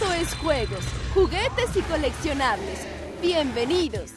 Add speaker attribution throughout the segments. Speaker 1: grandes juegos, juguetes y coleccionables. Bienvenidos.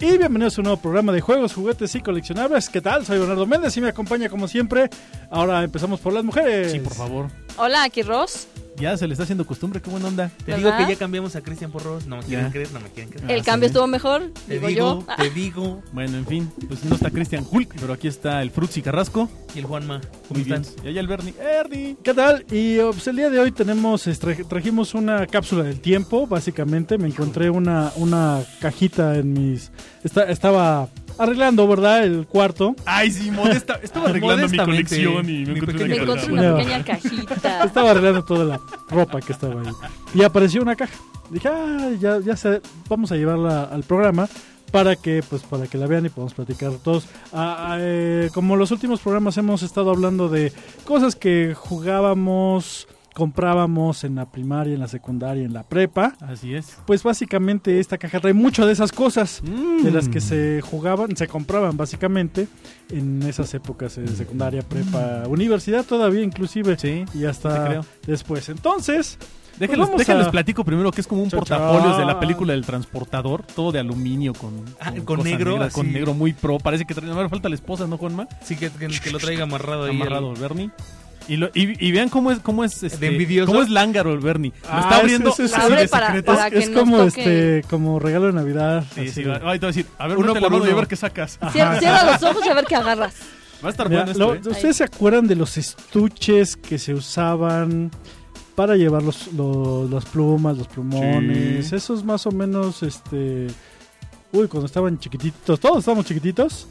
Speaker 2: Y bienvenidos a un nuevo programa de juegos, juguetes y coleccionables. ¿Qué tal? Soy Leonardo Méndez y me acompaña como siempre. Ahora empezamos por las mujeres.
Speaker 3: Sí, por favor.
Speaker 4: Hola, aquí Ross.
Speaker 3: Ya se le está haciendo costumbre, qué buena onda.
Speaker 5: Te digo
Speaker 4: ¿Verdad?
Speaker 5: que ya cambiamos a Cristian por Ross. No me quieren
Speaker 3: Ya.
Speaker 5: creer, no me quieren creer.
Speaker 3: Ah,
Speaker 4: el cambio
Speaker 3: sí.
Speaker 4: estuvo mejor,
Speaker 5: Te
Speaker 4: digo,
Speaker 5: digo,
Speaker 4: yo. Ah,
Speaker 5: te digo.
Speaker 3: Bueno, en fin, pues no está Christian Hulk, pero aquí está el Fruxy Carrasco.
Speaker 5: Y el Juanma, ¿cómo
Speaker 3: Muy bien.
Speaker 5: están?
Speaker 3: Y allá el Bernie. ¡Ernie!
Speaker 2: ¿Qué tal? Y oh, pues, el día de hoy tenemos, es, tra- trajimos una cápsula del tiempo, básicamente. Me encontré una, una cajita en mis... esta- estaba arreglando, ¿verdad? El cuarto.
Speaker 3: ¡Ay, sí, modesta! Estaba arreglando mi
Speaker 5: Modestamente,
Speaker 3: colección y me
Speaker 5: mi
Speaker 3: encontré
Speaker 5: pequeña
Speaker 4: me
Speaker 3: una
Speaker 4: encontré
Speaker 3: caja.
Speaker 4: una
Speaker 2: No.
Speaker 4: pequeña cajita.
Speaker 2: Estaba arreglando toda la ropa que estaba ahí. Y apareció una caja. Dije, ah, ya, ya sé, vamos a llevarla al programa para que, pues, para que la vean y podamos platicar todos. Ah, ah, eh, como los últimos programas hemos estado hablando de cosas que jugábamos, comprábamos en la primaria, en la secundaria, en la prepa.
Speaker 3: Así es.
Speaker 2: Pues básicamente esta caja trae mucho de esas cosas de las que
Speaker 3: Mm.
Speaker 2: se jugaban, se compraban básicamente en esas épocas de secundaria, prepa, universidad todavía inclusive
Speaker 3: Hmm. Sí.
Speaker 2: y
Speaker 3: Sí
Speaker 2: hasta
Speaker 3: te creo.
Speaker 2: después. Entonces,
Speaker 3: Déjenles,
Speaker 2: vamos
Speaker 3: déjenles
Speaker 2: a-
Speaker 3: platico primero que es como un
Speaker 2: Chao, chao.
Speaker 3: portafolio de la película del transportador, todo de aluminio con,
Speaker 5: Ah, con
Speaker 3: cosa
Speaker 5: negro,
Speaker 3: negra, con
Speaker 5: así.
Speaker 3: negro muy pro. Parece que trae, no me falta la esposa, ¿no, Juanma?
Speaker 5: Sí, que, que- que lo traiga amarrado ahí.
Speaker 3: amarrado el Bernie. Y, lo- y, y vean cómo es cómo es este,
Speaker 5: envidioso.
Speaker 3: cómo es lángaro el Bernie. Lo
Speaker 2: Ah,
Speaker 3: está
Speaker 2: es-
Speaker 3: abriendo
Speaker 2: es- es-
Speaker 3: así
Speaker 4: Abre
Speaker 3: de
Speaker 4: para-
Speaker 3: secreto.
Speaker 4: para- que
Speaker 2: es
Speaker 4: nos
Speaker 2: como
Speaker 4: toque.
Speaker 2: este como regalo de Navidad.
Speaker 3: Sí,
Speaker 2: así
Speaker 3: sí,
Speaker 2: de-
Speaker 3: va- ay, te voy a decir, a ver,
Speaker 5: Uno
Speaker 3: uno la
Speaker 5: por
Speaker 3: mano y a
Speaker 5: uno.
Speaker 3: ver qué sacas.
Speaker 4: Cier- Cierra, los ojos y a ver qué agarras.
Speaker 3: Va a estar
Speaker 2: Mira,
Speaker 3: bueno esto,
Speaker 2: lo-
Speaker 3: ¿eh?
Speaker 2: ¿Ustedes se acuerdan de los estuches que se usaban para llevar los, los- las plumas, los plumones?
Speaker 3: Sí.
Speaker 2: Esos más o menos, este... Uy, cuando estaban chiquititos, todos estábamos chiquititos.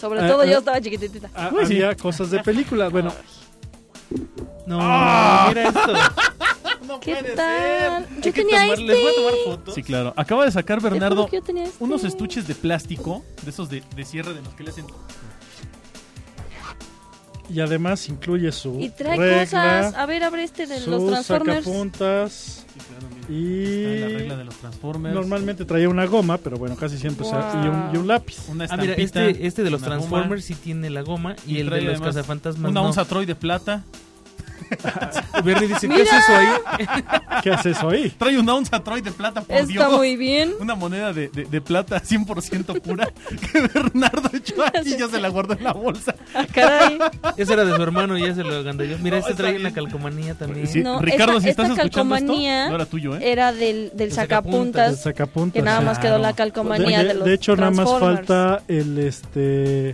Speaker 4: Sobre
Speaker 2: Ah,
Speaker 4: todo
Speaker 2: ah.
Speaker 4: yo estaba chiquitita.
Speaker 2: Ah,
Speaker 3: Uy, sí.
Speaker 2: había cosas de películas. Bueno,
Speaker 5: No,
Speaker 3: Ah.
Speaker 5: mira esto.
Speaker 4: ¿Qué
Speaker 5: Hay
Speaker 4: tal? Yo
Speaker 5: que
Speaker 4: tenía
Speaker 5: tomar- Les voy a
Speaker 4: este.
Speaker 5: tomar fotos.
Speaker 3: Sí, claro. Acaba de sacar
Speaker 4: Te juro
Speaker 3: Bernardo
Speaker 4: que yo tenía este.
Speaker 3: unos estuches de plástico, de esos de, de cierre de los que le hacen.
Speaker 2: y además incluye su
Speaker 4: Y trae
Speaker 2: regla,
Speaker 4: cosas. A ver, abre este de los
Speaker 2: sus
Speaker 4: Transformers.
Speaker 2: sacapuntas
Speaker 3: Sí, claro, mira.
Speaker 2: y...
Speaker 3: Trae La regla de los Transformers.
Speaker 2: Normalmente traía una goma, pero bueno, casi siempre se-
Speaker 4: Wow.
Speaker 2: y, un, y un lápiz.
Speaker 3: Una
Speaker 5: Ah, mira,
Speaker 3: estampita,
Speaker 5: este, este de los
Speaker 3: una goma,
Speaker 5: Transformers sí tiene la goma y,
Speaker 3: Y
Speaker 5: el de
Speaker 3: trae
Speaker 5: los
Speaker 3: además
Speaker 5: cazafantasmas
Speaker 3: Una
Speaker 5: no.
Speaker 3: onza Troy de plata.
Speaker 5: Bernie dice, ¿qué es eso ahí?
Speaker 2: ¿Qué haces ahí?
Speaker 3: Trae una onza Troy de plata, por
Speaker 4: Está
Speaker 3: Dios.
Speaker 4: muy bien.
Speaker 3: Una moneda de, de, de plata 100% pura que Bernardo echó aquí y ya se la guardó en la bolsa.
Speaker 4: Ah, caray.
Speaker 5: Ese era de su hermano y ya se lo agandalló. Mira,
Speaker 3: No,
Speaker 5: este
Speaker 3: está
Speaker 5: trae
Speaker 3: bien.
Speaker 5: una calcomanía también.
Speaker 3: Sí,
Speaker 4: No,
Speaker 3: Ricardo,
Speaker 4: esta-
Speaker 3: si estás
Speaker 4: esta
Speaker 3: escuchando esto,
Speaker 4: calcomanía
Speaker 3: no era tuyo, ¿eh?
Speaker 4: Era del, del
Speaker 5: El
Speaker 2: El
Speaker 4: sacapuntas.
Speaker 5: sacapuntas.
Speaker 2: sacapuntas.
Speaker 4: Que nada más quedó
Speaker 5: Claro.
Speaker 4: la calcomanía de, los
Speaker 2: hecho, nada más
Speaker 4: Transformers.
Speaker 2: falta el este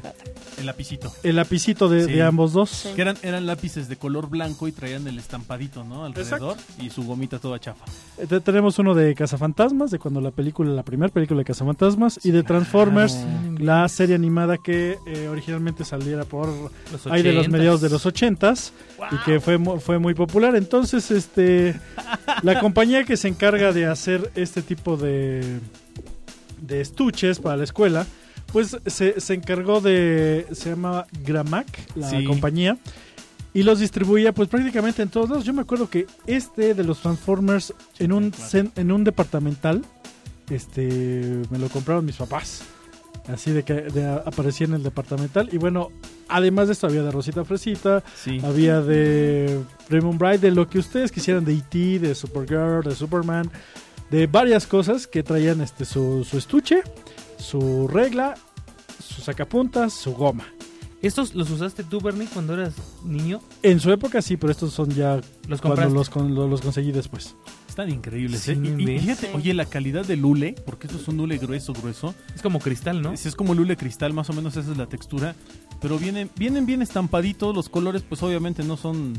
Speaker 3: El lapicito.
Speaker 2: el lapicito de,
Speaker 3: Sí.
Speaker 2: de ambos dos.
Speaker 4: Sí.
Speaker 3: Que eran, eran lápices de color blanco y traían el estampadito, ¿no? Alrededor y su gomita toda chafa.
Speaker 2: Eh, te- Tenemos uno de Cazafantasmas, de cuando la película, la primera película de Cazafantasmas, y de Transformers,
Speaker 5: claro.
Speaker 2: la serie animada que eh, originalmente saliera por
Speaker 5: Los
Speaker 2: ahí de los
Speaker 5: 80s.
Speaker 2: mediados de los ochentas y que fue mu- fue muy popular. Entonces, este la compañía que se encarga de hacer este tipo de de estuches para la escuela, pues se, se encargó de se llama Gramac, la
Speaker 3: Sí.
Speaker 2: compañía. Y los distribuía pues prácticamente en todos lados. Yo me acuerdo que este de los Transformers en un
Speaker 3: 84.
Speaker 2: cen- en un departamental este me lo compraron mis papás. Así de que de- aparecía en el departamental. Y bueno, además de esto había de Rosita Fresita,
Speaker 3: Sí.
Speaker 2: había de Raymond Bright, de lo que ustedes quisieran, de E.T., de Supergirl, de Superman, de varias cosas que traían este su, su estuche, su regla, su sacapuntas, su goma.
Speaker 5: ¿Estos los usaste tú, Bernie, cuando eras niño?
Speaker 2: En su época sí, pero estos son ya cuando
Speaker 5: ¿Los compraste?
Speaker 2: los, con- lo- los conseguí después.
Speaker 3: Están increíbles,
Speaker 5: Sí,
Speaker 3: ¿eh? Y- Y,
Speaker 5: ¿ves?
Speaker 3: fíjate,
Speaker 4: Sí.
Speaker 3: oye, la calidad del hule, porque eso es un hule grueso, grueso.
Speaker 5: Es como cristal, ¿no?
Speaker 3: Si es como lule cristal, más o menos esa es la textura. Pero vienen, vienen bien estampaditos, los colores pues obviamente no son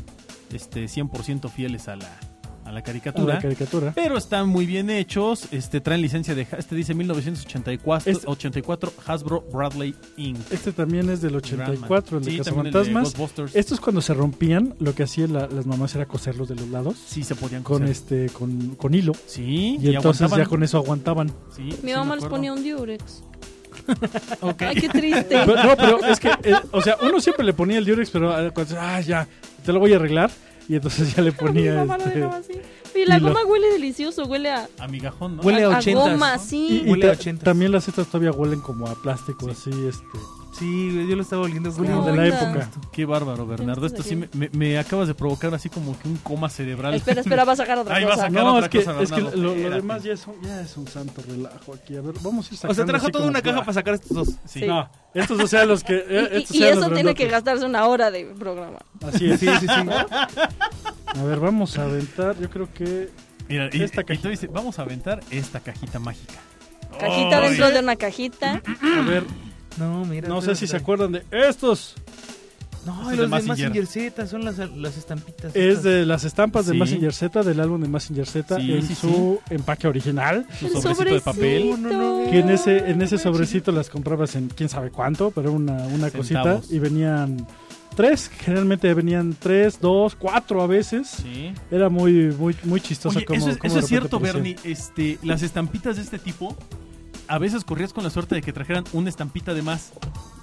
Speaker 3: este 100% fieles a la, a la
Speaker 2: A
Speaker 3: caricatura.
Speaker 2: la caricatura.
Speaker 3: pero están muy bien hechos, este traen licencia de... Este dice 1984
Speaker 2: Este-
Speaker 3: 84, Hasbro Bradley Inc.
Speaker 2: Este también es del 84, el de
Speaker 3: Sí, también el de
Speaker 2: Cazafantasmas.
Speaker 3: Ghostbusters.
Speaker 2: Estos cuando se rompían, lo que hacían la- las mamás era coserlos de los lados
Speaker 3: Sí, se podían
Speaker 2: con
Speaker 3: coser.
Speaker 2: este con, con hilo.
Speaker 3: Sí,
Speaker 2: Y, entonces
Speaker 3: aguantaban.
Speaker 2: ya con eso aguantaban.
Speaker 3: Sí, sí
Speaker 4: Mi
Speaker 3: me
Speaker 4: mamá les
Speaker 3: acuerdo.
Speaker 4: ponía un diurex.
Speaker 3: Ok.
Speaker 4: Ay, qué triste.
Speaker 2: Pero- no, pero es que, eh, o sea, uno siempre le ponía el diurex, pero eh, cuando, ah, ya, te lo voy a arreglar. Y entonces ya le
Speaker 4: Mi
Speaker 2: ponía.
Speaker 4: mamá lo
Speaker 2: este-
Speaker 4: dejaba así. Y la
Speaker 2: y lo-
Speaker 4: goma huele delicioso, huele a,
Speaker 3: Amigajón, ¿no?
Speaker 5: Huele a
Speaker 4: a, a
Speaker 5: 80s,
Speaker 4: goma,
Speaker 5: ¿no?
Speaker 2: y-
Speaker 4: sí.
Speaker 2: y
Speaker 5: Huele a
Speaker 2: ta-
Speaker 5: ochentas.
Speaker 2: también las estas todavía huelen como a plástico, así, este.
Speaker 5: Sí, güey, yo lo estaba oliendo. güey.
Speaker 2: Bullying de la
Speaker 4: Ay, no.
Speaker 2: época.
Speaker 3: Qué bárbaro, Bernardo. Esto sí me, me- me acabas de provocar así como que un coma cerebral.
Speaker 4: Espera, espera, va a sacar otra
Speaker 3: Ahí va a
Speaker 4: cosa.
Speaker 3: sacar.
Speaker 2: No,
Speaker 3: otra
Speaker 2: es que,
Speaker 3: cosa,
Speaker 2: es que
Speaker 3: Bernardo,
Speaker 2: lo, lo
Speaker 3: espérate.
Speaker 2: demás ya es, un, ya es un santo relajo aquí. A ver, vamos a ir
Speaker 5: O sea,
Speaker 2: sacando
Speaker 5: trajo
Speaker 2: así
Speaker 5: toda
Speaker 2: como
Speaker 5: una
Speaker 2: fuera.
Speaker 5: caja para sacar estos dos.
Speaker 3: Sí.
Speaker 2: No, estos o sea los que.
Speaker 4: Y,
Speaker 2: eh, estos
Speaker 4: y- y
Speaker 2: sean
Speaker 4: eso
Speaker 2: los
Speaker 4: tiene que
Speaker 2: grandotes.
Speaker 4: gastarse una hora de programa.
Speaker 2: Así es.
Speaker 5: Sí, sí, sí.
Speaker 2: A ver, vamos a aventar. Yo creo que.
Speaker 3: Mira, y,
Speaker 2: Esta
Speaker 3: y
Speaker 2: cajita.
Speaker 3: tú dices, vamos a aventar esta cajita mágica.
Speaker 4: Cajita
Speaker 3: Ay.
Speaker 4: dentro de una cajita.
Speaker 2: A ver,
Speaker 5: No, mira.
Speaker 2: no sé
Speaker 5: espérate.
Speaker 2: si se acuerdan de estos.
Speaker 5: No,
Speaker 3: Estos
Speaker 5: y
Speaker 3: de
Speaker 5: los de
Speaker 3: Mazinger.
Speaker 5: Mazinger Z son las, las estampitas.
Speaker 2: Es
Speaker 5: estas.
Speaker 2: de las estampas de
Speaker 3: Sí.
Speaker 2: Massinger Z, del álbum de Massinger Z,
Speaker 3: Sí,
Speaker 2: en
Speaker 3: sí,
Speaker 2: su empaque original.
Speaker 3: Un sobrecito de papel.
Speaker 5: No, no, no.
Speaker 2: Que en ese, en ese
Speaker 5: manches.
Speaker 2: sobrecito las comprabas en quién sabe cuánto, pero una, una cosita.
Speaker 3: Centavos.
Speaker 2: Y venían tres, generalmente venían tres, dos, cuatro a veces.
Speaker 3: Sí.
Speaker 2: Era muy, muy, muy chistoso
Speaker 3: Oye,
Speaker 2: como
Speaker 3: eso es, eso es cierto, Bernie. Este, las estampitas de este tipo, a veces corrías con la suerte de que trajeran una estampita de más.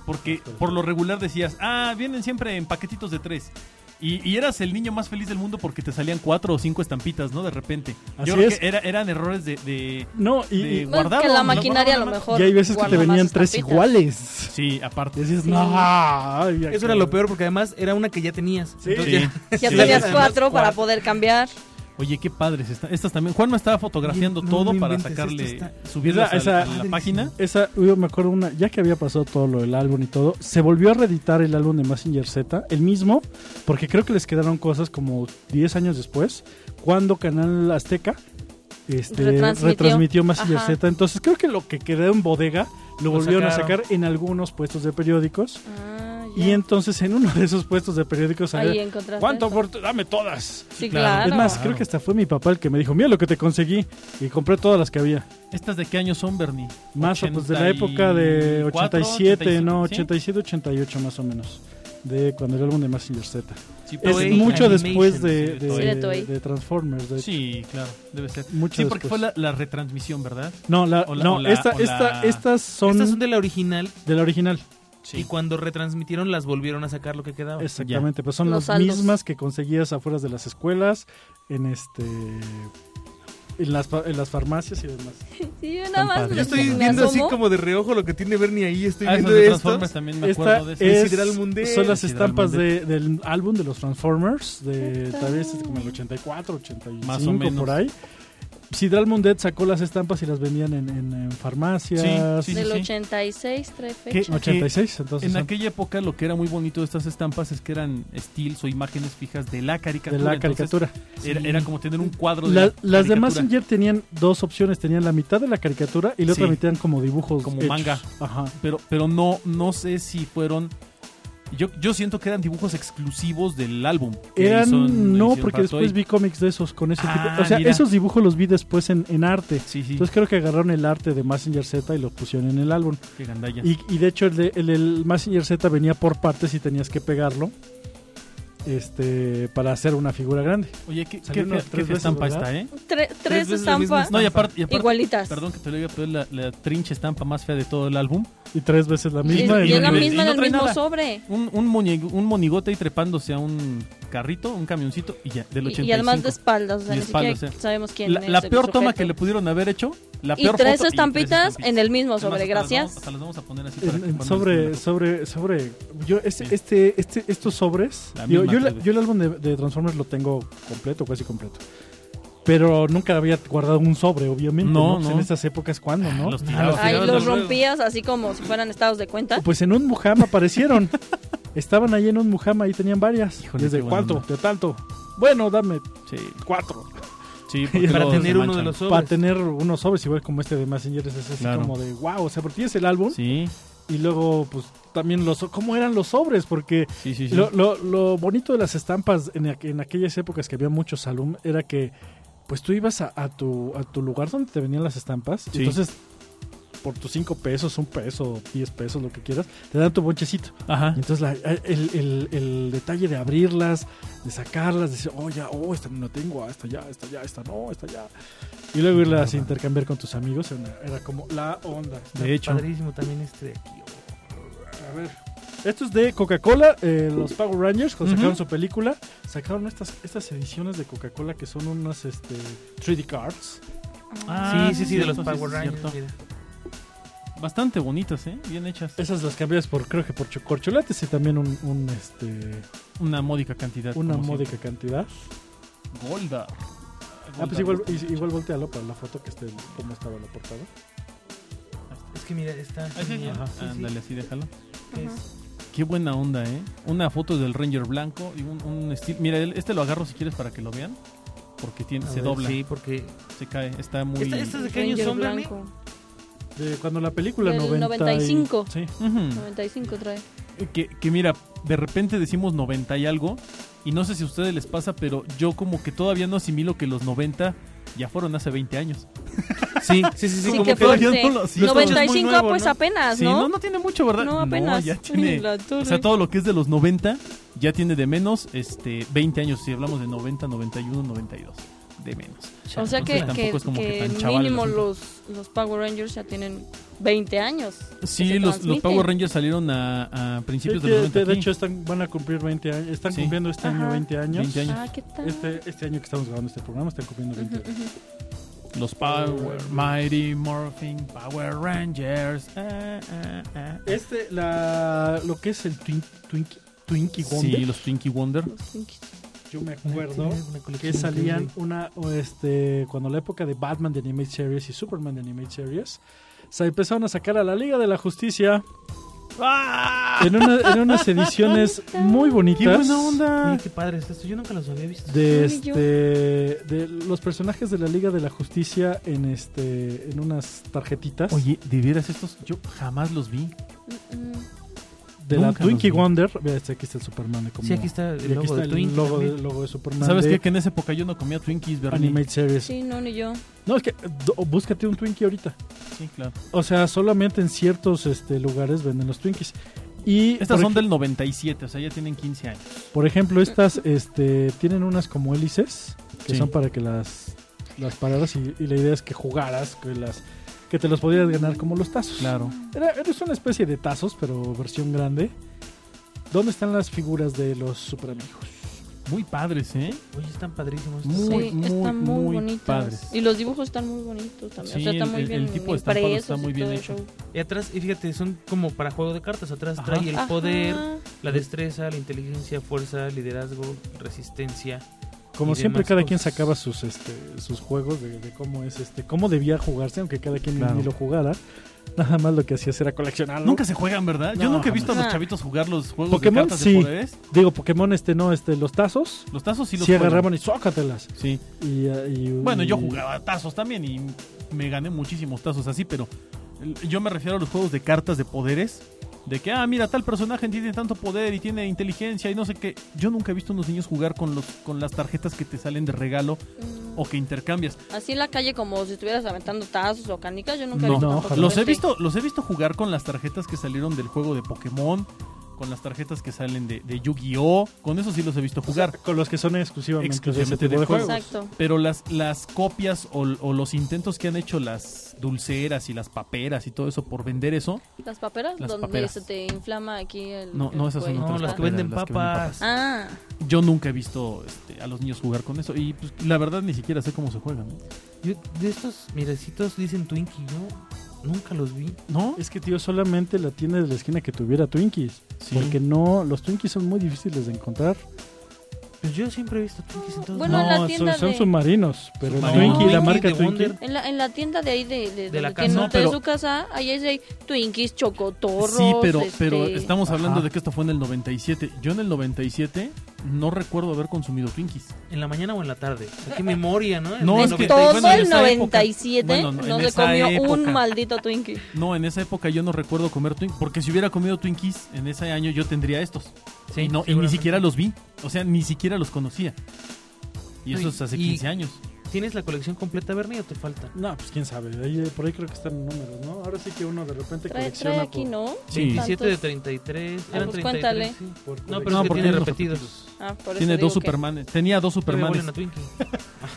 Speaker 3: Porque por lo regular decías, ah, vienen siempre en paquetitos de tres. Y, y eras el niño más feliz del mundo porque te salían cuatro o cinco estampitas, ¿no? De repente.
Speaker 2: Así
Speaker 3: Yo creo
Speaker 2: es.
Speaker 3: que era- eran errores de. de-
Speaker 2: No, y,
Speaker 3: de
Speaker 2: y-
Speaker 4: No,
Speaker 3: guardado.
Speaker 4: que la
Speaker 3: ¿no?
Speaker 4: maquinaria a lo
Speaker 3: Guardado.
Speaker 4: mejor.
Speaker 2: y hay veces que
Speaker 4: guarda
Speaker 2: te
Speaker 4: más
Speaker 2: venían tres
Speaker 4: estampitas.
Speaker 2: iguales.
Speaker 3: Sí,
Speaker 2: Y
Speaker 3: aparte.
Speaker 2: decías, no. ay,
Speaker 5: Eso era lo peor porque además era una que ya tenías.
Speaker 2: Sí.
Speaker 5: Entonces
Speaker 3: Sí,
Speaker 5: ya-
Speaker 4: Ya
Speaker 3: sí.
Speaker 4: tenías
Speaker 5: Además,
Speaker 4: cuatro para
Speaker 5: cuatro.
Speaker 4: poder cambiar.
Speaker 3: Oye, qué padres están. Estas también. Juan me estaba fotografiando
Speaker 5: Oye, no
Speaker 3: todo
Speaker 5: me
Speaker 3: para
Speaker 5: inventes,
Speaker 3: sacarle,
Speaker 5: esto está-
Speaker 3: subirlas
Speaker 2: Esa-
Speaker 3: a,
Speaker 2: esa-
Speaker 3: a la página.
Speaker 2: Esa, yo me acuerdo una, ya que había pasado todo lo del álbum y todo, se volvió a reeditar el álbum de Massinger Z, el mismo, porque creo que les quedaron cosas como 10 años después, cuando Canal Azteca este,
Speaker 4: Retransmitió.
Speaker 2: retransmitió Massinger
Speaker 4: Ajá.
Speaker 2: Z. Entonces creo que lo que quedó en bodega lo
Speaker 5: Lo
Speaker 2: volvieron a
Speaker 5: sacaron.
Speaker 2: sacar en algunos puestos de periódicos.
Speaker 4: Ah, ya.
Speaker 2: Y entonces en uno de esos puestos de periódicos
Speaker 4: Ahí
Speaker 2: había,
Speaker 4: encontraste.
Speaker 2: ¿Cuánto
Speaker 4: eso.
Speaker 2: por tu- Dame todas.
Speaker 4: Sí,
Speaker 3: Claro.
Speaker 4: claro.
Speaker 2: Es más,
Speaker 3: Claro.
Speaker 2: creo que hasta fue mi papá el que me dijo, mira lo que te conseguí. Y compré todas las que había.
Speaker 3: ¿Estas de qué año son, Bernie?
Speaker 2: Más o pues de la época de 87, no, 87, 88 más o menos. De cuando el álbum de Massinger Z. es
Speaker 5: Toei
Speaker 2: mucho
Speaker 5: Animation,
Speaker 2: después de,
Speaker 3: sí, de
Speaker 2: de-
Speaker 4: Toei. Sí, de Toei.
Speaker 2: de Transformers. de-
Speaker 3: Sí, claro, debe ser.
Speaker 2: Mucho
Speaker 3: sí, porque
Speaker 2: después.
Speaker 3: fue la, la retransmisión, ¿verdad?
Speaker 2: No, la-
Speaker 3: O la-
Speaker 2: no
Speaker 3: o la-
Speaker 2: esta,
Speaker 3: o la-
Speaker 2: esta- estas son,
Speaker 5: Estas son de la original
Speaker 2: de la original.
Speaker 5: y cuando retransmitieron las volvieron a sacar lo que quedaba.
Speaker 2: Exactamente, pues son
Speaker 4: Los
Speaker 2: las
Speaker 4: saldos.
Speaker 2: mismas que conseguías afuera de las escuelas, en este en las, fa- en las farmacias y demás.
Speaker 4: Sí, yo nada más.
Speaker 2: Yo
Speaker 5: Yo
Speaker 4: me-
Speaker 5: estoy
Speaker 4: me
Speaker 5: viendo así
Speaker 4: asomo.
Speaker 5: como de reojo lo que tiene Bernie ahí. Estoy
Speaker 3: Ah, esas
Speaker 5: viendo
Speaker 3: de
Speaker 5: esto.
Speaker 3: Transformers también me
Speaker 2: Esta
Speaker 3: acuerdo de esas.
Speaker 5: El
Speaker 2: es,
Speaker 5: Sidral Mundé.
Speaker 2: son las
Speaker 3: El Sidral
Speaker 2: estampas
Speaker 3: Mundé.
Speaker 2: de- del álbum de los Transformers, de
Speaker 4: Ajá.
Speaker 2: tal vez es como el 84, 85,
Speaker 3: Más o menos.
Speaker 2: por ahí. Sidral Mundé sacó las estampas y las vendían en, en- en farmacias.
Speaker 3: Sí, sí,
Speaker 4: Del
Speaker 3: sí.
Speaker 4: 86 trae
Speaker 3: ¿Qué?
Speaker 4: fecha.
Speaker 2: 86, entonces.
Speaker 3: En
Speaker 2: son
Speaker 3: aquella época lo que era muy bonito de estas estampas es que eran estilos o imágenes fijas de la
Speaker 2: de
Speaker 3: caricatura.
Speaker 2: la
Speaker 3: entonces
Speaker 2: caricatura.
Speaker 3: era,
Speaker 5: Sí.
Speaker 3: era como tener un cuadro de
Speaker 2: La-
Speaker 3: la
Speaker 2: las de
Speaker 3: caricatura.
Speaker 2: Massinger tenían dos opciones: tenían la mitad de la caricatura y la otra
Speaker 3: Sí.
Speaker 2: mitad eran como dibujos.
Speaker 3: Como
Speaker 2: hechos.
Speaker 3: manga.
Speaker 2: Ajá.
Speaker 3: Pero, pero no, no sé si fueron... Yo, yo siento que eran dibujos exclusivos del álbum. que
Speaker 2: Eran,
Speaker 3: hizo-
Speaker 2: no,
Speaker 3: hicieron
Speaker 2: porque
Speaker 3: para
Speaker 2: después
Speaker 3: Toei.
Speaker 2: vi cómics de esos con ese
Speaker 3: Ah,
Speaker 2: tipo. O sea,
Speaker 3: mira.
Speaker 2: esos dibujos los vi después en, en arte.
Speaker 3: Sí, sí,
Speaker 2: Entonces creo que agarraron el arte de Massinger Z y lo pusieron en el álbum.
Speaker 3: qué gandalla.
Speaker 2: Y, y de hecho el, de, el, del Mazinger Z venía por partes y tenías que pegarlo este para hacer una figura grande.
Speaker 3: Oye, ¿qué, qué,
Speaker 2: Salió unas
Speaker 3: qué
Speaker 2: tres
Speaker 3: fea
Speaker 2: veces,
Speaker 3: estampa
Speaker 2: ¿verdad?
Speaker 3: está, eh?
Speaker 4: Tre- tres
Speaker 5: veces la misma
Speaker 4: estampas
Speaker 3: No, y aparte, y aparte-
Speaker 4: Pues, igualitas.
Speaker 3: Perdón que te lo diga, pero es la, la trinche estampa más fea de todo el álbum.
Speaker 2: Y tres veces la misma.
Speaker 4: Y, y
Speaker 3: no
Speaker 4: es la
Speaker 3: trae-
Speaker 4: misma
Speaker 3: y
Speaker 4: en
Speaker 3: no
Speaker 4: el
Speaker 3: trae
Speaker 4: mismo
Speaker 3: nada.
Speaker 4: sobre.
Speaker 3: Un, un, moñe- un monigote ahí trepándose a un carrito, un camioncito, y ya, del
Speaker 4: Y,
Speaker 3: 85.
Speaker 4: y además de espaldas. O sea,
Speaker 3: Y
Speaker 4: ni
Speaker 3: espaldas,
Speaker 4: siquiera
Speaker 3: o sea,
Speaker 4: sabemos quién
Speaker 3: la,
Speaker 4: es.
Speaker 3: la
Speaker 4: el
Speaker 3: peor toma
Speaker 4: sujeto.
Speaker 3: que le pudieron haber hecho, la
Speaker 4: Y
Speaker 3: peor
Speaker 4: tres
Speaker 3: foto,
Speaker 4: estampitas en el mismo
Speaker 3: Es más,
Speaker 4: sobre.
Speaker 3: hasta las
Speaker 4: Gracias.
Speaker 3: vamos- hasta las vamos a poner así para
Speaker 2: En-
Speaker 3: que
Speaker 2: en
Speaker 3: cuando
Speaker 2: sobre,
Speaker 3: nos-
Speaker 2: sobre, sobre. Yo, este,
Speaker 3: Sí.
Speaker 2: este, este, estos sobres.
Speaker 3: La
Speaker 2: digo,
Speaker 3: misma
Speaker 2: yo, la-
Speaker 3: tres veces.
Speaker 2: yo el álbum de, de Transformers lo tengo completo, casi completo. Pero nunca había guardado un sobre, obviamente.
Speaker 3: No,
Speaker 2: No, Pues
Speaker 3: no.
Speaker 2: En estas épocas, ¿cuándo, no?
Speaker 3: Los tirabas.
Speaker 5: Ah,
Speaker 4: Ahí
Speaker 5: Tirados
Speaker 4: los
Speaker 5: los dedos.
Speaker 4: rompías así como si fueran estados de cuenta.
Speaker 2: Pues en un Mujam aparecieron. Estaban ahí en un Mujam, ahí tenían varias.
Speaker 3: Híjole,
Speaker 2: ¿Desde
Speaker 3: qué buena
Speaker 2: cuánto?
Speaker 3: onda.
Speaker 2: ¿De tanto? Bueno, dame
Speaker 3: Sí,
Speaker 2: cuatro. Y
Speaker 3: sí, porque
Speaker 5: Para
Speaker 3: luego se
Speaker 5: tener uno de
Speaker 3: manchan.
Speaker 5: los
Speaker 2: para
Speaker 5: sobres.
Speaker 2: tener unos sobres igual como este de Messenger es así
Speaker 3: Claro.
Speaker 2: como de wow, o sea, porque tienes el álbum
Speaker 3: Sí,
Speaker 2: y luego pues también los cómo eran los sobres porque
Speaker 3: sí, sí. sí.
Speaker 2: lo, lo- lo bonito de las estampas en, aqu- en aquellas épocas que había muchos álbum era que pues tú ibas a, a tu a tu lugar donde te venían las estampas, y
Speaker 3: Sí.
Speaker 2: entonces por tus cinco pesos, un peso, 10 pesos, lo que quieras, te dan tu bonchecito.
Speaker 3: Ajá.
Speaker 2: Y entonces la- eh, el, el- el detalle de abrirlas, de sacarlas, de decir, oh, ya, oh, esta no la tengo, ah, esta ya, esta ya, esta no, esta ya. Y luego irlas a intercambiar con tus amigos era, era como la onda.
Speaker 3: De hecho,
Speaker 5: Padrísimo también este de aquí.
Speaker 2: A ver. Esto es de Coca-Cola, eh, los Power Rangers, cuando
Speaker 3: Ujú.
Speaker 2: sacaron su película, sacaron estas, estas ediciones de Coca-Cola que son unas este, 3D cards.
Speaker 3: Ah,
Speaker 5: sí, sí, sí, de los
Speaker 3: cierto,
Speaker 5: Power
Speaker 3: sí, sí,
Speaker 5: Rangers.
Speaker 3: cierto.
Speaker 5: mira.
Speaker 3: Bastante bonitas, ¿eh? Bien hechas.
Speaker 2: Esas las cambias por, creo que por cho- corcholates y también un, un, este,
Speaker 3: Una módica cantidad.
Speaker 2: una
Speaker 3: como
Speaker 2: módica cantidad.
Speaker 3: siempre. Golda.
Speaker 2: Ah, pues igual, i- igual voltealo para la foto que esté, como estaba la portada.
Speaker 5: Es que mira, está.
Speaker 3: Ah, sí, sí.
Speaker 5: genial. Sí, sí.
Speaker 3: Ándale, así déjalo.
Speaker 5: Es-
Speaker 3: Qué buena onda, ¿eh? Una foto del Ranger blanco y un, un estilo. Mira, el- este lo agarro si quieres para que lo vean. Porque tiene,
Speaker 5: a
Speaker 3: se
Speaker 5: ver,
Speaker 3: dobla,
Speaker 5: Sí, porque.
Speaker 3: se cae, está muy.
Speaker 5: Esta- esta- ¿Desde qué año
Speaker 4: Ranger
Speaker 5: son, Bernie?
Speaker 4: blanco.
Speaker 2: De cuando la película
Speaker 4: Del
Speaker 2: 90 y-
Speaker 4: 95.
Speaker 2: Sí.
Speaker 3: Ujú.
Speaker 4: 95 trae.
Speaker 3: que, que mira, de repente decimos 90 y algo, y no sé si a ustedes les pasa, pero yo como que todavía no asimilo que los 90 ya fueron hace 20 años.
Speaker 5: Sí, sí, sí.
Speaker 4: Sí,
Speaker 5: como
Speaker 4: qué
Speaker 5: que-
Speaker 3: todavía
Speaker 4: fuerte.
Speaker 3: no lo- sí,
Speaker 5: lo escuchas muy
Speaker 4: 95
Speaker 5: nuevo,
Speaker 4: pues
Speaker 5: ¿no?
Speaker 4: apenas,
Speaker 3: Sí, no,
Speaker 4: ¿no?
Speaker 3: no tiene mucho, ¿verdad?
Speaker 4: No, apenas.
Speaker 3: ya tiene...
Speaker 4: La torre.
Speaker 3: O sea, todo lo que es de los 90 ya tiene de menos este 20 años, si hablamos de 90, 91, 92, de menos.
Speaker 4: O sea
Speaker 3: Entonces,
Speaker 4: que, que,
Speaker 3: tampoco es como que
Speaker 4: que
Speaker 3: tan chaval el
Speaker 4: mínimo
Speaker 3: asunto.
Speaker 4: los, los Power Rangers ya tienen 20 años. que
Speaker 3: Sí,
Speaker 4: se
Speaker 3: los, los
Speaker 4: transmiten.
Speaker 3: Power Rangers salieron a, a principios
Speaker 2: Sí,
Speaker 3: de los
Speaker 2: que
Speaker 3: 90.
Speaker 2: de, de
Speaker 3: aquí.
Speaker 2: hecho, están, van a cumplir 20 años. Están
Speaker 3: Sí.
Speaker 2: cumpliendo este año
Speaker 4: Ajá.
Speaker 2: 20 años.
Speaker 3: 20 años.
Speaker 4: Ah, ¿qué tal?
Speaker 2: Este, este año que estamos grabando este programa están cumpliendo 20
Speaker 4: Ujú,
Speaker 2: años.
Speaker 4: ujú.
Speaker 3: Los Power Mighty Morphin Power Rangers. Ah, ah, ah.
Speaker 2: Este, la, lo que es el Twin- Twinkie, Twinkie Wonder,
Speaker 3: Sí, los Twinkie Wonder.
Speaker 4: Los Twinkies.
Speaker 2: yo me
Speaker 5: Tiene
Speaker 2: acuerdo que
Speaker 5: una colección
Speaker 2: salían
Speaker 5: increíble.
Speaker 2: una, o este, cuando la época de Batman de Animate Series y Superman de Animate Series, se empezaron a sacar a la Liga de la Justicia en, una- en unas ediciones muy bonitas.
Speaker 3: ¡Ah! ¡Qué buena onda!
Speaker 5: Mira, qué padre es esto. Yo nunca los había visto.
Speaker 2: de
Speaker 4: Ni yo.
Speaker 2: este de los personajes de la Liga de la Justicia en este en unas tarjetitas
Speaker 3: Oye, de veras estos, yo jamás los vi.
Speaker 4: Mm, mm.
Speaker 2: de la
Speaker 3: nunca los
Speaker 2: Twinkie
Speaker 3: vi.
Speaker 2: Wonder Vea, este, aquí está el Superman de como
Speaker 5: Sí, aquí está
Speaker 2: y
Speaker 5: el
Speaker 2: aquí
Speaker 5: logo
Speaker 2: está
Speaker 5: de
Speaker 2: el
Speaker 5: Twinkie
Speaker 2: logo,
Speaker 5: también.
Speaker 2: el logo de Superman
Speaker 3: ¿Sabes
Speaker 2: de
Speaker 3: qué? Que en esa época yo no comía Twinkies, Bernie.
Speaker 2: Animate Series
Speaker 4: Sí, no, ni yo.
Speaker 2: no es que do- búscate un Twinkie ahorita
Speaker 3: Sí, claro.
Speaker 2: o sea solamente en ciertos este lugares venden los Twinkies y
Speaker 3: Estas
Speaker 2: por,
Speaker 3: son
Speaker 2: ej-
Speaker 3: del 97, o sea, ya tienen 15 años.
Speaker 2: por ejemplo estas este tienen unas como hélices que
Speaker 3: Sí.
Speaker 2: son para que las las pararas y, y la idea es que jugaras que las que te los podías ganar como los tazos
Speaker 3: Claro.
Speaker 2: Era, eres una especie de tazos, pero versión grande. ¿Dónde están las figuras de los super amigos?
Speaker 3: Muy padres, ¿eh?
Speaker 5: Oye, están padrísimos. estos.
Speaker 3: Muy,
Speaker 4: sí, están muy,
Speaker 3: muy
Speaker 4: bonitos.
Speaker 3: padres.
Speaker 4: Y los dibujos están muy bonitos también.
Speaker 3: Sí,
Speaker 4: o sea, están
Speaker 3: el-
Speaker 4: muy
Speaker 3: el-
Speaker 4: bien
Speaker 3: el tipo de estampado
Speaker 4: impresos
Speaker 3: está muy
Speaker 4: y
Speaker 3: bien
Speaker 4: todo el
Speaker 3: hecho.
Speaker 4: show.
Speaker 5: Y atrás, y fíjate, son como para juego de cartas. Atrás
Speaker 3: Ajá.
Speaker 5: trae el
Speaker 4: Ajá.
Speaker 5: poder, la destreza, la inteligencia, fuerza, liderazgo, resistencia.
Speaker 2: Como
Speaker 5: Y
Speaker 2: siempre,
Speaker 5: demás
Speaker 2: cada
Speaker 5: cosas.
Speaker 2: quien sacaba sus, este, sus juegos de, de cómo es este, cómo debía jugarse, aunque cada quien
Speaker 3: Claro.
Speaker 2: ni lo jugara. Nada más lo que hacías era coleccionarlo.
Speaker 3: Nunca se juegan, ¿verdad? yo
Speaker 2: No,
Speaker 3: nunca he visto a los
Speaker 4: jamás.
Speaker 3: chavitos jugar los juegos
Speaker 2: Pokémon,
Speaker 3: de cartas
Speaker 2: sí.
Speaker 3: de poderes.
Speaker 2: digo Pokémon, este no, este, los tazos.
Speaker 3: Los tazos
Speaker 2: Si
Speaker 3: sí los
Speaker 2: sí
Speaker 3: juegan.
Speaker 2: agarraban y zócatelas.
Speaker 3: Sí.
Speaker 2: Y, eh, y-
Speaker 3: Bueno, yo
Speaker 2: y-
Speaker 3: jugaba tazos también y me gané muchísimos tazos así, pero el- yo me refiero a los juegos de cartas de poderes. De que, ah, mira, tal personaje tiene tanto poder y tiene inteligencia y no sé qué. Yo nunca he visto unos niños jugar con, los, con las tarjetas que te salen de regalo
Speaker 4: Mm.
Speaker 3: o que intercambias.
Speaker 4: Así en la calle, como si estuvieras aventando tazos o canicas, yo nunca he
Speaker 2: No,
Speaker 4: visto.
Speaker 2: no,
Speaker 4: tampoco,
Speaker 2: jamás.
Speaker 3: Los
Speaker 4: pero
Speaker 3: he
Speaker 4: sí.
Speaker 3: visto, los he visto jugar con las tarjetas que salieron del juego de Pokémon, con las tarjetas que salen de, de Yu-Gi-Oh! Con eso sí los he visto
Speaker 2: o sea,
Speaker 3: jugar.
Speaker 2: con los que son exclusivamente,
Speaker 3: Exclusivamente
Speaker 2: de ese tipo
Speaker 3: de
Speaker 2: de juegos.
Speaker 4: Exacto.
Speaker 3: Pero las, las copias o, o los intentos que han hecho las dulceras y las paperas y todo eso por vender eso,
Speaker 4: Las paperas,
Speaker 3: Las
Speaker 4: donde
Speaker 3: paperas.
Speaker 4: se te inflama aquí el.
Speaker 3: No,
Speaker 4: el
Speaker 3: no, esas son
Speaker 4: cuello.
Speaker 5: No,
Speaker 3: otras
Speaker 5: las que
Speaker 3: paperas,
Speaker 5: venden
Speaker 3: las que venden
Speaker 5: papas.
Speaker 4: Ah,
Speaker 3: yo nunca he visto este, a los niños jugar con eso. Y pues, la verdad ni siquiera sé cómo se juegan. ¿no?
Speaker 5: Yo- de estos mirecitos dicen Twinkie. Yo nunca los vi.
Speaker 3: ¿No?
Speaker 2: Es que, tío, solamente la tienda de la esquina que tuviera Twinkies.
Speaker 3: Sí.
Speaker 2: Porque no, los Twinkies son muy difíciles de encontrar.
Speaker 5: Pues yo siempre he visto Twinkies en todos
Speaker 4: Bueno,
Speaker 5: lados.
Speaker 4: en la
Speaker 2: son-
Speaker 4: tienda
Speaker 2: son,
Speaker 4: de-
Speaker 2: submarinos, pero el
Speaker 3: Submarinos.
Speaker 2: Twinkie, la
Speaker 5: Twinkie,
Speaker 2: marca
Speaker 5: de
Speaker 2: Twinkie.
Speaker 5: Wonder.
Speaker 4: en la, en la tienda de ahí de, de,
Speaker 5: De la
Speaker 4: donde
Speaker 5: casa.
Speaker 4: tiene
Speaker 5: No,
Speaker 4: usted
Speaker 3: pero-
Speaker 4: su casa, ahí es de Twinkies, chocotorros.
Speaker 3: Sí, pero,
Speaker 4: este,
Speaker 3: pero estamos hablando
Speaker 2: Ajá.
Speaker 3: de que esto fue en el 97. Yo en el 97 no recuerdo haber consumido Twinkies.
Speaker 5: ¿En la mañana o en la tarde? O sea, qué memoria, ¿no?
Speaker 3: No,
Speaker 5: En
Speaker 3: es
Speaker 5: 96.
Speaker 3: que-
Speaker 4: Todo
Speaker 3: bueno, en
Speaker 4: el
Speaker 3: esa época-
Speaker 4: 97
Speaker 3: bueno, no, en
Speaker 4: no se
Speaker 3: esa
Speaker 4: comió
Speaker 3: época.
Speaker 4: un maldito Twinkie.
Speaker 3: No, en esa época yo no recuerdo comer Twinkies. Porque si hubiera comido Twinkies en ese año yo tendría estos.
Speaker 5: Sí,
Speaker 3: y, no, y ni
Speaker 5: seguramente.
Speaker 3: siquiera los vi. O sea, ni siquiera los conocía. Y eso
Speaker 5: Uy,
Speaker 3: es hace
Speaker 5: y-
Speaker 3: 15 años.
Speaker 5: ¿Tienes la colección completa, Bernie, o te falta?
Speaker 2: No, pues quién sabe. ahí, eh, por ahí creo que están números, ¿no? Ahora sí que uno de repente
Speaker 4: Trae,
Speaker 2: colecciona.
Speaker 4: trae aquí,
Speaker 2: por-
Speaker 4: ¿no?
Speaker 3: Sí.
Speaker 5: 27 de
Speaker 4: Tantos.
Speaker 5: 33.
Speaker 4: Ah,
Speaker 5: Eran
Speaker 4: pues
Speaker 5: 33.
Speaker 4: cuéntale.
Speaker 5: sí.
Speaker 2: por
Speaker 5: No,
Speaker 2: colección.
Speaker 5: pero
Speaker 3: No,
Speaker 5: es que
Speaker 3: porque pues,
Speaker 5: tiene
Speaker 3: tiene los
Speaker 5: repetidos.
Speaker 4: Ah, por eso
Speaker 3: Tiene
Speaker 4: digo
Speaker 3: dos
Speaker 4: que-
Speaker 3: Supermanes. Tenía dos
Speaker 5: Todavía
Speaker 3: Supermanes.
Speaker 5: huelen a Twinkie.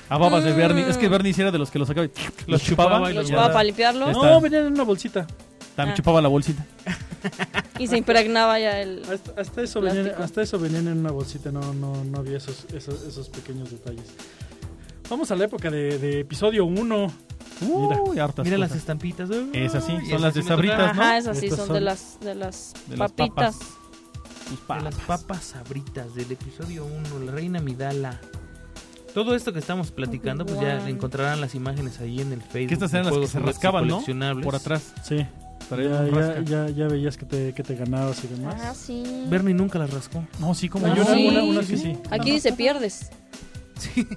Speaker 3: A babas de
Speaker 4: Mm.
Speaker 3: Bernie. Es que Bernie hiciera de los que los sacaba y los chupaba.
Speaker 5: chupaba y
Speaker 4: Los
Speaker 5: los
Speaker 3: ya
Speaker 4: chupaba
Speaker 5: guardaba.
Speaker 4: para limpiarlo
Speaker 3: Ya está.
Speaker 2: No, venían en una bolsita.
Speaker 3: También
Speaker 4: Ah.
Speaker 3: chupaba la bolsita.
Speaker 4: y se impregnaba ya el...
Speaker 2: Hasta, hasta eso,
Speaker 4: Plástico.
Speaker 2: venían, hasta eso venían en una bolsita. No, no, no había esos, esos, esos pequeños detalles. Vamos a la época de, de episodio 1.
Speaker 3: Uy, hartas
Speaker 5: Mira las
Speaker 3: cosas.
Speaker 5: estampitas. ¿eh?
Speaker 3: Esas sí,
Speaker 5: Uy,
Speaker 3: son
Speaker 5: esas
Speaker 3: las de
Speaker 5: sí me
Speaker 3: Sabritas,
Speaker 5: tocaron.
Speaker 3: ¿no?
Speaker 4: Ajá, esas sí
Speaker 2: Estas
Speaker 4: son
Speaker 2: son
Speaker 4: de las, de las
Speaker 3: de las
Speaker 4: papitas.
Speaker 3: papas. Tus
Speaker 5: De las
Speaker 3: papas.
Speaker 5: papas sabritas del episodio 1, la reina Midala. Todo esto que estamos platicando, pues ya
Speaker 4: Guau.
Speaker 5: encontrarán las imágenes ahí en el Facebook.
Speaker 3: Que estas eran las
Speaker 5: Juegos,
Speaker 3: que se
Speaker 5: Juguetes y
Speaker 3: rascaban, ¿no?
Speaker 5: Coleccionables.
Speaker 3: Por atrás.
Speaker 2: Sí.
Speaker 3: Traía
Speaker 2: Ya,
Speaker 3: un rasca.
Speaker 2: ya, ya, ya veías que te, que te ganabas y demás.
Speaker 4: Ah, sí.
Speaker 5: Bernie nunca las rascó.
Speaker 3: No, sí, como
Speaker 4: Ah,
Speaker 3: yo.
Speaker 4: sí.
Speaker 3: Una, una que sí.
Speaker 4: Aquí dice pierdes.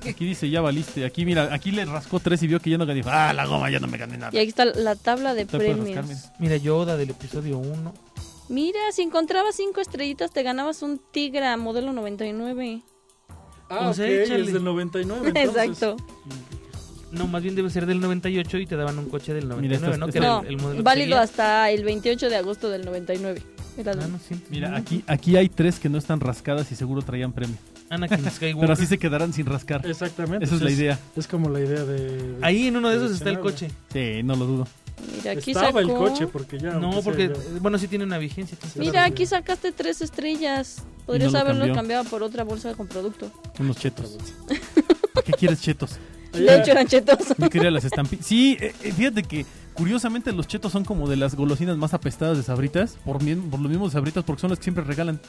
Speaker 3: Aquí dice, ya valiste. Aquí, mira, aquí le rascó tres y vio que ya no ganó. Ah, la goma, ya no me gané nada.
Speaker 4: Y aquí está la tabla de
Speaker 3: Te puedes rascar,
Speaker 4: premios.
Speaker 3: mira.
Speaker 5: Mira, Yoda del episodio 1.
Speaker 4: Mira, si encontrabas cinco estrellitas te ganabas un Tigra modelo 99.
Speaker 2: Ah,
Speaker 5: O sea,
Speaker 2: ok,
Speaker 5: échale.
Speaker 2: es del 99. entonces.
Speaker 4: Exacto.
Speaker 5: No, más bien debe ser del 98 y te daban un coche del 99,
Speaker 3: Mira, estas-
Speaker 5: ¿no? Que era
Speaker 4: No,
Speaker 5: el, el modelo que
Speaker 4: válido
Speaker 5: seguía.
Speaker 4: hasta el 28 de agosto del 99. Era
Speaker 5: Ah,
Speaker 4: la-
Speaker 5: no, siento-
Speaker 3: Mira, aquí, aquí hay tres que no están rascadas y seguro traían premio.
Speaker 5: Anakin Skywalker.
Speaker 3: Pero así se quedarán sin rascar.
Speaker 2: Exactamente.
Speaker 3: Esa es la idea.
Speaker 2: Es como la idea de. de-
Speaker 5: Ahí en uno de esos está el coche.
Speaker 2: Coleccionable.
Speaker 3: Sí, no lo dudo.
Speaker 4: Mira, aquí
Speaker 2: Estaba el
Speaker 4: sacó-
Speaker 2: coche porque ya. aunque
Speaker 5: No,
Speaker 2: sea,
Speaker 5: porque,
Speaker 2: ya-
Speaker 5: eh, bueno, sí tiene una vigencia. tiene-
Speaker 4: Mira, aquí sacaste tres estrellas.
Speaker 3: Y
Speaker 4: Podrías
Speaker 3: no lo
Speaker 4: haberlo
Speaker 3: cambió.
Speaker 4: cambiado por otra bolsa con producto.
Speaker 3: Unos chetos. ¿Para qué quieres chetos?
Speaker 4: De hecho, eran chetos.
Speaker 3: Yo quería las estampitas. Sí, eh, eh, fíjate que curiosamente los chetos son como de las golosinas más apestadas de sabritas. Por, mi- por lo mismo de sabritas, porque son las que siempre regalan.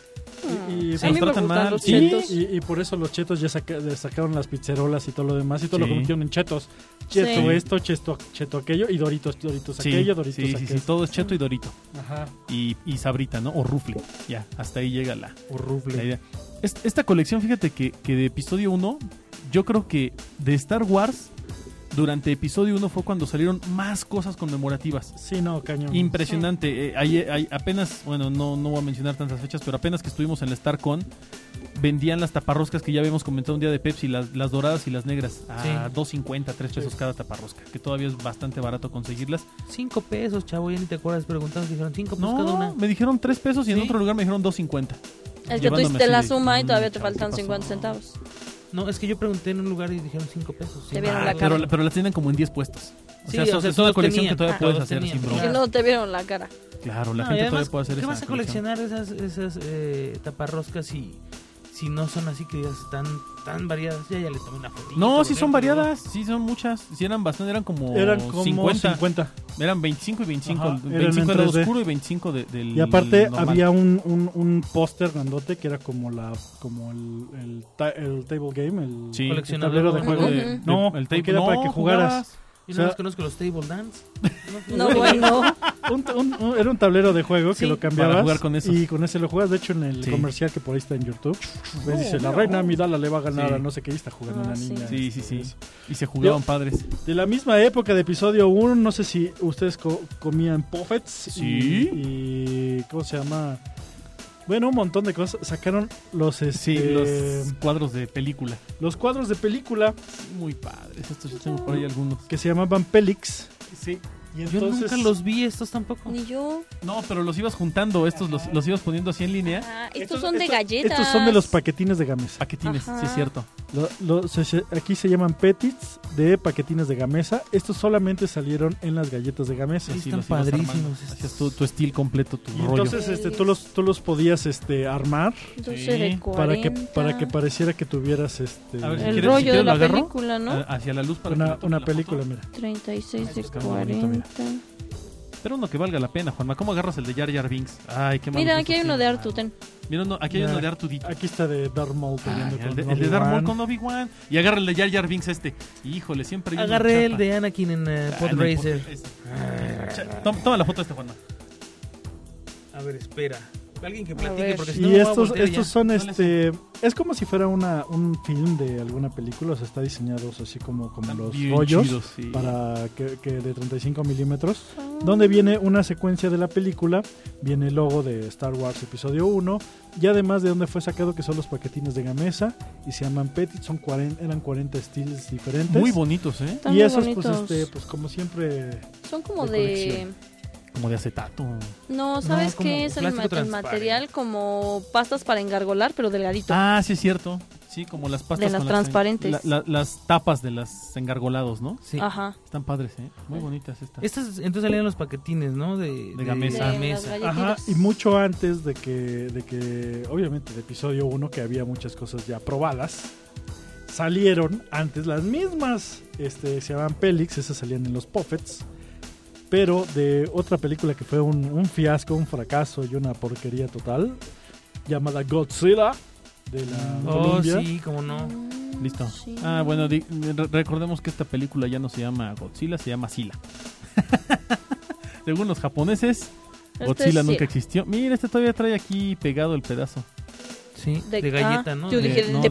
Speaker 2: Y, y-
Speaker 3: Se
Speaker 4: a
Speaker 3: los
Speaker 4: mí me
Speaker 3: tratan
Speaker 4: gustan
Speaker 3: mal.
Speaker 4: los
Speaker 3: Sí.
Speaker 4: chetos.
Speaker 2: y- y por eso los chetos ya saca- le sacaron las pizzerolas y todo lo demás y todo lo
Speaker 3: Sí.
Speaker 2: convirtieron en chetos. Cheto
Speaker 4: Sí.
Speaker 2: esto, cheto, cheto aquello y doritos, doritos
Speaker 3: Sí,
Speaker 2: aquello, doritos
Speaker 3: sí, sí,
Speaker 2: aquello.
Speaker 3: sí, todo es cheto y dorito.
Speaker 2: Ajá.
Speaker 3: Y, y sabrita, ¿no? O rufle. Ya, hasta ahí llega la,
Speaker 5: O
Speaker 3: la
Speaker 5: Rufle.
Speaker 3: idea. Es- esta colección, fíjate que, que de episodio 1, yo creo que de Star Wars, durante episodio 1 fue cuando salieron más cosas conmemorativas.
Speaker 2: Sí, no, cañón.
Speaker 3: Impresionante. Eh, ahí- ahí apenas, bueno, no, no voy a mencionar tantas fechas, pero apenas que estuvimos en la StarCon, vendían las taparroscas que ya habíamos comentado un día de Pepsi, las, las doradas y las negras, a
Speaker 5: Sí.
Speaker 3: 2.50, 3 pesos
Speaker 2: Sí.
Speaker 3: cada taparrosca, que todavía es bastante barato conseguirlas.
Speaker 5: Cinco pesos, chavo, ya ni te acuerdas. Preguntamos, dijeron cinco pesos cada una.
Speaker 3: No, me dijeron 3 pesos y en
Speaker 5: Sí.
Speaker 3: otro lugar me dijeron 2.50.
Speaker 4: Es que tú
Speaker 3: Llevándome
Speaker 4: hiciste
Speaker 3: así
Speaker 4: la
Speaker 3: de,
Speaker 4: suma y
Speaker 3: mm,
Speaker 4: todavía te
Speaker 3: chavo, ¿qué
Speaker 4: faltan
Speaker 3: pasó?
Speaker 4: 50 centavos.
Speaker 5: No, es que yo pregunté en un lugar y dijeron cinco pesos.
Speaker 4: Te vieron
Speaker 5: Ah,
Speaker 4: la
Speaker 5: claro.
Speaker 3: Pero, pero las tienen como en 10 puestos. O
Speaker 5: Sí,
Speaker 3: sea,
Speaker 5: o
Speaker 3: son-
Speaker 5: sea,
Speaker 3: es una
Speaker 5: todos
Speaker 3: colección
Speaker 5: tenían.
Speaker 3: que todavía
Speaker 5: Ah,
Speaker 3: puedes
Speaker 5: todos
Speaker 3: hacer
Speaker 5: tenían,
Speaker 3: sin
Speaker 5: claro.
Speaker 4: Que
Speaker 3: bronca.
Speaker 4: no te vieron la cara.
Speaker 3: Claro, la
Speaker 5: No, y
Speaker 3: gente
Speaker 5: además,
Speaker 3: todavía puede hacer
Speaker 5: ¿Qué
Speaker 3: esa
Speaker 5: vas a
Speaker 3: colección.
Speaker 5: coleccionar esas, esas eh, taparroscas si, si no son así que digas tan, tan variadas? Ya, ya le tomé una fotito.
Speaker 3: No,
Speaker 5: por
Speaker 3: sí son
Speaker 5: ejemplo,
Speaker 3: variadas, sí son muchas, sí eran bastante, eran como,
Speaker 2: Eran como 50.
Speaker 3: 50. Eran 25 y 25.
Speaker 2: Ajá, eran
Speaker 3: 25
Speaker 2: en
Speaker 3: era
Speaker 2: 3D.
Speaker 3: oscuro y 25 de- del.
Speaker 2: Y aparte
Speaker 3: normal.
Speaker 2: había un, un, un póster grandote que era como la como el, el, ta- el table game, el,
Speaker 3: Sí.
Speaker 2: el
Speaker 5: Coleccionador.
Speaker 2: tablero de
Speaker 5: Ujú.
Speaker 2: juego.
Speaker 4: Ujú.
Speaker 2: No,
Speaker 3: el
Speaker 2: porque
Speaker 3: tape
Speaker 2: era
Speaker 3: no,
Speaker 2: para que jugaras. O
Speaker 5: Yo no
Speaker 2: sea-
Speaker 5: más conozco los table dance.
Speaker 4: No, bueno.
Speaker 2: Un- un- un- era un tablero de juego
Speaker 5: Sí,
Speaker 2: que lo cambiabas
Speaker 3: para jugar con eso.
Speaker 2: y con ese lo juegas. De hecho, en el
Speaker 3: Sí.
Speaker 2: comercial que por ahí está en YouTube, ves,
Speaker 5: Oh,
Speaker 3: No,
Speaker 2: dice la
Speaker 3: no.
Speaker 2: reina Midala le va a ganar
Speaker 3: Sí.
Speaker 2: a no sé qué y está jugando
Speaker 4: Ah,
Speaker 2: una
Speaker 4: sí.
Speaker 2: niña.
Speaker 3: Sí, sí,
Speaker 2: este,
Speaker 3: sí.
Speaker 2: eso.
Speaker 3: Y se jugaban padres.
Speaker 2: De la misma época de episodio 1, no sé si ustedes co- comían puffets
Speaker 3: Sí.
Speaker 2: y, y- ¿cómo se llama? Bueno, un montón de cosas. Sacaron los este,
Speaker 3: Sí, Eh, los cuadros de película.
Speaker 2: los cuadros de película
Speaker 3: Muy padres. Estos yo tengo por ahí algunos.
Speaker 2: que se llamaban Pelix.
Speaker 3: Sí.
Speaker 2: Y
Speaker 5: Yo
Speaker 2: entonces
Speaker 5: nunca los vi estos tampoco.
Speaker 4: Ni yo.
Speaker 3: No, pero los ibas juntando. Estos los, los ibas poniendo así en línea.
Speaker 4: Ah, estos, son de galletas.
Speaker 2: Estos son de los paquetines de gamesa.
Speaker 3: Paquetines,
Speaker 4: Ajá.
Speaker 3: sí es cierto.
Speaker 2: Lo- lo- se- se- aquí se llaman petits de paquetines de gamesa. Estos solamente salieron en las galletas de gamesa.
Speaker 5: Sí,
Speaker 3: Así
Speaker 5: están
Speaker 3: los ibas
Speaker 5: padrísimos
Speaker 3: armando.
Speaker 5: estos.
Speaker 3: Hacías tu, tu estilo completo, tu
Speaker 2: Y
Speaker 3: rollo.
Speaker 2: entonces este, tú, los, tú los podías este, armar
Speaker 4: Doce
Speaker 3: Sí,
Speaker 4: de
Speaker 2: para que,
Speaker 4: 40.
Speaker 2: para que pareciera que tuvieras este,
Speaker 3: A ver, si
Speaker 4: El
Speaker 3: quieres- si
Speaker 4: rollo de
Speaker 3: quieres lo
Speaker 4: la
Speaker 3: agarro. Ah,
Speaker 4: película,
Speaker 3: A-
Speaker 4: ¿no?
Speaker 3: Hacia la luz para que me
Speaker 2: una,
Speaker 3: tomen
Speaker 2: una
Speaker 3: la
Speaker 2: película,
Speaker 3: foto.
Speaker 2: mira.
Speaker 4: 36 de
Speaker 3: está muy
Speaker 4: 40.
Speaker 3: bonito, mira. Pero uno que valga la pena, Juanma. ¿Cómo agarras el de Jar Jar Binks? Ay, qué mal
Speaker 4: Mira,
Speaker 3: gusto
Speaker 4: aquí hay
Speaker 3: tiene,
Speaker 4: uno de
Speaker 3: mano.
Speaker 4: Artuten.
Speaker 3: Mira, uno- aquí hay
Speaker 2: Mira,
Speaker 3: uno de Artudito.
Speaker 2: Aquí está de Darth Maul
Speaker 3: Ah,
Speaker 2: peleando
Speaker 3: el,
Speaker 2: con
Speaker 3: de, el de
Speaker 2: Obi-Wan.
Speaker 3: Darth Maul con Obi-Wan. Y agarra el de Jar Jar Binks este. Híjole, siempre hay uno
Speaker 5: Agarré el
Speaker 3: chapa.
Speaker 5: de Anakin en eh,
Speaker 3: Ah,
Speaker 5: Pod
Speaker 3: no importa,
Speaker 5: Racer. Ah.
Speaker 3: ese. Cha- Toma, toma la foto de este Juanma.
Speaker 5: A ver, espera. Alguien que
Speaker 4: ver.
Speaker 5: platique
Speaker 3: Pues
Speaker 5: porque si no
Speaker 2: Y
Speaker 5: me voy a
Speaker 2: estos,
Speaker 5: voltear
Speaker 2: estos
Speaker 5: ya.
Speaker 2: son
Speaker 5: No les-
Speaker 2: este. Es como si fuera una, un film de alguna película. O sea, está diseñado así como, como
Speaker 3: Están
Speaker 2: los
Speaker 3: bien
Speaker 2: rollos.
Speaker 3: chidos, sí.
Speaker 2: Para que, que de 35 milímetros. Donde viene una secuencia de la película. Viene el logo de Star Wars Episodio 1. Y además de donde fue sacado, que son los paquetines de Gamesa. Y se llaman Petit. Son 40, eran 40 estilos diferentes.
Speaker 3: Muy bonitos, ¿eh?
Speaker 4: Están
Speaker 2: Y
Speaker 4: muy
Speaker 2: esos, pues,
Speaker 4: bonitos.
Speaker 2: este, pues como siempre.
Speaker 4: Son como
Speaker 2: de
Speaker 4: de...
Speaker 2: colección.
Speaker 3: Como de acetato.
Speaker 4: No, ¿sabes
Speaker 5: No, como
Speaker 4: qué es el,
Speaker 5: plástico
Speaker 4: ma- el
Speaker 5: transparente.
Speaker 4: material? Como pastas para engargolar, pero delgadito.
Speaker 3: Ah, sí es cierto. Sí, como las pastas.
Speaker 4: De las
Speaker 3: con
Speaker 4: transparentes.
Speaker 3: la- la- las tapas de las engargolados, ¿no?
Speaker 5: Ah, Sí.
Speaker 4: Ajá.
Speaker 3: Están padres, ¿eh? Muy bonitas estas.
Speaker 5: Estas entonces salían los paquetines, ¿no? De,
Speaker 3: Gamesa.
Speaker 4: De las
Speaker 5: Gamesa.
Speaker 2: Ajá,
Speaker 4: galletitas. Este
Speaker 2: y mucho antes de que, de que, obviamente, de episodio 1, que había muchas cosas ya probadas. salieron antes las mismas. Este, se llamaban Pelix, esas salían en los Puffets. Pero de otra película que fue un, un fiasco, un fracaso y una porquería total, llamada Godzilla, de la
Speaker 5: Oh,
Speaker 2: Colombia.
Speaker 5: sí, como no.
Speaker 3: Listo.
Speaker 4: Sí.
Speaker 3: Ah, bueno, di- re- recordemos que esta película ya no se llama Godzilla, se llama Sila. Según los japoneses,
Speaker 4: Esto
Speaker 3: Godzilla
Speaker 4: Este es
Speaker 3: nunca
Speaker 4: sí.
Speaker 3: existió. Mira, este todavía trae aquí pegado el pedazo. Eh,
Speaker 5: Sí, de,
Speaker 4: De-
Speaker 5: galleta,
Speaker 4: ah,
Speaker 5: ¿no?
Speaker 4: yo
Speaker 5: De-
Speaker 4: dije- ¿El de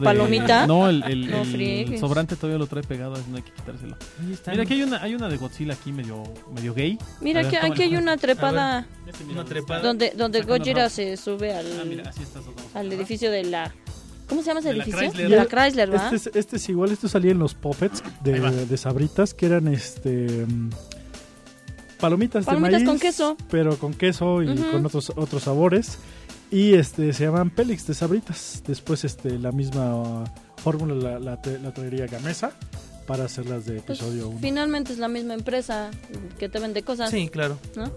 Speaker 4: palomita?
Speaker 3: No, el, el-
Speaker 4: No
Speaker 3: el
Speaker 4: friegues.
Speaker 3: sobrante todavía lo trae pegado, no hay que quitárselo.
Speaker 5: Ahí está,
Speaker 3: Mira, aquí hay una, hay una de Godzilla aquí medio, medio gay.
Speaker 4: Mira,
Speaker 3: A ver,
Speaker 4: aquí,
Speaker 3: toma.
Speaker 4: aquí hay una trepada
Speaker 3: Este, mira,
Speaker 5: Una
Speaker 3: ¿dónde está?
Speaker 5: trepada.
Speaker 4: donde, donde
Speaker 3: Sácalo,
Speaker 4: Gojira
Speaker 3: Rob.
Speaker 4: se sube
Speaker 3: Ah, mira,
Speaker 4: al,
Speaker 3: así está. todo.
Speaker 4: al edificio de la... ¿Cómo se llama ese
Speaker 3: De la
Speaker 4: edificio?
Speaker 3: Chrysler.
Speaker 4: De la Chrysler, ¿va?
Speaker 2: Este es, este es igual, esto salía en los Puppets
Speaker 3: Ahí va.
Speaker 2: de, de Sabritas, que eran este mm, palomitas,
Speaker 4: Palomitas
Speaker 2: de maíz,
Speaker 4: con queso.
Speaker 2: Pero con queso y
Speaker 4: Ujú.
Speaker 2: con otros, otros sabores. Y este se llaman Pelix de Sabritas. Después este la misma uh, fórmula la, la, te- la traería Gamesa para hacer las de
Speaker 4: Pues,
Speaker 2: episodio 1.
Speaker 4: finalmente es la misma empresa que te vende cosas.
Speaker 5: Sí, claro.
Speaker 4: ¿No?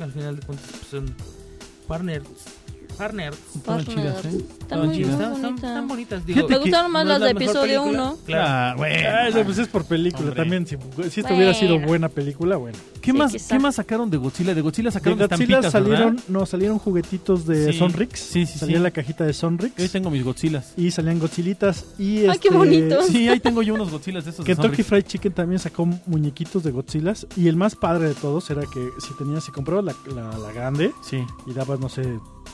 Speaker 5: Al final de cuentas pues, son partners. Partners.
Speaker 3: Estaban chidas, ¿eh?
Speaker 4: Está
Speaker 3: Estaban
Speaker 4: muy, muy
Speaker 3: chidas.
Speaker 5: Están, están-
Speaker 4: bonita.
Speaker 5: están bonitas, digo.
Speaker 4: Me gustaron más
Speaker 5: no es
Speaker 4: las de
Speaker 5: la mejor
Speaker 4: episodio
Speaker 5: película.
Speaker 4: uno.
Speaker 5: Claro.
Speaker 3: Ah, bueno.
Speaker 2: Ah, eso, pues es por película
Speaker 3: Hombre.
Speaker 2: también. Si, si esto hubiera sido
Speaker 4: Bueno.
Speaker 2: buena película, bueno.
Speaker 3: ¿Qué,
Speaker 4: Sí,
Speaker 3: más,
Speaker 4: quizá.
Speaker 3: ¿Qué más sacaron de Godzilla? De Godzilla
Speaker 2: De
Speaker 3: sacaron
Speaker 2: Godzilla
Speaker 3: estampitas,
Speaker 2: salieron,
Speaker 3: ¿verdad?
Speaker 2: no, salieron juguetitos de
Speaker 3: Sí.
Speaker 2: Sonrix.
Speaker 3: Sí, sí,
Speaker 2: Salía
Speaker 3: sí.
Speaker 2: la cajita de Sonrix.
Speaker 3: Yo ahí tengo mis Godzillas.
Speaker 2: y salían Godzillitas y
Speaker 4: Ay,
Speaker 2: este,
Speaker 4: qué bonito.
Speaker 3: Sí, ahí tengo yo unos Godzillas de esos. de
Speaker 2: Kentucky
Speaker 3: Sonrix.
Speaker 2: Fried Chicken también sacó muñequitos de Godzillas y el más padre de todos era que si tenías, si comprabas la, la, la grande
Speaker 3: Sí.
Speaker 2: y dabas, no sé,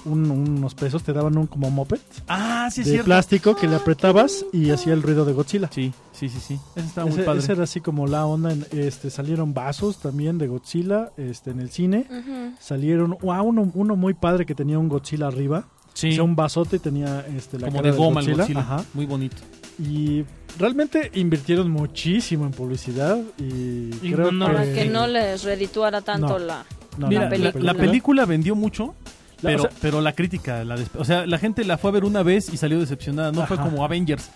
Speaker 2: un- unos pesos, te daban un como moped
Speaker 3: Ah, sí, es
Speaker 2: de
Speaker 3: cierto.
Speaker 2: plástico que le apretabas y hacía el ruido de Godzilla.
Speaker 3: Sí, sí, sí, sí. Ese estaba muy
Speaker 2: Ese,
Speaker 3: padre.
Speaker 2: ese era así como la onda, en- este, salieron vasos también de Godzilla este, en el cine.
Speaker 4: Ujú.
Speaker 2: Salieron, wow, uno, uno muy padre que tenía un Godzilla arriba.
Speaker 3: Sí,
Speaker 2: O sea, un vasote y tenía este, la
Speaker 3: como
Speaker 2: cara
Speaker 3: de
Speaker 2: del
Speaker 3: goma el Godzilla.
Speaker 2: Ajá.
Speaker 3: Muy bonito.
Speaker 2: Y realmente invirtieron muchísimo en publicidad y,
Speaker 5: Y
Speaker 2: creo
Speaker 5: no- no
Speaker 4: Para
Speaker 5: Eh,
Speaker 4: que no les redituara
Speaker 2: no.
Speaker 4: tanto la...
Speaker 2: no,
Speaker 3: Mira,
Speaker 2: no,
Speaker 3: la, la película. vendió mucho,
Speaker 2: La- o
Speaker 3: pero,
Speaker 2: sea,
Speaker 3: pero la crítica, la des- o sea, la gente la fue a ver una vez y salió decepcionada. No fue
Speaker 2: Ajá.
Speaker 3: como Avengers,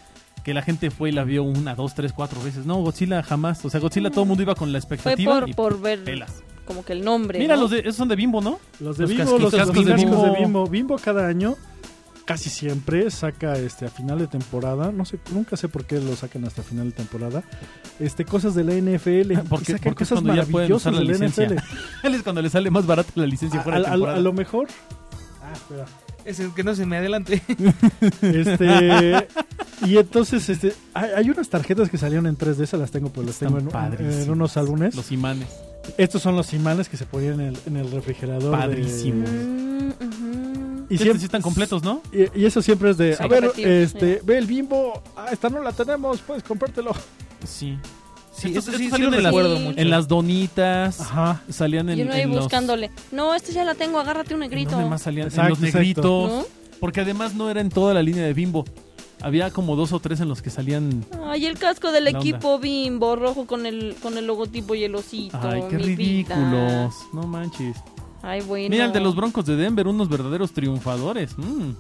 Speaker 3: que la gente fue y la vio una, dos, tres, cuatro veces. No, Godzilla jamás. O sea, Godzilla todo el mundo iba con la
Speaker 4: Fue
Speaker 3: expectativa.
Speaker 4: por,
Speaker 3: y
Speaker 4: por ver
Speaker 3: pelas.
Speaker 4: como que el nombre,
Speaker 3: Mira,
Speaker 4: ¿no?
Speaker 3: los de, esos son de Bimbo, ¿no?
Speaker 2: los de
Speaker 3: los
Speaker 2: Bimbo, los,
Speaker 3: casquitos-
Speaker 2: cascos
Speaker 3: cascos de
Speaker 2: de Bimbo.
Speaker 3: Bimbo.
Speaker 2: Bimbo cada año casi siempre saca este a final de temporada, no sé, nunca sé por qué lo sacan hasta final de temporada. Este cosas de la NFL,
Speaker 3: Ah,
Speaker 2: y
Speaker 3: Porque-
Speaker 2: sacan
Speaker 3: porque es
Speaker 2: cosas
Speaker 3: cuando ya pueden
Speaker 2: maravillosas
Speaker 3: usar la
Speaker 2: de la
Speaker 3: licencia.
Speaker 2: NFL.
Speaker 3: Él es cuando le sale más barata la licencia
Speaker 2: A,
Speaker 3: fuera de
Speaker 2: a- a-
Speaker 3: temporada.
Speaker 2: a lo mejor Ah, espera.
Speaker 5: Es el que no se me adelante.
Speaker 2: Este, y entonces, este, hay, hay unas tarjetas que salieron en 3D, se las tengo, pues las
Speaker 3: Están
Speaker 2: tengo en,
Speaker 3: padrísimas.
Speaker 2: en unos álbumes.
Speaker 3: Los imanes.
Speaker 2: Estos son los imanes que se ponían en el, en el refrigerador. de-
Speaker 3: Padrísimo.
Speaker 4: Mm, ujú.
Speaker 2: Y,
Speaker 3: Estos
Speaker 2: siempre-
Speaker 3: sí están completos, ¿no?
Speaker 2: y- y eso siempre es de,
Speaker 4: Sí.
Speaker 2: a ver,
Speaker 4: Repetidos,
Speaker 2: este, ve el bimbo, ah, esta no la tenemos, puedes comprártelo.
Speaker 3: Sí.
Speaker 5: Sí,
Speaker 3: Estos-
Speaker 5: eso sí,
Speaker 3: estos
Speaker 5: sí lo
Speaker 3: salieron en las-
Speaker 5: recuerdo
Speaker 4: Sí.
Speaker 5: mucho.
Speaker 3: En las donitas.
Speaker 2: Ajá.
Speaker 3: Salían en,
Speaker 4: Y uno ahí
Speaker 3: en los-
Speaker 4: buscándole. No, esto ya la tengo, agárrate un
Speaker 3: ¿en
Speaker 4: negrito.
Speaker 3: dónde más salían?
Speaker 2: Exacto,
Speaker 3: en los
Speaker 2: exacto.
Speaker 3: negritos.
Speaker 4: ¿No?
Speaker 3: Porque además no era en toda la línea de Bimbo. Había como dos o tres en los que salían.
Speaker 4: Ay, el casco del
Speaker 3: La onda.
Speaker 4: equipo bimbo, rojo con el, con el logotipo y el osito.
Speaker 3: Ay, qué
Speaker 4: mi vida.
Speaker 3: ridículos. No manches.
Speaker 4: Ay, bueno.
Speaker 3: Mira el de los Broncos de Denver, unos verdaderos triunfadores. Mm.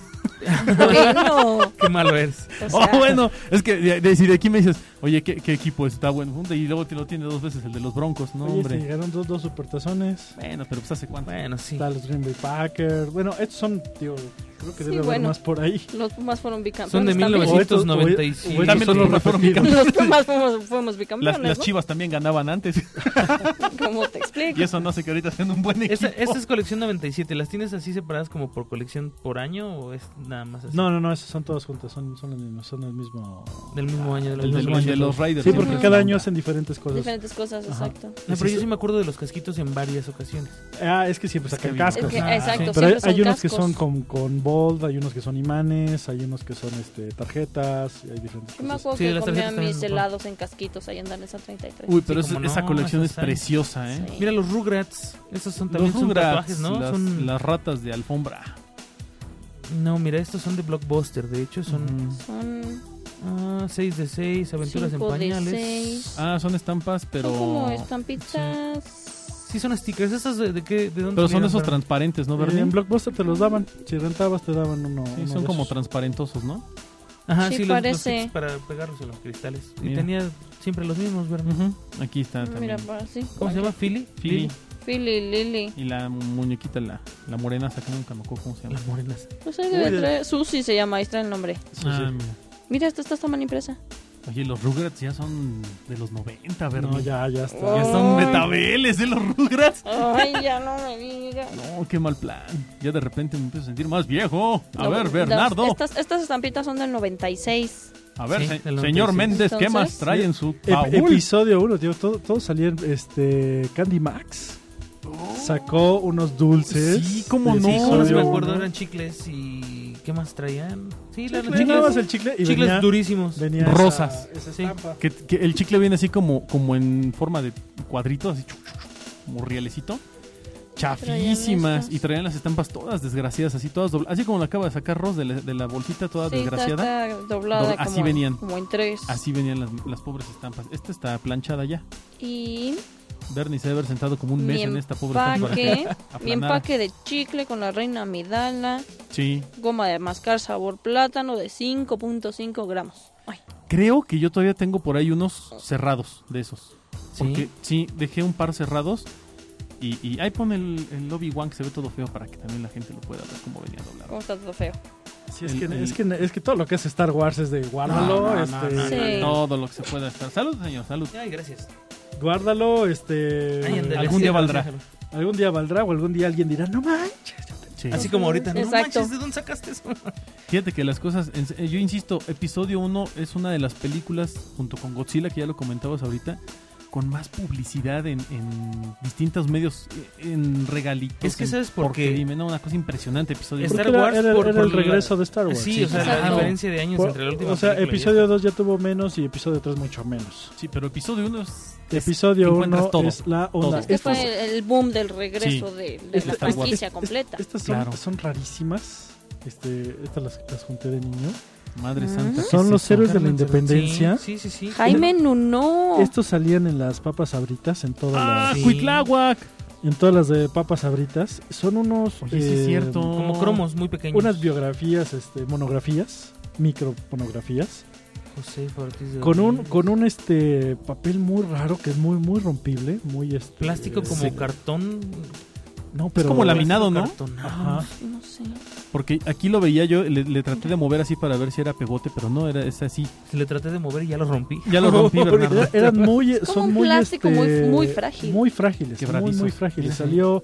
Speaker 4: Bueno.
Speaker 5: Qué malo eres.
Speaker 4: O sea,
Speaker 3: Oh, bueno, es que de, de- si de aquí me dices, oye, ¿qué, qué equipo está bueno? Y luego te lo tiene dos veces el de los Broncos, no,
Speaker 2: Oye, este,
Speaker 3: hombre.
Speaker 2: llegaron dos, dos supertazones.
Speaker 3: Bueno, pero pues hace cuánto.
Speaker 5: Bueno, sí.
Speaker 2: Está los Green Bay Packers. Bueno, estos son, tío, creo que
Speaker 4: Sí,
Speaker 2: debe haber
Speaker 4: bueno.
Speaker 2: más por ahí.
Speaker 4: Los Pumas fueron bicampeones.
Speaker 5: Son de
Speaker 4: también.
Speaker 2: estos-
Speaker 5: 1900.
Speaker 3: Y
Speaker 5: 1995.
Speaker 2: o estos
Speaker 3: también
Speaker 2: son
Speaker 3: los
Speaker 2: los
Speaker 3: Pumas fueron
Speaker 2: repetidos.
Speaker 4: Los Pumas fuimos, fuimos
Speaker 3: Las,
Speaker 4: bicampeones,
Speaker 3: las
Speaker 4: ¿no?
Speaker 3: chivas también ganaban antes.
Speaker 4: ¿Cómo te explico?
Speaker 3: y eso no sé que ahorita sean un buen equipo.
Speaker 5: Esta, esta es colección 97. ¿Las tienes así separadas como por colección por año o es nada más así?
Speaker 2: No, no, no, esos son todos juntos, son, son los mismos, son el mismo...
Speaker 5: Del mismo año.
Speaker 3: El
Speaker 5: Del
Speaker 3: de,
Speaker 5: mismo
Speaker 3: el
Speaker 5: año.
Speaker 3: de los Raiders.
Speaker 2: Sí, porque
Speaker 4: Ujú.
Speaker 2: cada año hacen diferentes cosas.
Speaker 4: Diferentes cosas,
Speaker 2: Ajá.
Speaker 4: exacto.
Speaker 5: No, pero yo sí me acuerdo de los casquitos en varias ocasiones.
Speaker 2: Ah, es que siempre
Speaker 3: Es
Speaker 2: sacan
Speaker 3: que
Speaker 2: cascos.
Speaker 4: Es que,
Speaker 5: Ah,
Speaker 4: exacto,
Speaker 5: sí.
Speaker 2: Pero hay,
Speaker 4: siempre son
Speaker 2: hay unos que
Speaker 4: cascos.
Speaker 2: son con, con bold, hay unos que son imanes, hay unos que son este, tarjetas, y hay diferentes
Speaker 4: Yo me
Speaker 2: cosas.
Speaker 4: acuerdo
Speaker 5: Sí,
Speaker 4: que
Speaker 5: las
Speaker 4: comía
Speaker 5: tarjetas también
Speaker 4: mis
Speaker 5: son-
Speaker 4: helados en casquitos ahí en Danesa 33.
Speaker 3: Uy, pero
Speaker 5: Sí,
Speaker 3: esa-
Speaker 5: cómo
Speaker 3: esa
Speaker 5: no,
Speaker 3: colección
Speaker 5: esas
Speaker 3: es
Speaker 5: están-
Speaker 3: preciosa, ¿eh?
Speaker 4: Sí.
Speaker 5: Mira los Rugrats. Esos son
Speaker 3: Los
Speaker 5: también son
Speaker 3: Rugrats,
Speaker 5: tatuajes, ¿no?
Speaker 3: las,
Speaker 5: son...
Speaker 3: las ratas de alfombra.
Speaker 5: No, mira, estos son de Blockbuster. De hecho,
Speaker 2: Mm.
Speaker 5: son
Speaker 3: Ujú.
Speaker 4: Son,
Speaker 5: ah, 6 de 6, Aventuras
Speaker 4: Cinco de
Speaker 5: en Pañales.
Speaker 4: seis.
Speaker 3: Ah, son estampas, pero.
Speaker 4: son como estampitas.
Speaker 5: Sí, son stickers. ¿Estos de, de qué? ¿De dónde
Speaker 3: Pero son
Speaker 5: salieron,
Speaker 3: esos
Speaker 5: Fernando?
Speaker 3: transparentes, ¿no,
Speaker 2: Eh,
Speaker 3: Bernie?
Speaker 2: en Blockbuster te los daban, si rentabas te daban uno.
Speaker 3: Sí,
Speaker 2: uno
Speaker 3: son
Speaker 2: de
Speaker 3: como
Speaker 2: esos.
Speaker 3: transparentosos, ¿no?
Speaker 5: Ajá,
Speaker 4: Sí,
Speaker 5: sí, los- los
Speaker 4: parece.
Speaker 5: sticks para pegarlos en los cristales. Y
Speaker 3: Mira.
Speaker 5: tenía siempre los mismos, ¿verdad?
Speaker 3: Ujú. Aquí está
Speaker 4: Ah, Mira,
Speaker 3: también.
Speaker 4: para así.
Speaker 5: ¿Cómo se llama? ¿Philly?
Speaker 3: Philly.
Speaker 4: Fili, Lili.
Speaker 3: Y la muñequita, la, la morenaza, que nunca me acuerdo cómo se llama.
Speaker 5: Las morenas.
Speaker 4: Pues hay
Speaker 2: Uy,
Speaker 4: que
Speaker 2: de-
Speaker 4: traer- Susi se llama, ahí está el nombre.
Speaker 2: Sí, sí.
Speaker 3: Ah, mira.
Speaker 4: Mira, esto está tan mal impresa.
Speaker 3: Oye, los Rugrats ya son de los 90, ¿verdad?
Speaker 2: No, ya, ya está.
Speaker 3: Ya son metabeles de los Rugrats.
Speaker 4: Ay, ya no me digas.
Speaker 3: No, qué mal plan. Ya de repente me empiezo a sentir más viejo. A
Speaker 4: No,
Speaker 3: ver,
Speaker 4: las-
Speaker 3: Bernardo.
Speaker 4: Estas, estas estampitas son del 96.
Speaker 3: A ver,
Speaker 5: Sí,
Speaker 3: se-
Speaker 5: del
Speaker 3: señor
Speaker 5: 96.
Speaker 3: Méndez, ¿qué más
Speaker 4: Entonces,
Speaker 3: trae en su
Speaker 2: Ep-
Speaker 3: baúl?
Speaker 2: episodio 1, tío. Todo, todo salía en este, Candy Max. Sacó unos dulces.
Speaker 3: Sí, cómo
Speaker 2: de
Speaker 3: no,
Speaker 5: Oh. Sí,
Speaker 2: episodio
Speaker 5: solo si me
Speaker 2: uno.
Speaker 5: acuerdo eran chicles y... ¿Qué más traían? Sí, eran
Speaker 2: Sí, nada más
Speaker 5: chicles,
Speaker 2: el chicle y
Speaker 5: chicles
Speaker 2: venía,
Speaker 5: durísimos.
Speaker 2: venía esa-
Speaker 3: Rosas.
Speaker 2: esa
Speaker 5: Sí.
Speaker 2: estampa.
Speaker 3: Que, que el chicle viene así como, como en forma de cuadrito, así chuc, chuc, chuc, como rielecito. Chafísimas.
Speaker 4: estas.
Speaker 3: y traían las estampas todas desgraciadas, así todas dobladas. Así como la acaba de sacar Ross de la, de la bolsita toda
Speaker 4: Sí,
Speaker 3: Ah,
Speaker 4: está-
Speaker 3: desgraciada.
Speaker 4: está doblada.
Speaker 3: Dobla- así
Speaker 4: como,
Speaker 3: venían.
Speaker 4: Como en tres.
Speaker 3: Así venían las, las pobres estampas. Esta está planchada ya.
Speaker 4: Y
Speaker 3: Bernie se debe haber sentado como un mes
Speaker 4: mi
Speaker 3: en esta pobre estampa. para
Speaker 4: empaque,
Speaker 3: que
Speaker 4: mi
Speaker 3: aplanara.
Speaker 4: empaque de chicle con la reina Amidala,
Speaker 3: Sí.
Speaker 4: goma de mascar sabor plátano de 5.5 gramos. Ay,
Speaker 3: Creo que yo todavía tengo por ahí unos cerrados de esos.
Speaker 5: Sí.
Speaker 3: Porque sí, dejé un par cerrados. Y, y ahí pone el, el Obi-Wan que se ve todo feo para que también la gente lo pueda ver como venía doblado.
Speaker 4: cómo está todo feo.
Speaker 2: Sí, es, que,
Speaker 3: El- el-
Speaker 2: es, que, es que todo lo que es Star Wars es de guárdalo,
Speaker 5: No, no, no,
Speaker 2: este,
Speaker 5: no,
Speaker 4: Sí.
Speaker 3: Todo lo que se pueda estar. Salud, señor, salud.
Speaker 5: Ay, gracias.
Speaker 2: guárdalo, este
Speaker 5: Ay, ándale,
Speaker 3: algún día
Speaker 5: ciérralo,
Speaker 3: valdrá.
Speaker 5: ciérralo.
Speaker 2: algún día valdrá o algún día alguien dirá, no manches.
Speaker 3: Sí.
Speaker 5: Así como ahorita. No
Speaker 4: Exacto.
Speaker 5: manches, ¿de dónde sacaste eso?
Speaker 3: Fíjate que las cosas, en- eh, yo insisto, episodio 1 es una de las películas, junto con Godzilla, que ya lo comentabas ahorita, con más publicidad en, en distintos medios, eh, en regalitos.
Speaker 5: Es que
Speaker 3: en
Speaker 5: ¿sabes por
Speaker 3: porquería,
Speaker 5: qué?
Speaker 3: no, una cosa impresionante, episodio
Speaker 5: Star
Speaker 2: Porque
Speaker 3: uno.
Speaker 2: era-
Speaker 5: Wars
Speaker 2: era,
Speaker 5: por-
Speaker 2: era
Speaker 5: por
Speaker 2: el
Speaker 5: la-
Speaker 2: regreso de Star Wars.
Speaker 5: Sí, o sea, la
Speaker 4: Exacto.
Speaker 5: diferencia de años
Speaker 2: Por-
Speaker 5: entre la última
Speaker 2: o sea,
Speaker 5: película y
Speaker 2: episodio 2 ya tuvo menos y episodio 3 mucho menos.
Speaker 3: Sí, pero episodio 1 es... es-
Speaker 2: Episodio
Speaker 3: encuentras
Speaker 2: 1
Speaker 3: todo.
Speaker 2: es la
Speaker 3: Todo.
Speaker 2: onda.
Speaker 4: Es que
Speaker 2: Estas-
Speaker 4: fue el boom del regreso de, de
Speaker 2: esta-
Speaker 4: la
Speaker 2: esta-
Speaker 4: franquicia
Speaker 2: esta-
Speaker 4: completa.
Speaker 2: Estas son,
Speaker 3: Claro.
Speaker 2: son rarísimas. Este, estas las, las junté de niño.
Speaker 3: Madre
Speaker 4: Ujú.
Speaker 3: santa. ¿qué
Speaker 2: Son
Speaker 3: es
Speaker 2: los
Speaker 3: eso?
Speaker 2: héroes de la
Speaker 5: Carmen Serrano.
Speaker 2: independencia.
Speaker 5: Sí, sí, sí. sí.
Speaker 4: Jaime Nuno.
Speaker 2: Estos salían en las papas abritas, en todas
Speaker 3: ¡Ah,
Speaker 2: las,
Speaker 5: Sí.
Speaker 3: Cuitláhuac!
Speaker 5: Ah.
Speaker 2: en todas las de papas abritas. Son unos
Speaker 3: Oye, sí es
Speaker 2: eh,
Speaker 3: cierto.
Speaker 5: Como cromos muy pequeños.
Speaker 2: unas biografías, este, monografías, micromonografías,
Speaker 5: José Ortiz de
Speaker 2: con un,
Speaker 5: Domínguez.
Speaker 2: con un este papel muy raro que es muy, muy rompible, muy este,
Speaker 5: plástico como
Speaker 2: sí.
Speaker 5: cartón.
Speaker 2: no, pero
Speaker 3: como laminado. Minado, ¿no?
Speaker 5: Plástico cartonado.
Speaker 2: Ajá.
Speaker 4: No sé.
Speaker 3: Porque aquí lo veía yo, le, le traté de mover así para ver si era pegote, pero no, era es así.
Speaker 5: Le traté de mover y ya lo rompí.
Speaker 3: Ya lo rompí, Bernardo.
Speaker 2: Era- eran muy,
Speaker 4: como
Speaker 2: son
Speaker 4: un
Speaker 2: muy,
Speaker 4: plástico
Speaker 2: este,
Speaker 4: muy- muy frágil.
Speaker 2: Muy frágiles, muy,
Speaker 3: Quebradizos.
Speaker 2: muy frágiles.
Speaker 3: Sí.
Speaker 2: Salió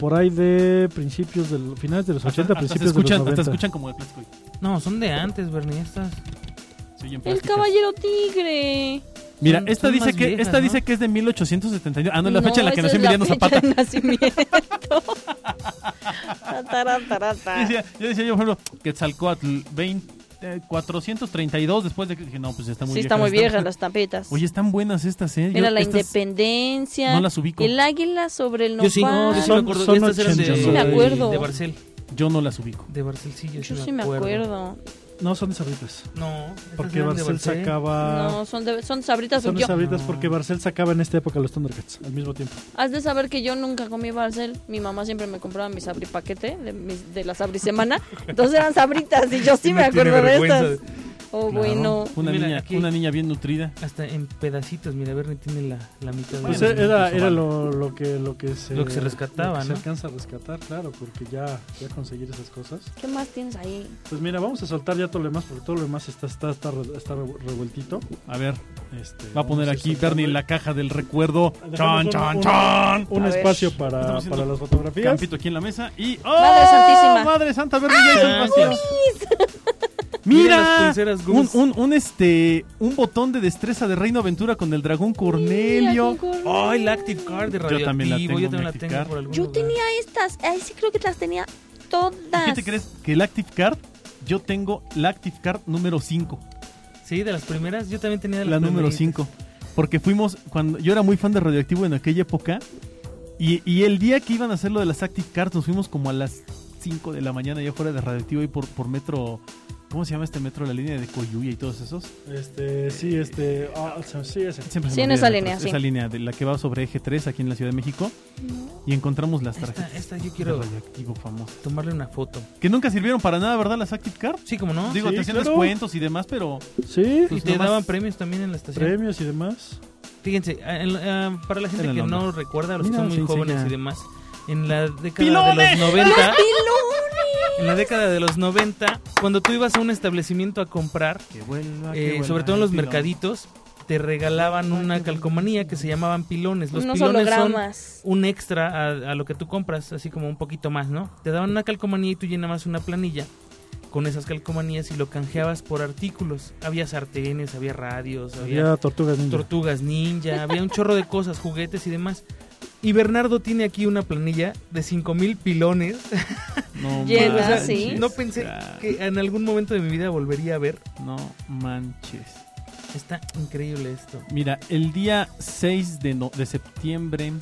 Speaker 2: por ahí de principios de finales de los 80,
Speaker 3: Hasta- hasta se
Speaker 2: principios
Speaker 3: escuchan,
Speaker 2: de
Speaker 3: hasta
Speaker 2: los 90.
Speaker 3: escuchan como de plástico. y
Speaker 5: No, son de antes, Bernie. Estas.
Speaker 3: se oyen
Speaker 4: El
Speaker 3: plásticas.
Speaker 4: caballero tigre.
Speaker 3: Mira,
Speaker 5: Son-
Speaker 3: esta
Speaker 5: son
Speaker 3: dice
Speaker 5: más
Speaker 3: que
Speaker 5: viejas,
Speaker 3: esta
Speaker 5: ¿no?
Speaker 3: dice que es de 1872. Ah, no, la fecha en la que
Speaker 4: esa
Speaker 3: nació
Speaker 4: es la
Speaker 3: Emiliano
Speaker 4: fecha
Speaker 3: Zapata.
Speaker 4: de nacimiento. Tatara, tarata.
Speaker 3: Yo decía, yo decía yo, por ejemplo, Quetzalcoatl, 20, eh, 432 después de que dije, no, pues está muy
Speaker 4: Sí,
Speaker 3: vieja.
Speaker 4: está muy
Speaker 3: esta.
Speaker 4: vieja las tampitas.
Speaker 3: Oye, están buenas estas, ¿eh? Yo-
Speaker 4: Mira la
Speaker 3: estas
Speaker 4: independencia.
Speaker 3: No las ubico.
Speaker 4: El águila sobre el nopal.
Speaker 5: Yo sí, no, yo sí
Speaker 2: Son-
Speaker 5: me acuerdo.
Speaker 2: son
Speaker 5: estas eran de,
Speaker 2: ochentas,
Speaker 4: Sí, me acuerdo.
Speaker 5: de Barcel.
Speaker 3: Yo no las ubico.
Speaker 5: De Barcel, sí, yo,
Speaker 4: Yo sí me acuerdo.
Speaker 2: No, son desabritas.
Speaker 5: No, estas
Speaker 2: Porque
Speaker 5: eran de
Speaker 2: Barcel sacaba...
Speaker 4: No, son, de- son sabritas.
Speaker 2: son
Speaker 4: yo,
Speaker 2: desabritas
Speaker 5: No.
Speaker 2: porque Barcel sacaba en esta época los Thundercats al mismo tiempo.
Speaker 4: Has de saber que yo nunca comí Barcel. Mi mamá siempre me compraba mi sabri paquete de, mis- de la sabri semana. Entonces eran sabritas y yo sí me
Speaker 5: No tiene
Speaker 4: acuerdo de
Speaker 5: vergüenza.
Speaker 4: estas. Oh,
Speaker 5: Claro.
Speaker 4: bueno.
Speaker 3: Una,
Speaker 5: Mira,
Speaker 3: niña,
Speaker 5: aquí-
Speaker 3: una niña bien nutrida.
Speaker 5: Hasta en pedacitos. Mira, Bernie tiene la, la mitad.
Speaker 2: Pues
Speaker 5: de
Speaker 3: Bueno,
Speaker 2: era,
Speaker 3: eso
Speaker 2: era
Speaker 3: vale.
Speaker 2: lo, lo que, lo que se...
Speaker 5: Lo que se rescataba,
Speaker 2: lo que Se
Speaker 5: ¿no?
Speaker 2: alcanza a rescatar, claro, porque ya, ya conseguir esas cosas.
Speaker 4: ¿Qué más tienes ahí?
Speaker 2: Pues mira, vamos a soltar ya todo lo demás porque todo lo demás está, está, está, re- está re- revueltito.
Speaker 3: A ver,
Speaker 2: Este,
Speaker 3: va a poner
Speaker 2: vamos ir
Speaker 3: aquí
Speaker 2: soltando.
Speaker 3: Bernie la caja del recuerdo.
Speaker 2: Dejamos
Speaker 3: Chan,
Speaker 2: un-
Speaker 3: chan,
Speaker 2: un-
Speaker 3: chan.
Speaker 2: Un
Speaker 4: A ver.
Speaker 2: espacio para,
Speaker 3: Estamos haciendo
Speaker 2: para las fotografías.
Speaker 3: Campito aquí en la mesa y. ¡Oh!
Speaker 4: Madre Santísima.
Speaker 3: ¡Madre Santa Bernie! ya hizo el pastel.
Speaker 5: Mira las
Speaker 3: ¡Mira!
Speaker 5: pulseras
Speaker 3: Un,
Speaker 5: Goose.
Speaker 3: un, un, este, un botón de destreza de Reino Aventura con el dragón Cornelio.
Speaker 4: Mira, con cor-
Speaker 5: Ay, la Active Card de radioactivo.
Speaker 3: Yo también la tengo,
Speaker 5: yo también la
Speaker 3: mi Active
Speaker 5: tengo
Speaker 3: Card.
Speaker 5: por algún
Speaker 4: Yo
Speaker 5: lugar.
Speaker 4: tenía estas. Ay, sí creo que las tenía todas.
Speaker 3: ¿Qué te crees? Que el Active Card, yo tengo la Active Card número 5,
Speaker 5: Sí, de las primeras. Yo también tenía de las
Speaker 3: la número
Speaker 5: primeritas.
Speaker 3: 5. Porque fuimos, cuando yo era muy fan de Radioactivo en aquella época, y, y el día que iban a hacer lo de las Active Cards, nos fuimos como a las 5 de la mañana ya fuera de Radioactivo y por, por metro, ¿cómo se llama este metro? La línea de Coyuya y todos esos.
Speaker 2: Este, sí, este. ah, se- sí, ese.
Speaker 3: Siempre se
Speaker 4: Sí,
Speaker 3: me
Speaker 4: en
Speaker 3: olvida
Speaker 4: esa
Speaker 3: el
Speaker 4: línea,
Speaker 3: metro,
Speaker 4: sí.
Speaker 3: Esa línea de la que va sobre Eje 3 aquí en la Ciudad de México, y encontramos las
Speaker 5: Esta,
Speaker 3: tarjetas.
Speaker 5: esta yo
Speaker 3: de
Speaker 5: quiero
Speaker 3: Radioactivo famosas.
Speaker 5: tomarle una foto.
Speaker 3: Que nunca sirvieron para nada, ¿verdad? Las Active Card.
Speaker 5: Ah, Sí, como no.
Speaker 3: Digo,
Speaker 2: sí,
Speaker 3: te hacían
Speaker 2: claro.
Speaker 3: descuentos y demás, pero
Speaker 2: Sí,
Speaker 5: y
Speaker 3: pues
Speaker 5: te
Speaker 3: nomás-
Speaker 5: daban premios también en la estación.
Speaker 2: premios y demás.
Speaker 5: Fíjense, a- en la- a- para la gente
Speaker 3: Era el
Speaker 5: que no
Speaker 3: nombre.
Speaker 5: recuerda, los
Speaker 3: Mira,
Speaker 5: que son
Speaker 3: se
Speaker 5: muy jóvenes
Speaker 3: enseña.
Speaker 5: y demás, en la década
Speaker 3: ¡Pilones!
Speaker 5: de los 90,
Speaker 4: ¡Pilones!
Speaker 5: en la década de los 90, cuando tú ibas a un establecimiento a comprar,
Speaker 3: Que
Speaker 2: Ah,
Speaker 3: vuelva, que
Speaker 5: eh,
Speaker 3: vuelva
Speaker 5: sobre todo en
Speaker 3: el
Speaker 5: los
Speaker 3: pilón.
Speaker 5: mercaditos, te regalaban una calcomanía que se llamaban pilones. Los
Speaker 4: Unos
Speaker 5: pilones son
Speaker 4: hologramas.
Speaker 5: un extra a, a lo que tú compras, así como un poquito más, ¿no? Te daban una calcomanía y tú llenabas una planilla con esas calcomanías y lo canjeabas por artículos. Había sartenes, había radios, había
Speaker 2: Había tortugas ninja.
Speaker 5: tortugas ninja, había un chorro de cosas, juguetes y demás. Y Bernardo tiene aquí una planilla de 5000 pilones.
Speaker 3: No
Speaker 4: Llena,
Speaker 5: O sea,
Speaker 3: manches.
Speaker 4: sí.
Speaker 5: No pensé que en algún momento de mi vida volvería a ver.
Speaker 3: No manches.
Speaker 5: Está increíble esto.
Speaker 3: Mira, el día 6 de, no- de septiembre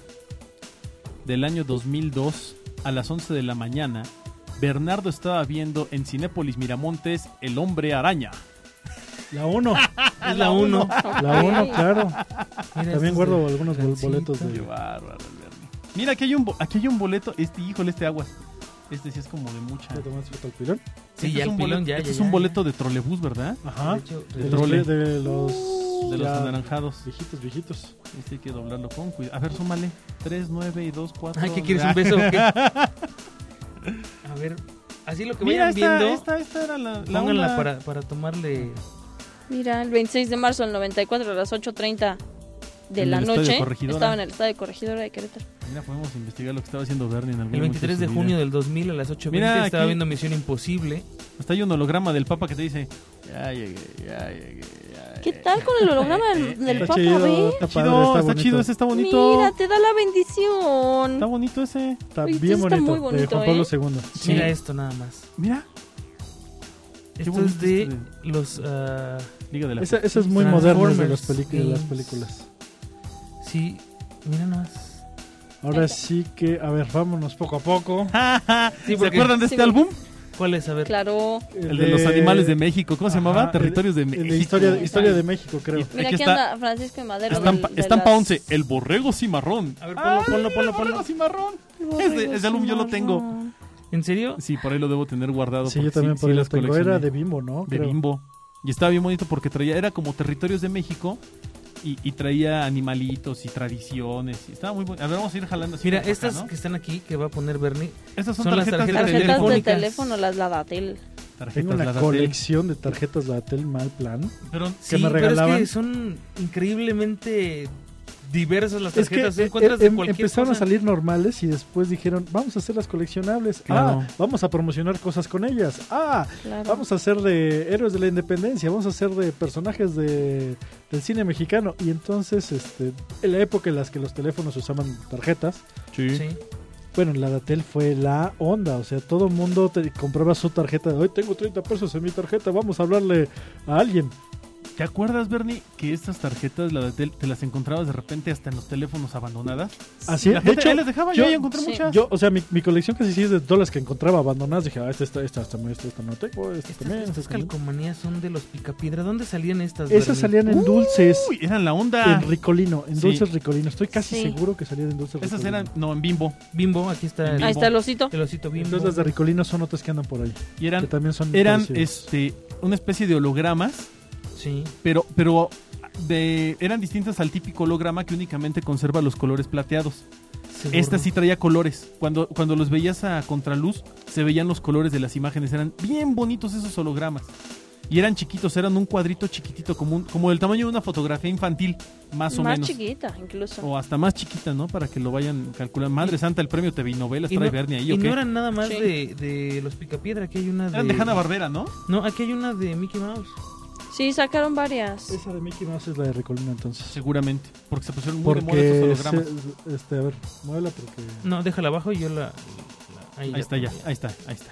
Speaker 3: del año 2002, a las 11 de la mañana, Bernardo estaba viendo en Cinépolis Miramontes El Hombre Araña.
Speaker 2: La 1.
Speaker 5: Es la 1.
Speaker 2: La 1,
Speaker 4: Ok.
Speaker 2: claro.
Speaker 5: este
Speaker 2: También guardo algunos bol- boletos
Speaker 3: Qué
Speaker 2: de...
Speaker 3: bárbaro, el Bernie. Mira, aquí hay un, bo- aquí hay un boleto. Este, híjole, este aguas. Este sí es como de mucha.
Speaker 2: ¿Te tomaste foto al pilón?
Speaker 5: Sí,
Speaker 3: Este
Speaker 5: ya
Speaker 3: es
Speaker 5: el
Speaker 3: un
Speaker 5: pilón,
Speaker 3: boleto-
Speaker 5: ya,
Speaker 3: este
Speaker 5: ya,
Speaker 3: es
Speaker 5: ya,
Speaker 3: un
Speaker 5: ya.
Speaker 3: boleto de trolebús, ¿verdad?
Speaker 2: Ajá.
Speaker 3: De
Speaker 2: De
Speaker 5: Ajá.
Speaker 2: los,
Speaker 3: trole.
Speaker 2: de los...
Speaker 3: De los
Speaker 2: ya
Speaker 3: anaranjados.
Speaker 2: Viejitos, viejitos.
Speaker 3: Este hay que doblarlo con cuidado. A ver, súmale. 3, 9 y 2, 4.
Speaker 5: Ay, Ah, ¿qué quieres? ¿Un beso o qué? A ver, así lo que
Speaker 3: Mira,
Speaker 5: vayan
Speaker 3: esta,
Speaker 5: viendo,
Speaker 3: esta, esta era la, la
Speaker 5: pónganla
Speaker 3: una.
Speaker 5: para, para tomarle...
Speaker 4: Mira, el 26 de marzo del 94 a las 8.30 de
Speaker 3: En
Speaker 4: la
Speaker 3: el estadio
Speaker 4: noche
Speaker 3: Corregidora.
Speaker 4: estaba en el estadio de Corregidora de Querétaro.
Speaker 3: Mira, podemos investigar lo que estaba haciendo Bernie en algún
Speaker 5: El 23 de
Speaker 3: momento su
Speaker 5: junio
Speaker 3: vida.
Speaker 5: del 2000 a las 8.20
Speaker 3: Mira,
Speaker 5: estaba
Speaker 3: aquí-
Speaker 5: viendo Misión Imposible.
Speaker 3: Hasta hay un holograma del Papa que te dice: Ya llegué, ya llegué. ya
Speaker 4: ¿Qué
Speaker 3: llegué".
Speaker 4: tal con el holograma del, del
Speaker 2: Está
Speaker 4: Papa,
Speaker 2: chido,
Speaker 4: ve?
Speaker 2: está,
Speaker 3: Está
Speaker 2: padre,
Speaker 3: chido, está,
Speaker 2: bonito.
Speaker 3: chido ese, está bonito.
Speaker 4: Mira, te da la bendición.
Speaker 3: Está bonito ese.
Speaker 2: Está
Speaker 4: Oye,
Speaker 2: bien
Speaker 4: entonces
Speaker 2: bonito,
Speaker 4: está muy
Speaker 2: de Juan
Speaker 4: bonito, ¿eh?
Speaker 2: Pablo II.
Speaker 3: Sí.
Speaker 5: Mira esto nada más.
Speaker 3: Mira,
Speaker 5: Esto
Speaker 3: bonito
Speaker 5: es de
Speaker 3: este.
Speaker 5: los... ah,
Speaker 3: Liga de la
Speaker 2: Esa, esa es muy moderna de,
Speaker 5: Transformers.
Speaker 2: los pelic- de las
Speaker 5: Sí.
Speaker 2: películas.
Speaker 5: sí, mira nada más.
Speaker 2: Ahora sí que, a ver, vámonos poco a poco.
Speaker 3: Ah,
Speaker 5: Sí,
Speaker 3: ¿Se
Speaker 5: porque-
Speaker 3: acuerdan de
Speaker 4: Sí,
Speaker 3: este álbum?
Speaker 5: ¿Cuál es? A ver.
Speaker 4: Claro.
Speaker 3: El de los animales de México. ¿Cómo se
Speaker 2: Eh, Ajá,
Speaker 3: llamaba?
Speaker 2: el-
Speaker 3: Territorios de
Speaker 2: el
Speaker 3: México.
Speaker 2: de historia, de- historia de México, creo.
Speaker 4: Mira,
Speaker 3: Aquí
Speaker 4: aquí,
Speaker 3: está-
Speaker 4: anda Francisco de Madero.
Speaker 3: Estampa,
Speaker 4: del- de
Speaker 3: estampa
Speaker 4: las-
Speaker 3: 11, el borrego cimarrón.
Speaker 5: A ver, ponlo, ponlo, ponlo, ponlo.
Speaker 3: borrego cimarrón. Ese, ese álbum yo lo tengo.
Speaker 5: ¿En serio?
Speaker 3: Sí, por ahí lo debo tener guardado.
Speaker 2: Sí, yo
Speaker 3: porque
Speaker 2: también por ahí
Speaker 3: las
Speaker 2: lo tengo. Era
Speaker 3: coleccioné.
Speaker 2: de Bimbo, ¿no?
Speaker 3: de
Speaker 2: Creo.
Speaker 3: Bimbo. Y estaba bien bonito porque traía, era como territorios de México y, y traía animalitos y tradiciones. Y estaba muy bonito. A ver, vamos a ir jalando así.
Speaker 5: Mira,
Speaker 3: como acá,
Speaker 5: estas
Speaker 3: ¿no?
Speaker 5: que están aquí, que va a poner Bernie,
Speaker 3: Estas son,
Speaker 5: son las
Speaker 3: tarjetas,
Speaker 5: tarjetas
Speaker 3: de
Speaker 4: Tarjetas de
Speaker 3: teléfono.
Speaker 5: telefónicas.
Speaker 4: teléfono, las Ladatel.
Speaker 3: Tarjetas
Speaker 2: Tengo una
Speaker 3: Ladatel.
Speaker 2: colección de tarjetas Latel mal plan.
Speaker 3: Pero
Speaker 5: Sí,
Speaker 2: me
Speaker 5: Pero es
Speaker 2: regalaban.
Speaker 5: que son increíblemente diversas las
Speaker 2: Es que
Speaker 5: tarjetas. encuentras
Speaker 2: em-
Speaker 5: de cualquier
Speaker 2: empezaron a
Speaker 5: cosa.
Speaker 2: salir normales y después dijeron, vamos a hacerlas coleccionables.
Speaker 3: Claro.
Speaker 2: Ah, vamos a promocionar cosas con ellas. Ah,
Speaker 4: Claro.
Speaker 2: vamos a hacer de héroes de la independencia, vamos a hacer de personajes de, del cine mexicano. Y entonces, este, en la época en las que los teléfonos usaban tarjetas,
Speaker 3: sí.
Speaker 5: Sí.
Speaker 2: Bueno, la Datel fue la onda, o sea, todo mundo te compraba su tarjeta de hoy, tengo 30 pesos en mi tarjeta, vamos a hablarle a alguien.
Speaker 3: ¿Te acuerdas, Bernie, que estas tarjetas Ladatel te las encontrabas de repente hasta en los teléfonos abandonadas?
Speaker 2: Así
Speaker 3: La
Speaker 2: es, de
Speaker 3: gente
Speaker 2: hecho,
Speaker 3: ahí las dejaba, yo,
Speaker 2: yo-
Speaker 3: ya encontré
Speaker 4: sí.
Speaker 3: muchas.
Speaker 2: yo, o sea, mi, mi colección casi sí es de dólares que encontraba abandonadas, dije, ah, esta, esta, esta, esta, esta, esta no tengo, esta
Speaker 5: Estas,
Speaker 2: también.
Speaker 5: estas
Speaker 2: esta también.
Speaker 5: calcomanías son de los picapiedra. ¿Dónde salían estas?
Speaker 2: Esas
Speaker 5: Bernie?
Speaker 2: salían en dulces,
Speaker 3: Uy, eran la onda.
Speaker 2: en Ricolino, en
Speaker 3: Ah. Sí.
Speaker 2: dulces Ricolino, estoy casi
Speaker 4: Sí.
Speaker 2: seguro que salían en dulces
Speaker 3: Esas
Speaker 2: Ricolino.
Speaker 3: eran, no, en Bimbo.
Speaker 5: Bimbo, aquí está el,
Speaker 4: Ahí está el osito.
Speaker 5: el osito Bimbo.
Speaker 2: Entonces las de Ricolino son otras que andan por ahí,
Speaker 3: Y eran,
Speaker 2: que también son
Speaker 3: eran
Speaker 2: parecidas.
Speaker 3: este, una especie de hologramas
Speaker 5: Sí.
Speaker 3: pero pero de, eran distintas al típico holograma que únicamente conserva los colores plateados.
Speaker 5: seguro.
Speaker 3: Esta sí traía colores. Cuando, cuando los veías a contraluz, se veían los colores de las imágenes. Eran bien bonitos esos hologramas. Y eran chiquitos, eran un cuadrito chiquitito, como, un- como del tamaño de una fotografía infantil, más o
Speaker 4: Más
Speaker 3: menos.
Speaker 4: chiquita, incluso.
Speaker 3: O hasta más chiquita, ¿no? Para que lo vayan calculando. Madre Santa, el premio TV y novelas
Speaker 5: Y
Speaker 3: trae
Speaker 5: no-
Speaker 3: Bernie ahí,
Speaker 5: y
Speaker 3: ¿o qué?
Speaker 5: no eran nada más
Speaker 4: Sí.
Speaker 5: de, de los picapiedra. Aquí hay una de.
Speaker 3: Eran de Hanna-Barbera, ¿no?
Speaker 5: No, aquí hay una de Mickey Mouse.
Speaker 3: Oh.
Speaker 4: Sí, sacaron varias.
Speaker 2: Esa de Mickey Mouse es la de Ricolino entonces.
Speaker 3: Seguramente, porque se pusieron muy de moda esos
Speaker 2: Porque,
Speaker 3: hologramas. Mm,
Speaker 2: se- este, a ver, muévela porque...
Speaker 5: No, déjala abajo y yo la. la-
Speaker 3: Ahí está ya,
Speaker 5: pongo.
Speaker 3: ahí está, ahí está.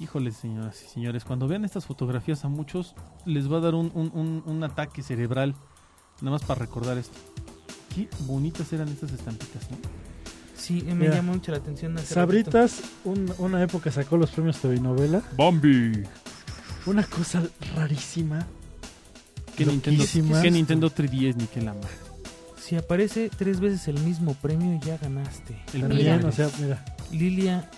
Speaker 3: Híjole, señoras y señores, cuando vean estas fotografías a muchos les va a dar un, un- un- un ataque cerebral, nada más para recordar esto. Qué bonitas eran estas estampitas, ¿no?
Speaker 5: Sí, eh, me
Speaker 2: Mira.
Speaker 5: llamó mucho la atención. hace ratito.
Speaker 2: Sabritas, un- una época sacó los premios TV novela.
Speaker 3: Bambi.
Speaker 2: Una cosa rarísima.
Speaker 3: ¿Qué Nintendo,
Speaker 2: Loquísimas.
Speaker 3: qué Nintendo 3DS ni qué la madre?
Speaker 5: Si aparece tres veces el mismo premio, ya ganaste.
Speaker 3: El
Speaker 2: También,
Speaker 3: Mira.
Speaker 2: o sea, mira.
Speaker 5: Lilia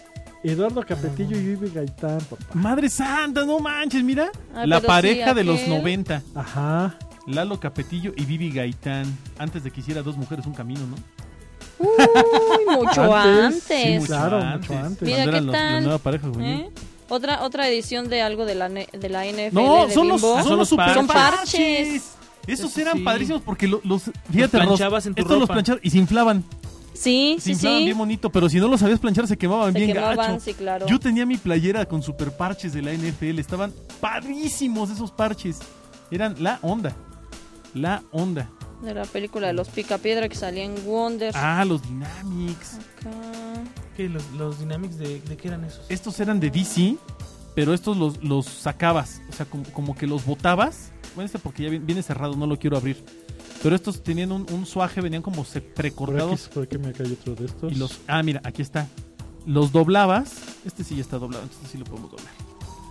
Speaker 2: Eduardo Capetillo y Vivi Gaitán, papá.
Speaker 3: Madre santa, no manches, mira.
Speaker 4: Ah,
Speaker 3: la
Speaker 4: pero sí,
Speaker 3: pareja de los
Speaker 4: aquel.
Speaker 3: 90,
Speaker 2: Ajá.
Speaker 3: Lalo Capetillo y Vivi Gaitán, antes de que hiciera dos mujeres un camino, ¿no?
Speaker 4: Uy, mucho antes.
Speaker 2: Sí, mucho Claro, mucho antes.
Speaker 4: Mira,
Speaker 3: Cuando
Speaker 4: ¿qué
Speaker 3: eran los-
Speaker 4: tal?
Speaker 3: la nueva pareja juvenil.
Speaker 4: ¿Eh? Otra, otra edición de algo de la, ne- de la NFL.
Speaker 3: No,
Speaker 4: de
Speaker 3: son los,
Speaker 4: Bimbo.
Speaker 3: son los
Speaker 5: Son
Speaker 3: super
Speaker 4: parches.
Speaker 3: Esos
Speaker 5: Eso
Speaker 3: eran
Speaker 5: sí.
Speaker 3: padrísimos porque lo- los. Fíjate, Ros,
Speaker 5: planchabas en tu
Speaker 3: estos los
Speaker 5: ropa.
Speaker 3: planchaban y se inflaban.
Speaker 4: Sí,
Speaker 3: Se
Speaker 4: sí,
Speaker 3: inflaban
Speaker 4: sí.
Speaker 3: bien bonito, pero si no los sabías planchar, se quemaban
Speaker 4: Se
Speaker 3: bien
Speaker 4: quemaban,
Speaker 3: gacho.
Speaker 4: sí, claro.
Speaker 3: Yo tenía mi playera con super parches de la NFL. Estaban padrísimos esos parches. Eran la onda. La onda.
Speaker 4: De la película de los Picapiedra que salía en Wonders.
Speaker 3: Ah, los Dynamics.
Speaker 4: Acá.
Speaker 5: ¿Qué, los, los Dynamics de, de qué eran esos?
Speaker 3: Estos eran de DC, pero estos los, los sacabas. O sea, como, como que los botabas. Bueno, este porque ya vi- viene cerrado, no lo quiero abrir. Pero estos tenían un, un suaje, venían como se-
Speaker 2: Por aquí,
Speaker 3: precortados.
Speaker 2: por aquí me cae otro de estos.
Speaker 3: Y los, ah, mira, aquí está. Los doblabas. Este sí ya está doblado, entonces sí lo podemos doblar.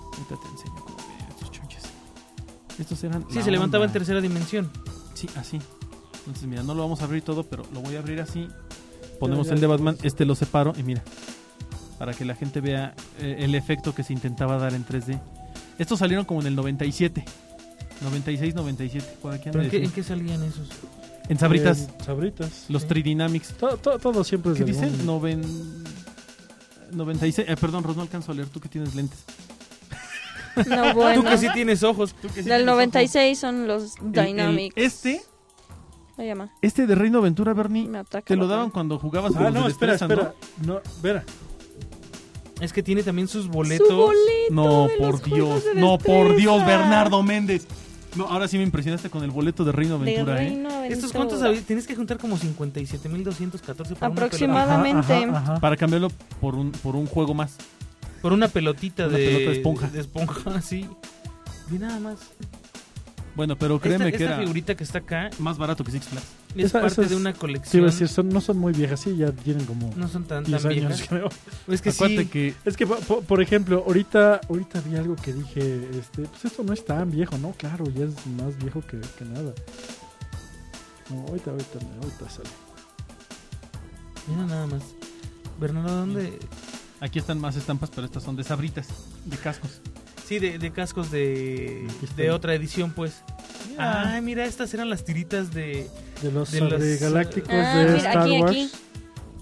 Speaker 3: Ahorita te enseño cómo ven estos chonches. Estos eran.
Speaker 5: Sí,
Speaker 3: la
Speaker 5: se levantaba en
Speaker 3: onda.
Speaker 5: tercera dimensión.
Speaker 3: Sí, así. Entonces, mira, no lo vamos a abrir todo, pero lo voy a abrir así. Ponemos
Speaker 2: Ya, ya,
Speaker 3: el de
Speaker 2: ya,
Speaker 3: Batman,
Speaker 2: ya.
Speaker 3: este lo separo y mira. Para que la gente vea eh, el efecto que se intentaba dar en 3D. Estos salieron como en el 97. 96, 97. Por aquí han de
Speaker 5: ¿Pero en, qué, en
Speaker 3: decir.
Speaker 5: qué salían esos?
Speaker 3: En Sabritas,
Speaker 2: Eh, sabritas.
Speaker 3: los
Speaker 5: sí.
Speaker 3: Tridynamics.
Speaker 2: To- to- todo siempre es
Speaker 3: ¿Qué
Speaker 2: del
Speaker 3: dice?
Speaker 2: mundo.
Speaker 3: Noven... 96. Eh, perdón, Ros, no alcanzo a leer. Tú que tienes lentes.
Speaker 4: No, bueno.
Speaker 5: Tú que sí tienes ojos.
Speaker 3: Tú que sí tienes
Speaker 4: Del
Speaker 3: ojos.
Speaker 4: 96 son los
Speaker 3: El- el-
Speaker 4: Dynamics.
Speaker 3: este,
Speaker 4: Ay, ya ma,
Speaker 3: este de Reino Aventura, Bernie,
Speaker 4: me ataca.
Speaker 3: te lo
Speaker 4: la
Speaker 3: daban
Speaker 4: mano.
Speaker 3: cuando jugabas a
Speaker 2: Ah,
Speaker 3: los
Speaker 2: no,
Speaker 3: de
Speaker 2: espera,
Speaker 3: destreza, ¿no?
Speaker 2: espera. No, espera.
Speaker 5: Es que tiene también sus boletos.
Speaker 4: Su boleto
Speaker 3: No,
Speaker 4: de los
Speaker 3: por Dios.
Speaker 4: juegos de
Speaker 3: No, por Dios,
Speaker 4: destreza.
Speaker 3: Bernardo Méndez. No, ahora sí me impresionaste con el boleto de Reino
Speaker 4: De
Speaker 3: Aventura, ¿eh?
Speaker 4: Reino Aventura.
Speaker 5: ¿Estos cuántos había? Tienes que juntar como 57.214 por, una pelota-
Speaker 4: Aproximadamente.
Speaker 2: Ajá, ajá, ajá.
Speaker 3: Para cambiarlo por un, por un juego más.
Speaker 5: por una pelotita
Speaker 3: Una
Speaker 5: de,
Speaker 3: pelota de esponja.
Speaker 5: De esponja, sí. Ve nada más.
Speaker 3: Bueno, pero créeme
Speaker 5: esta,
Speaker 3: que
Speaker 5: esta
Speaker 3: era
Speaker 5: figurita que está acá
Speaker 3: más barato que Six Flags.
Speaker 5: es
Speaker 2: Esa-
Speaker 5: parte
Speaker 2: esas-
Speaker 5: de una
Speaker 2: Sí,
Speaker 5: colección.
Speaker 2: iba a decir, son, no son muy viejas, sí, ya tienen como
Speaker 5: no son tan,
Speaker 2: 10
Speaker 5: tan
Speaker 2: años,
Speaker 5: viejas.
Speaker 2: creo.
Speaker 5: Es que sí.
Speaker 3: Acuérdate que
Speaker 2: Es que, po- po- por, ejemplo, ahorita, ahorita vi algo que dije, este, pues esto no es tan viejo, ¿no? Claro, ya es más viejo que, que nada. No, ahorita, ahorita, ahorita sale.
Speaker 5: Mira nada más. Bernardo, ¿dónde?
Speaker 3: aquí están más estampas, pero estas son de sabritas, de cascos.
Speaker 5: Sí, de, de cascos de,
Speaker 2: Aquí está.
Speaker 5: de otra edición, pues.
Speaker 3: Mira.
Speaker 5: Ah, mira, estas eran las tiritas de...
Speaker 2: De los,
Speaker 5: De los,
Speaker 2: eh, galácticos
Speaker 4: Ah,
Speaker 2: de
Speaker 4: mira,
Speaker 2: Star
Speaker 4: aquí,
Speaker 2: Wars.
Speaker 4: aquí.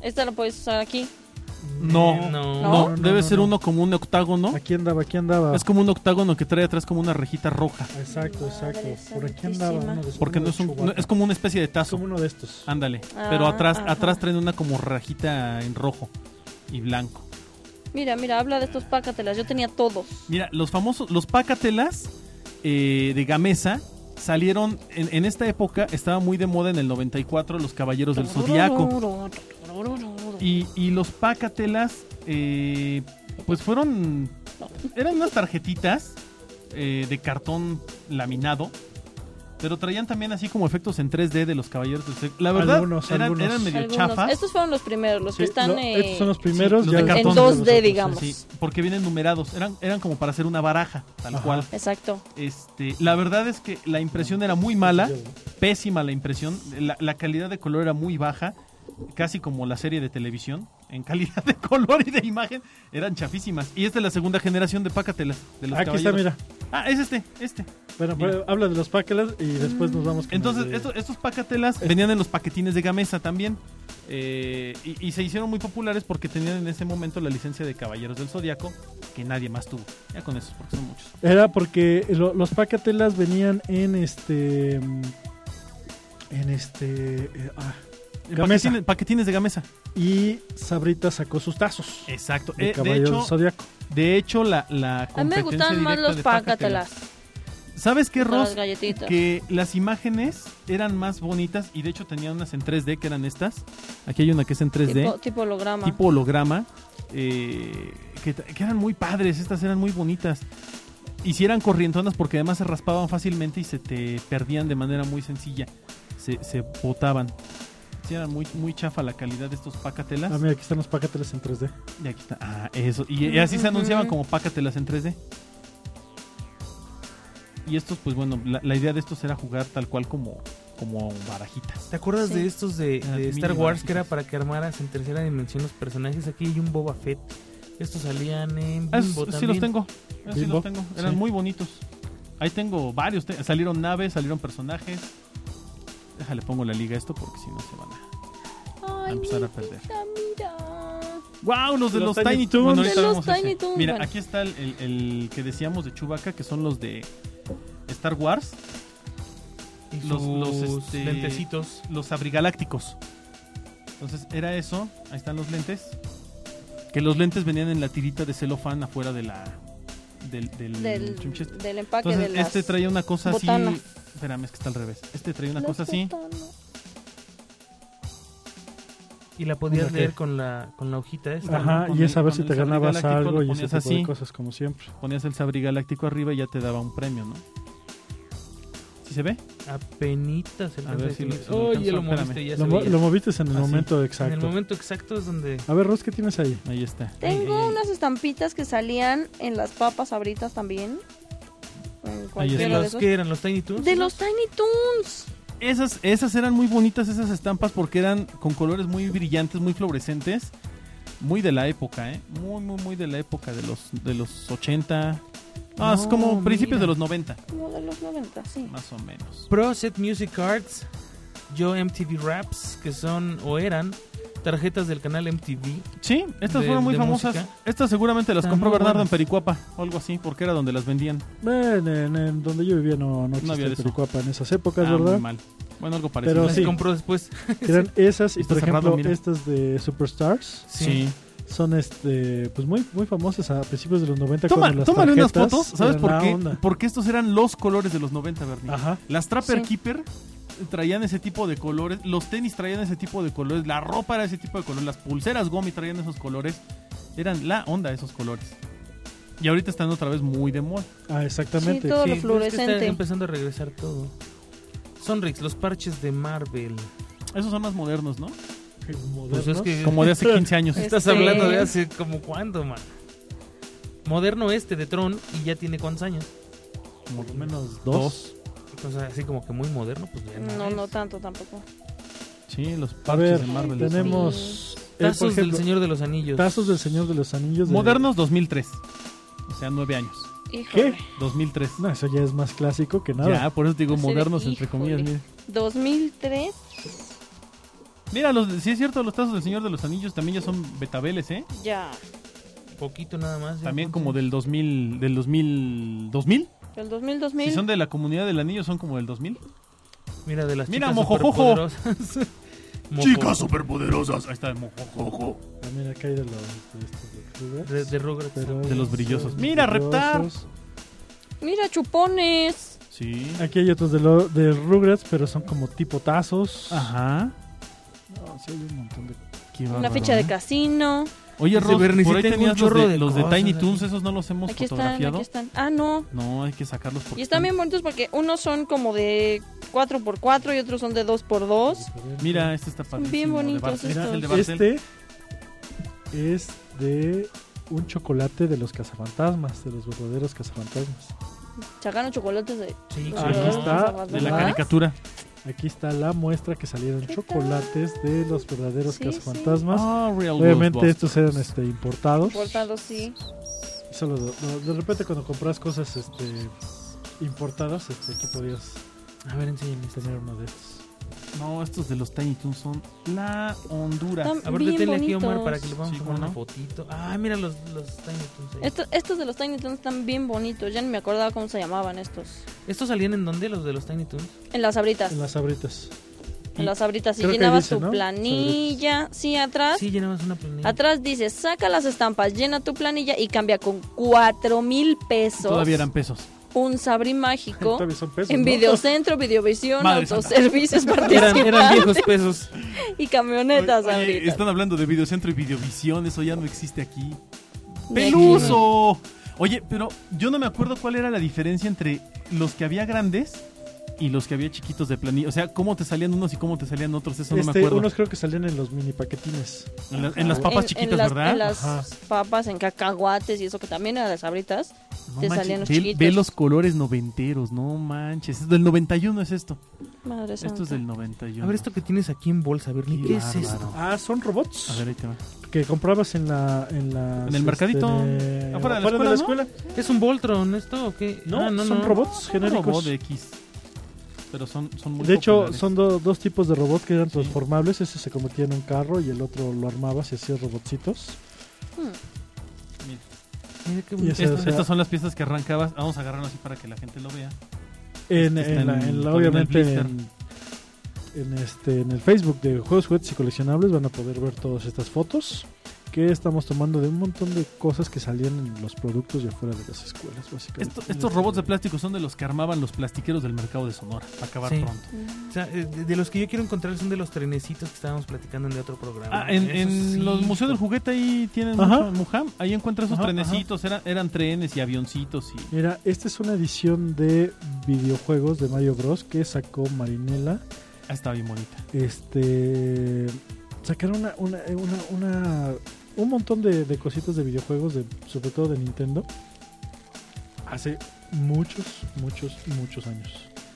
Speaker 4: Esta lo puedes usar aquí.
Speaker 3: No, no,
Speaker 5: No.
Speaker 4: No,
Speaker 2: no,
Speaker 3: debe
Speaker 2: no,
Speaker 3: ser
Speaker 2: no.
Speaker 3: uno como un octágono.
Speaker 2: Aquí andaba, aquí andaba.
Speaker 3: Es como un octágono que trae atrás como una rejita roja.
Speaker 2: Exacto, exacto.
Speaker 4: Madre
Speaker 2: Por aquí andaba
Speaker 4: santísima.
Speaker 2: uno de
Speaker 3: Porque
Speaker 2: uno
Speaker 3: no
Speaker 2: de
Speaker 3: es un,
Speaker 2: Chewbacca.
Speaker 3: no, es como una especie de
Speaker 2: Es
Speaker 3: tazo.
Speaker 2: como uno de estos.
Speaker 3: Ándale.
Speaker 4: Ah,
Speaker 3: Pero atrás,
Speaker 4: ajá.
Speaker 3: atrás traen una como rajita en rojo y blanco.
Speaker 4: Mira, mira, habla de estos pácatelas. Yo tenía todos.
Speaker 3: Mira, los famosos, los pácatelas eh, de Gamesa salieron en, en esta época, estaba muy de moda en el 94 los Caballeros del Zodiaco. Y, y los pácatelas, eh, pues fueron, eran unas tarjetitas eh, de cartón laminado. Pero traían también así como efectos en 3D de los caballeros del Zodiaco. La verdad,
Speaker 2: Algunos,
Speaker 3: eran,
Speaker 2: algunos.
Speaker 3: eran medio
Speaker 4: Algunos.
Speaker 3: chafas.
Speaker 4: Estos fueron los primeros, los
Speaker 2: Sí,
Speaker 4: que están
Speaker 2: no,
Speaker 4: eh,
Speaker 2: estos son los primeros.
Speaker 3: sí, los
Speaker 2: ya
Speaker 3: de
Speaker 2: después
Speaker 3: cartón.
Speaker 2: de los
Speaker 4: En 2D,
Speaker 2: otros,
Speaker 4: digamos.
Speaker 3: Sí, porque vienen numerados. Eran, eran como para hacer una baraja, tal
Speaker 2: Ajá.
Speaker 3: cual.
Speaker 4: Exacto.
Speaker 3: Este, la verdad es que la impresión era muy mala, pésima la impresión, la, la calidad de color era muy baja, casi como la serie de televisión, en calidad de color y de imagen, eran chafísimas. Y esta es la segunda generación de Pácatelas, de los
Speaker 2: Aquí está,
Speaker 3: caballeros.
Speaker 2: mira.
Speaker 3: Ah, es este, este.
Speaker 2: Bueno,
Speaker 3: Mira.
Speaker 2: pues, habla de los páquelas y después nos vamos con
Speaker 3: Entonces,
Speaker 2: el de-
Speaker 3: estos, estos Pácatelas venían en los paquetines de Gamesa también. eh, y, y se hicieron muy populares porque tenían en ese momento la licencia de Caballeros del Zodiaco, que nadie más tuvo. Ya con esos, porque son muchos.
Speaker 2: Era porque lo- los pacatelas venían en este. mm, En este. eh, ah,
Speaker 3: Eh,
Speaker 2: Gamesa.
Speaker 3: Paquetines, paquetines de Gamesa.
Speaker 2: y Sabrita sacó sus tazos.
Speaker 3: Exacto.
Speaker 2: De
Speaker 3: Eh, de
Speaker 2: Caballero
Speaker 3: hecho,
Speaker 2: del Zodiaco.
Speaker 3: De hecho, la, la
Speaker 4: A mí me
Speaker 3: competencia
Speaker 4: gustaban más
Speaker 3: directa
Speaker 4: los
Speaker 3: de
Speaker 4: pácatelas.
Speaker 3: ¿Sabes qué,
Speaker 4: con Las
Speaker 3: Ross?
Speaker 4: galletitas.
Speaker 3: Que las imágenes eran más bonitas y de hecho tenían unas en 3D que eran estas. Aquí hay una que es en 3D,
Speaker 4: Tipo,
Speaker 3: eh? tipo,
Speaker 4: tipo holograma.
Speaker 3: holograma. eh, que, t- que eran muy padres, estas eran muy bonitas. Y si eran corrientonas porque además se raspaban fácilmente y se te perdían de manera muy sencilla. Se, se botaban. Sí, eran muy, muy chafa la calidad de estos
Speaker 2: Ah,
Speaker 3: pacatelas.
Speaker 2: mira, aquí están los pacatelas en 3D.
Speaker 3: Y aquí está. Ah, eso. Y, y así se anunciaban
Speaker 4: Ujú.
Speaker 3: como pácatelas en 3D. Y estos, pues bueno, la, la idea de estos era jugar tal cual como, como barajitas.
Speaker 5: ¿Te acuerdas
Speaker 4: Sí.
Speaker 5: de estos de,
Speaker 3: Ah,
Speaker 5: de Star
Speaker 3: mini
Speaker 5: Wars que era
Speaker 3: barajitas.
Speaker 5: para que armaras en tercera dimensión los personajes? Aquí hay un Boba Fett. Estos salían en
Speaker 3: Ah,
Speaker 5: Bimbo
Speaker 3: esos sí
Speaker 5: también.
Speaker 3: los tengo. Esos sí
Speaker 2: Bimbo.
Speaker 3: los tengo. Eran
Speaker 2: Sí.
Speaker 3: muy bonitos. Ahí tengo varios. Te- salieron naves, salieron personajes. Déjale, pongo la liga a esto porque si no se van a...
Speaker 4: Ah,
Speaker 3: a
Speaker 4: Ay,
Speaker 3: empezar a
Speaker 4: mi
Speaker 3: perder.
Speaker 4: vida, mira.
Speaker 3: ¡Wow! Los de
Speaker 2: Los
Speaker 3: los, Tiny
Speaker 2: Tiny
Speaker 3: Toons.
Speaker 2: Toons.
Speaker 3: ahorita
Speaker 4: De los
Speaker 3: hablamos de ese.
Speaker 4: Tiny Toons,
Speaker 3: Mira,
Speaker 4: bueno.
Speaker 3: aquí está el, el- el que decíamos de Chewbacca, que son los de Star Wars,
Speaker 5: Y
Speaker 3: Los- los,
Speaker 5: sus
Speaker 3: este,
Speaker 5: lentecitos.
Speaker 3: los abrigalácticos. Entonces, era eso. Ahí están los lentes. Que los lentes venían en la tirita de celofán afuera de la. Del, del,
Speaker 4: Del,
Speaker 3: chunchete.
Speaker 4: del empaque
Speaker 3: Entonces,
Speaker 4: de las
Speaker 3: este traía una cosa
Speaker 4: botanas.
Speaker 3: así. Espérame, es que está al revés. Este traía una
Speaker 4: las
Speaker 3: cosa así.
Speaker 4: botanas.
Speaker 5: Y la podías
Speaker 2: Ok.
Speaker 5: leer con la, con la hojita esta. ¿no?
Speaker 2: Ajá,
Speaker 3: con
Speaker 2: y
Speaker 3: el-
Speaker 2: es a ver
Speaker 3: con
Speaker 2: si
Speaker 3: el
Speaker 2: te ganabas
Speaker 3: Galáctico lo
Speaker 2: algo y ese
Speaker 3: ponías
Speaker 2: tipo
Speaker 3: así.
Speaker 2: de cosas, como siempre.
Speaker 3: Ponías el sabrigaláctico arriba y ya te daba un premio, ¿no? ¿Sí se ve?
Speaker 5: Apenitas el
Speaker 3: A ver
Speaker 5: lente
Speaker 3: si
Speaker 5: de
Speaker 3: lo-
Speaker 5: Twitter.
Speaker 3: si lo
Speaker 5: Oye,
Speaker 3: alcanzó,
Speaker 5: lo moviste
Speaker 3: espérame.
Speaker 5: y ya se
Speaker 2: Lo, mo-
Speaker 5: veía.
Speaker 2: lo moviste en el
Speaker 3: Así.
Speaker 2: momento
Speaker 5: En el
Speaker 2: exacto.
Speaker 5: momento exacto es donde...
Speaker 2: A ver, Ros, ¿qué tienes ahí?
Speaker 3: Ahí está.
Speaker 4: Tengo
Speaker 5: Ay, ay, ay.
Speaker 4: unas estampitas que salían en las papas abritas también. En
Speaker 5: ¿De
Speaker 4: cualquiera de,
Speaker 5: los
Speaker 4: esos.
Speaker 5: que eran? ¿Los Tiny Toons?
Speaker 4: de los Tiny Toons.
Speaker 3: Esas, esas eran muy bonitas, esas estampas, porque eran con colores muy brillantes, muy fluorescentes. Muy de la época, ¿eh? Muy, muy, muy de la época de los, de los 80. Ah, es
Speaker 5: No,
Speaker 3: como principios
Speaker 5: mira.
Speaker 3: de los 90,
Speaker 4: Como de los 90, sí.
Speaker 3: más o menos.
Speaker 5: Pro Set Music Arts, Yo MTV Raps, que son o eran tarjetas del canal MTV.
Speaker 3: Sí, estas
Speaker 5: De-
Speaker 3: fueron muy
Speaker 5: de
Speaker 3: famosas.
Speaker 5: música.
Speaker 3: Estas seguramente las
Speaker 5: Están
Speaker 3: compró
Speaker 5: muy
Speaker 3: Bernardo en
Speaker 5: buenas.
Speaker 3: Pericuapa o algo así, porque era donde las vendían.
Speaker 2: Ven, en, en donde yo vivía no, no
Speaker 3: había
Speaker 2: existía
Speaker 3: de eso.
Speaker 2: Pericuapa en esas épocas,
Speaker 3: Ah, muy
Speaker 2: ¿verdad?
Speaker 3: mal. Bueno, algo parecido.
Speaker 2: Pero
Speaker 5: Las
Speaker 2: Oh, sí.
Speaker 5: compró después.
Speaker 2: Eran esas y,
Speaker 3: Está
Speaker 2: por
Speaker 3: cerrado,
Speaker 2: ejemplo,
Speaker 3: mira.
Speaker 2: estas de Superstars
Speaker 3: sí.
Speaker 2: son este pues muy muy famosas a principios de los 90
Speaker 3: Toma,
Speaker 2: cuando las
Speaker 3: tómale unas
Speaker 2: tarjetas
Speaker 3: fotos, ¿sabes
Speaker 2: eran
Speaker 3: por
Speaker 2: la
Speaker 3: qué?
Speaker 2: onda.
Speaker 3: Porque estos eran los colores de los 90, Bernie.
Speaker 2: Ajá.
Speaker 3: Las Trapper
Speaker 4: Sí.
Speaker 3: Keeper traían ese tipo de colores, los tenis traían ese tipo de colores, la ropa era ese tipo de colores, las pulseras Gomi traían esos colores. Eran la onda esos colores. Y ahorita están otra vez muy de moda.
Speaker 2: Ah, exactamente.
Speaker 4: Sí, todo
Speaker 5: Sí, pero es
Speaker 4: lo
Speaker 5: que
Speaker 4: fluorescente.
Speaker 5: está empezando a regresar todo. Sonrix, los parches de Marvel.
Speaker 3: Esos son más modernos, ¿no?
Speaker 5: Pues es que
Speaker 3: Como de hace 15 años.
Speaker 4: Es-
Speaker 5: estás
Speaker 4: Este-
Speaker 5: hablando de hace como cuándo, man. Moderno este de Tron y ya tiene cuántos años.
Speaker 2: por lo menos dos.
Speaker 3: Dos.
Speaker 5: O sea, así como que muy moderno, pues ya
Speaker 4: No,
Speaker 5: es.
Speaker 4: no tanto tampoco.
Speaker 3: Sí, los
Speaker 2: A
Speaker 3: parches
Speaker 2: ver,
Speaker 3: de Marvel.
Speaker 2: tenemos eh, por
Speaker 5: Tazos del
Speaker 2: ejemplo,
Speaker 5: Señor de los Anillos.
Speaker 2: Tazos del Señor de los Anillos. de-
Speaker 3: Modernos 2003. O sea, nueve años.
Speaker 4: Híjole.
Speaker 3: 2003.
Speaker 2: No, eso ya es más clásico que nada.
Speaker 3: Ya, por eso te digo
Speaker 4: Así de,
Speaker 3: modernos entre
Speaker 4: híjole.
Speaker 3: comillas. Mira.
Speaker 4: 2003.
Speaker 3: Mira, los, sí es cierto, los tazos del Señor de los Anillos también ya son betabeles, ¿eh?
Speaker 4: Ya.
Speaker 5: Poquito nada más. ¿eh? ya,
Speaker 3: También
Speaker 5: entonces.
Speaker 3: como del 2000, del 2000, 2000.
Speaker 4: El 2000,
Speaker 3: Si
Speaker 4: 2000.
Speaker 3: son de la comunidad del anillo, son como del 2000.
Speaker 5: Mira, de las
Speaker 3: Mira,
Speaker 5: chicas
Speaker 3: mojojojo.
Speaker 5: superpoderosas. Mojo-
Speaker 3: superpoderosas. Ahí está el mojojojo.
Speaker 2: También Ah, acá hay de los. de estos de Kruger,
Speaker 5: De, de Rugrats.
Speaker 2: pero-
Speaker 3: de los brillosos.
Speaker 2: los
Speaker 3: Mira, reptar.
Speaker 4: Mira, chupones.
Speaker 3: Sí.
Speaker 2: Aquí hay otros de, lo- de Rugrats, pero son como tipo tazos.
Speaker 3: Ajá.
Speaker 2: No, sí, hay un montón de.
Speaker 3: Qué
Speaker 4: Una
Speaker 3: bárbaro,
Speaker 4: ficha de
Speaker 3: ¿eh?
Speaker 4: casino.
Speaker 3: Oye,
Speaker 5: Dice
Speaker 3: Ross,
Speaker 5: Bernie,
Speaker 3: por
Speaker 5: sí
Speaker 3: ahí
Speaker 5: tengo
Speaker 3: tenías
Speaker 5: un
Speaker 3: los
Speaker 5: chorro
Speaker 3: de, ¿eh?
Speaker 5: de
Speaker 3: los de
Speaker 5: cosas
Speaker 3: Tiny
Speaker 5: aquí.
Speaker 3: Toons, esos no los hemos
Speaker 4: Aquí están,
Speaker 3: fotografiado.
Speaker 4: aquí están. Ah, no.
Speaker 3: No, hay que sacarlos porque
Speaker 4: Y están bien bonitos porque unos son como de 4x4 y otros son de 2x2.
Speaker 2: diferentes.
Speaker 3: Mira, este está padrísimo.
Speaker 4: bien
Speaker 3: de
Speaker 4: bonitos
Speaker 3: Barcel.
Speaker 4: estos.
Speaker 3: Mira, el de Barcel.
Speaker 2: Este es de un chocolate de los cazafantasmas, de los verdaderos cazafantasmas.
Speaker 4: Sacaron chocolates de...
Speaker 5: Sí,
Speaker 2: Ah,
Speaker 5: sí.
Speaker 2: Ahí está.
Speaker 3: De la
Speaker 4: ¿Más?
Speaker 3: caricatura.
Speaker 2: Aquí está la muestra que salieron
Speaker 4: ¿Qué
Speaker 2: chocolates de los verdaderos
Speaker 4: Sí,
Speaker 2: cazafantasmas.
Speaker 3: Ah, Real
Speaker 2: Obviamente
Speaker 3: Ghostbusters.
Speaker 2: estos eran este, importados.
Speaker 4: Cortado, sí.
Speaker 2: Solo de, de- de repente cuando compras cosas este, importadas, este, aquí podías
Speaker 5: A ver, enséñame este.
Speaker 2: tener uno de estos.
Speaker 3: No, estos de los Tiny Toons son la Honduras.
Speaker 4: Están-
Speaker 5: A ver,
Speaker 4: Bien
Speaker 5: deténle aquí a Omar
Speaker 4: bonitos.
Speaker 5: para que le podamos
Speaker 3: Sí,
Speaker 5: tomar
Speaker 3: ¿cómo
Speaker 5: una
Speaker 3: no?
Speaker 5: fotito. Ah, mira los, los Tiny Toons. ahí.
Speaker 4: Estos, estos de los Tiny Toons están bien bonitos. Ya ni me acordaba cómo se llamaban estos.
Speaker 5: ¿Estos salían en dónde, los de los Tiny Toons?
Speaker 4: En las abritas.
Speaker 2: En las abritas.
Speaker 4: En las abritas. Si
Speaker 2: Creo que
Speaker 4: llenabas
Speaker 2: dice,
Speaker 4: tu
Speaker 2: ¿no?
Speaker 4: planilla. Sí, atrás.
Speaker 5: Sí, llenabas una planilla.
Speaker 4: Ah. Atrás dice, saca las estampas, llena tu planilla y cambia con 4 mil pesos.
Speaker 3: Todavía eran pesos.
Speaker 4: Un sabrí mágico.
Speaker 2: Todavía son pesos,
Speaker 4: En
Speaker 2: ¿no?
Speaker 4: Videocentro, Videovisión,
Speaker 3: Madre
Speaker 4: Autoservicios,
Speaker 5: Eran, eran
Speaker 4: participantes
Speaker 5: viejos pesos.
Speaker 4: y camionetas
Speaker 3: Oye,
Speaker 4: ahorita.
Speaker 3: están hablando de Videocentro y Videovisión, eso ya no existe aquí.
Speaker 4: De
Speaker 3: ¡Peluso! Oye, pero yo no me acuerdo cuál era la diferencia entre los que había grandes y los que había chiquitos de planilla. O sea, cómo te salían unos y cómo te salían otros, eso no me
Speaker 2: Este,
Speaker 3: acuerdo.
Speaker 2: unos creo que salían en los mini paquetines.
Speaker 3: En, la- en las
Speaker 4: En-
Speaker 3: papas
Speaker 4: Ah, en
Speaker 3: chiquitas,
Speaker 4: las-
Speaker 3: ¿verdad?
Speaker 4: En las
Speaker 2: Ajá.
Speaker 4: papas, en cacahuates y eso que también era de sabritas.
Speaker 3: No
Speaker 4: te
Speaker 3: manches,
Speaker 4: salían los
Speaker 3: ve-
Speaker 4: chiquitos.
Speaker 3: Ve los colores noventeros, no manches. Es del 91 es esto.
Speaker 4: Madre
Speaker 3: Esto es
Speaker 4: santa.
Speaker 3: del 91.
Speaker 5: A ver, esto que tienes aquí en bolsa, Bernie.
Speaker 3: Qué
Speaker 5: ¿Qué es
Speaker 3: bárbaro.
Speaker 5: esto?
Speaker 2: Ah, son robots.
Speaker 3: A ver, ahí te va.
Speaker 2: que comprabas en la en, las,
Speaker 3: En el mercadito,
Speaker 2: este,
Speaker 3: afuera de la escuela,
Speaker 5: ¿Es un Voltron esto o qué?
Speaker 2: No,
Speaker 5: Ah,
Speaker 2: son robots
Speaker 3: Un robot
Speaker 2: genéricos
Speaker 3: de X. pero son, son muy
Speaker 2: De hecho,
Speaker 3: populares.
Speaker 2: son do- dos tipos de robots que eran transformables. Ese se convertía en un carro y el otro lo armabas y hacías robotcitos.
Speaker 5: Mira qué
Speaker 2: Y
Speaker 5: bonito.
Speaker 2: ese-
Speaker 3: Est-
Speaker 2: o sea-
Speaker 3: Este, Estas son las piezas que arrancabas. Vamos a agarrarlo así para que la gente lo vea.
Speaker 2: En,
Speaker 3: Este
Speaker 2: en
Speaker 3: está
Speaker 2: la- en
Speaker 3: en-
Speaker 2: la-
Speaker 3: también
Speaker 2: obviamente
Speaker 3: el blister.
Speaker 2: en, en este, en el Facebook de Juegos, Juguetes y Coleccionables van a poder ver todas estas fotos que estamos tomando de un montón de cosas que salían en los productos de afuera de las escuelas, básicamente.
Speaker 3: Esto- estos robots de plástico son de los que armaban los plastiqueros del mercado de Sonora. Para acabar
Speaker 5: Sí.
Speaker 3: pronto.
Speaker 5: O sea, eh, de, de los que yo quiero encontrar son de los trenecitos que estábamos platicando en el otro programa.
Speaker 3: Ah, en,
Speaker 5: Esos
Speaker 3: en
Speaker 5: sí,
Speaker 3: los museos del juguete ahí tienen
Speaker 2: Ajá.
Speaker 3: mucho en Mujam. Ahí encuentras esos
Speaker 2: Ajá,
Speaker 3: trenecitos. Eran, eran trenes y avioncitos. Y...
Speaker 2: Mira, esta es una edición de videojuegos de Mario Bros que sacó Marinela.
Speaker 3: Ah, está bien bonita.
Speaker 2: Este sacaron una, una, una- una- un montón de, de cositas de videojuegos, de, sobre todo de Nintendo, hace muchos, muchos, muchos años.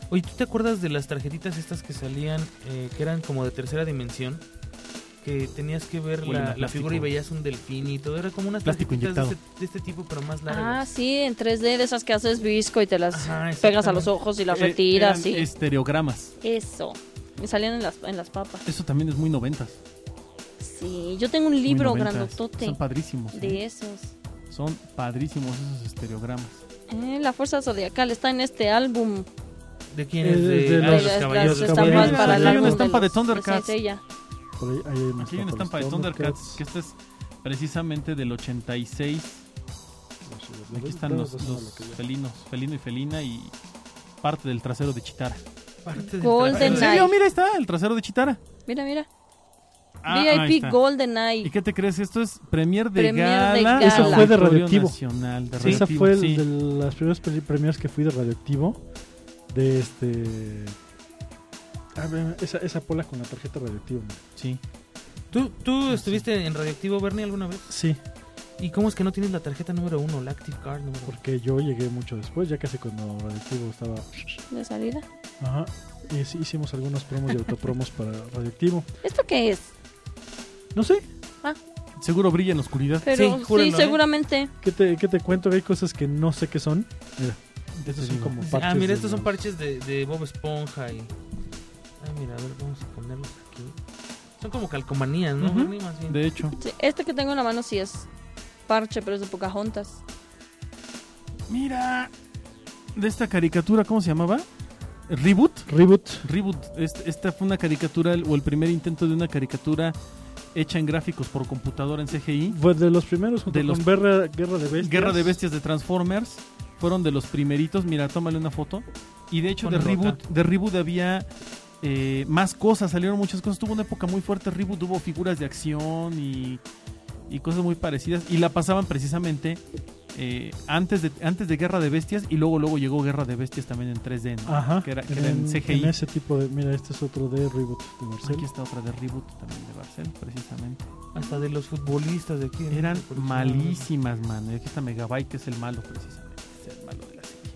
Speaker 5: Oye, ¿tú te acuerdas de las tarjetitas estas que salían, eh, que eran como de tercera dimensión? Que tenías que ver
Speaker 3: Huelen a
Speaker 5: la, la
Speaker 3: plástico.
Speaker 5: figura y veías un delfín y todo. Era como unas
Speaker 3: Plástico
Speaker 5: tarjetitas de este,
Speaker 3: inyectado.
Speaker 5: de este tipo, pero más
Speaker 4: Ah,
Speaker 5: largas.
Speaker 4: sí, en 3D de esas que haces visco y te las
Speaker 5: Ajá,
Speaker 4: pegas a los
Speaker 5: exactamente.
Speaker 4: ojos y las
Speaker 3: Eh,
Speaker 4: retiras.
Speaker 3: eran
Speaker 4: sí.
Speaker 3: Estereogramas.
Speaker 4: Eso. Me salían en las, en las papas.
Speaker 3: Eso también es muy noventas.
Speaker 4: Sí, yo tengo un
Speaker 3: muy
Speaker 4: libro
Speaker 3: noventas.
Speaker 4: grandotote
Speaker 3: Son padrísimos. ¿eh?
Speaker 4: de esos.
Speaker 3: Son padrísimos esos estereogramas.
Speaker 4: Eh, la fuerza zodiacal está en este álbum.
Speaker 5: ¿De quién
Speaker 2: Eh,
Speaker 5: es? De,
Speaker 2: de
Speaker 5: ah,
Speaker 2: los
Speaker 5: los
Speaker 4: las-
Speaker 5: caballeros
Speaker 4: las
Speaker 5: del Zodiaco.
Speaker 4: estampas
Speaker 2: Caballeros.
Speaker 4: para el
Speaker 2: Aquí hay
Speaker 4: álbum
Speaker 2: una
Speaker 3: estampa de
Speaker 4: los-
Speaker 3: Thundercats.
Speaker 4: Centella.
Speaker 2: Por ahí, ahí hay una
Speaker 3: Aquí hay una estampa de Thundercats, que esta es precisamente del 86. Aquí
Speaker 2: Pues,
Speaker 3: están los, los felinos, felino y felina y parte del trasero de Chitara.
Speaker 5: Parte del
Speaker 4: Golden
Speaker 5: trasero.
Speaker 3: ¿En
Speaker 4: Night.
Speaker 3: serio? Mira, ahí está el trasero de Chitara.
Speaker 4: Mira, mira.
Speaker 3: Ah, ahí
Speaker 4: VIP
Speaker 3: está.
Speaker 4: Golden
Speaker 3: ¿Y
Speaker 4: Eye.
Speaker 3: qué te crees? Esto es premier de
Speaker 4: Premier de
Speaker 3: gala.
Speaker 4: gala. Eso
Speaker 2: fue de
Speaker 3: Auditorio
Speaker 2: Radioactivo.
Speaker 3: Nacional, de
Speaker 5: Sí,
Speaker 2: Esa
Speaker 3: Radioactivo,
Speaker 2: fue el-
Speaker 3: sí.
Speaker 2: de las primeras peli- premios que fui de radioactivo. De este. Ah, ve- esa, esa pola con la tarjeta radioactivo. mira.
Speaker 3: sí.
Speaker 5: ¿Tú, tú estuviste en Radioactivo, Bernie, alguna vez?
Speaker 2: Sí,
Speaker 5: ¿Y cómo es que no tienes la tarjeta número uno, la Active Card número uno?
Speaker 2: porque yo llegué mucho después, ya casi cuando radioactivo estaba.
Speaker 4: De salida.
Speaker 2: Ajá. Y sí, hicimos algunos promos y autopromos para radioactivo.
Speaker 4: ¿Esto qué es?
Speaker 2: No sé,
Speaker 3: Ah. Seguro brilla en la oscuridad.
Speaker 4: Pero
Speaker 5: Sí,
Speaker 4: sí,
Speaker 5: júrenlo, ¿eh?
Speaker 4: seguramente.
Speaker 2: ¿qué te, qué te cuento? Que hay cosas que no sé qué son. Mira, estos
Speaker 3: te
Speaker 2: son
Speaker 3: digo.
Speaker 2: como parches.
Speaker 5: Ah, mira,
Speaker 2: de
Speaker 5: estos son
Speaker 2: los-
Speaker 5: parches de, de Bob Esponja y... Ah, mira, a ver, vamos a ponerlos aquí. Son como calcomanías, ¿no?
Speaker 3: Ujú.
Speaker 5: Bernie? Más bien.
Speaker 3: De hecho.
Speaker 4: Sí, Este que tengo en la mano sí es parche, pero es de Pocahontas.
Speaker 3: Mira. De esta caricatura, ¿cómo se llamaba? ¿Reboot?
Speaker 2: Reboot.
Speaker 3: Reboot. Este- esta fue una caricatura, el- o el primer intento de una caricatura hecha en gráficos por computadora en CGI.
Speaker 2: Fue de los primeros junto
Speaker 3: De los-
Speaker 2: con Guerra, Guerra de Bestias.
Speaker 3: Guerra de Bestias de Transformers. Fueron de los primeritos. Mira, tómale una foto. Y de hecho, de
Speaker 5: Ponle
Speaker 3: Reboot, de Reboot había eh, más cosas. Salieron muchas cosas. Tuvo una época muy fuerte. Reboot hubo figuras de acción y, y cosas muy parecidas. Y la pasaban precisamente eh, antes, de, antes de Guerra de Bestias. Y luego, luego llegó Guerra de Bestias también en 3D, ¿no?
Speaker 2: Ajá.
Speaker 3: Que era, que era en CGI.
Speaker 2: en ese tipo de. Mira, este es otro de Reboot de Marcel.
Speaker 3: Aquí está otra de Reboot también de Barcel, precisamente.
Speaker 5: Hasta de los futbolistas de aquí. ¿no?
Speaker 3: Eran
Speaker 5: Por eso-
Speaker 3: malísimas, mano. Y aquí está Megabyte, que es el malo, precisamente. Es el malo de la serie.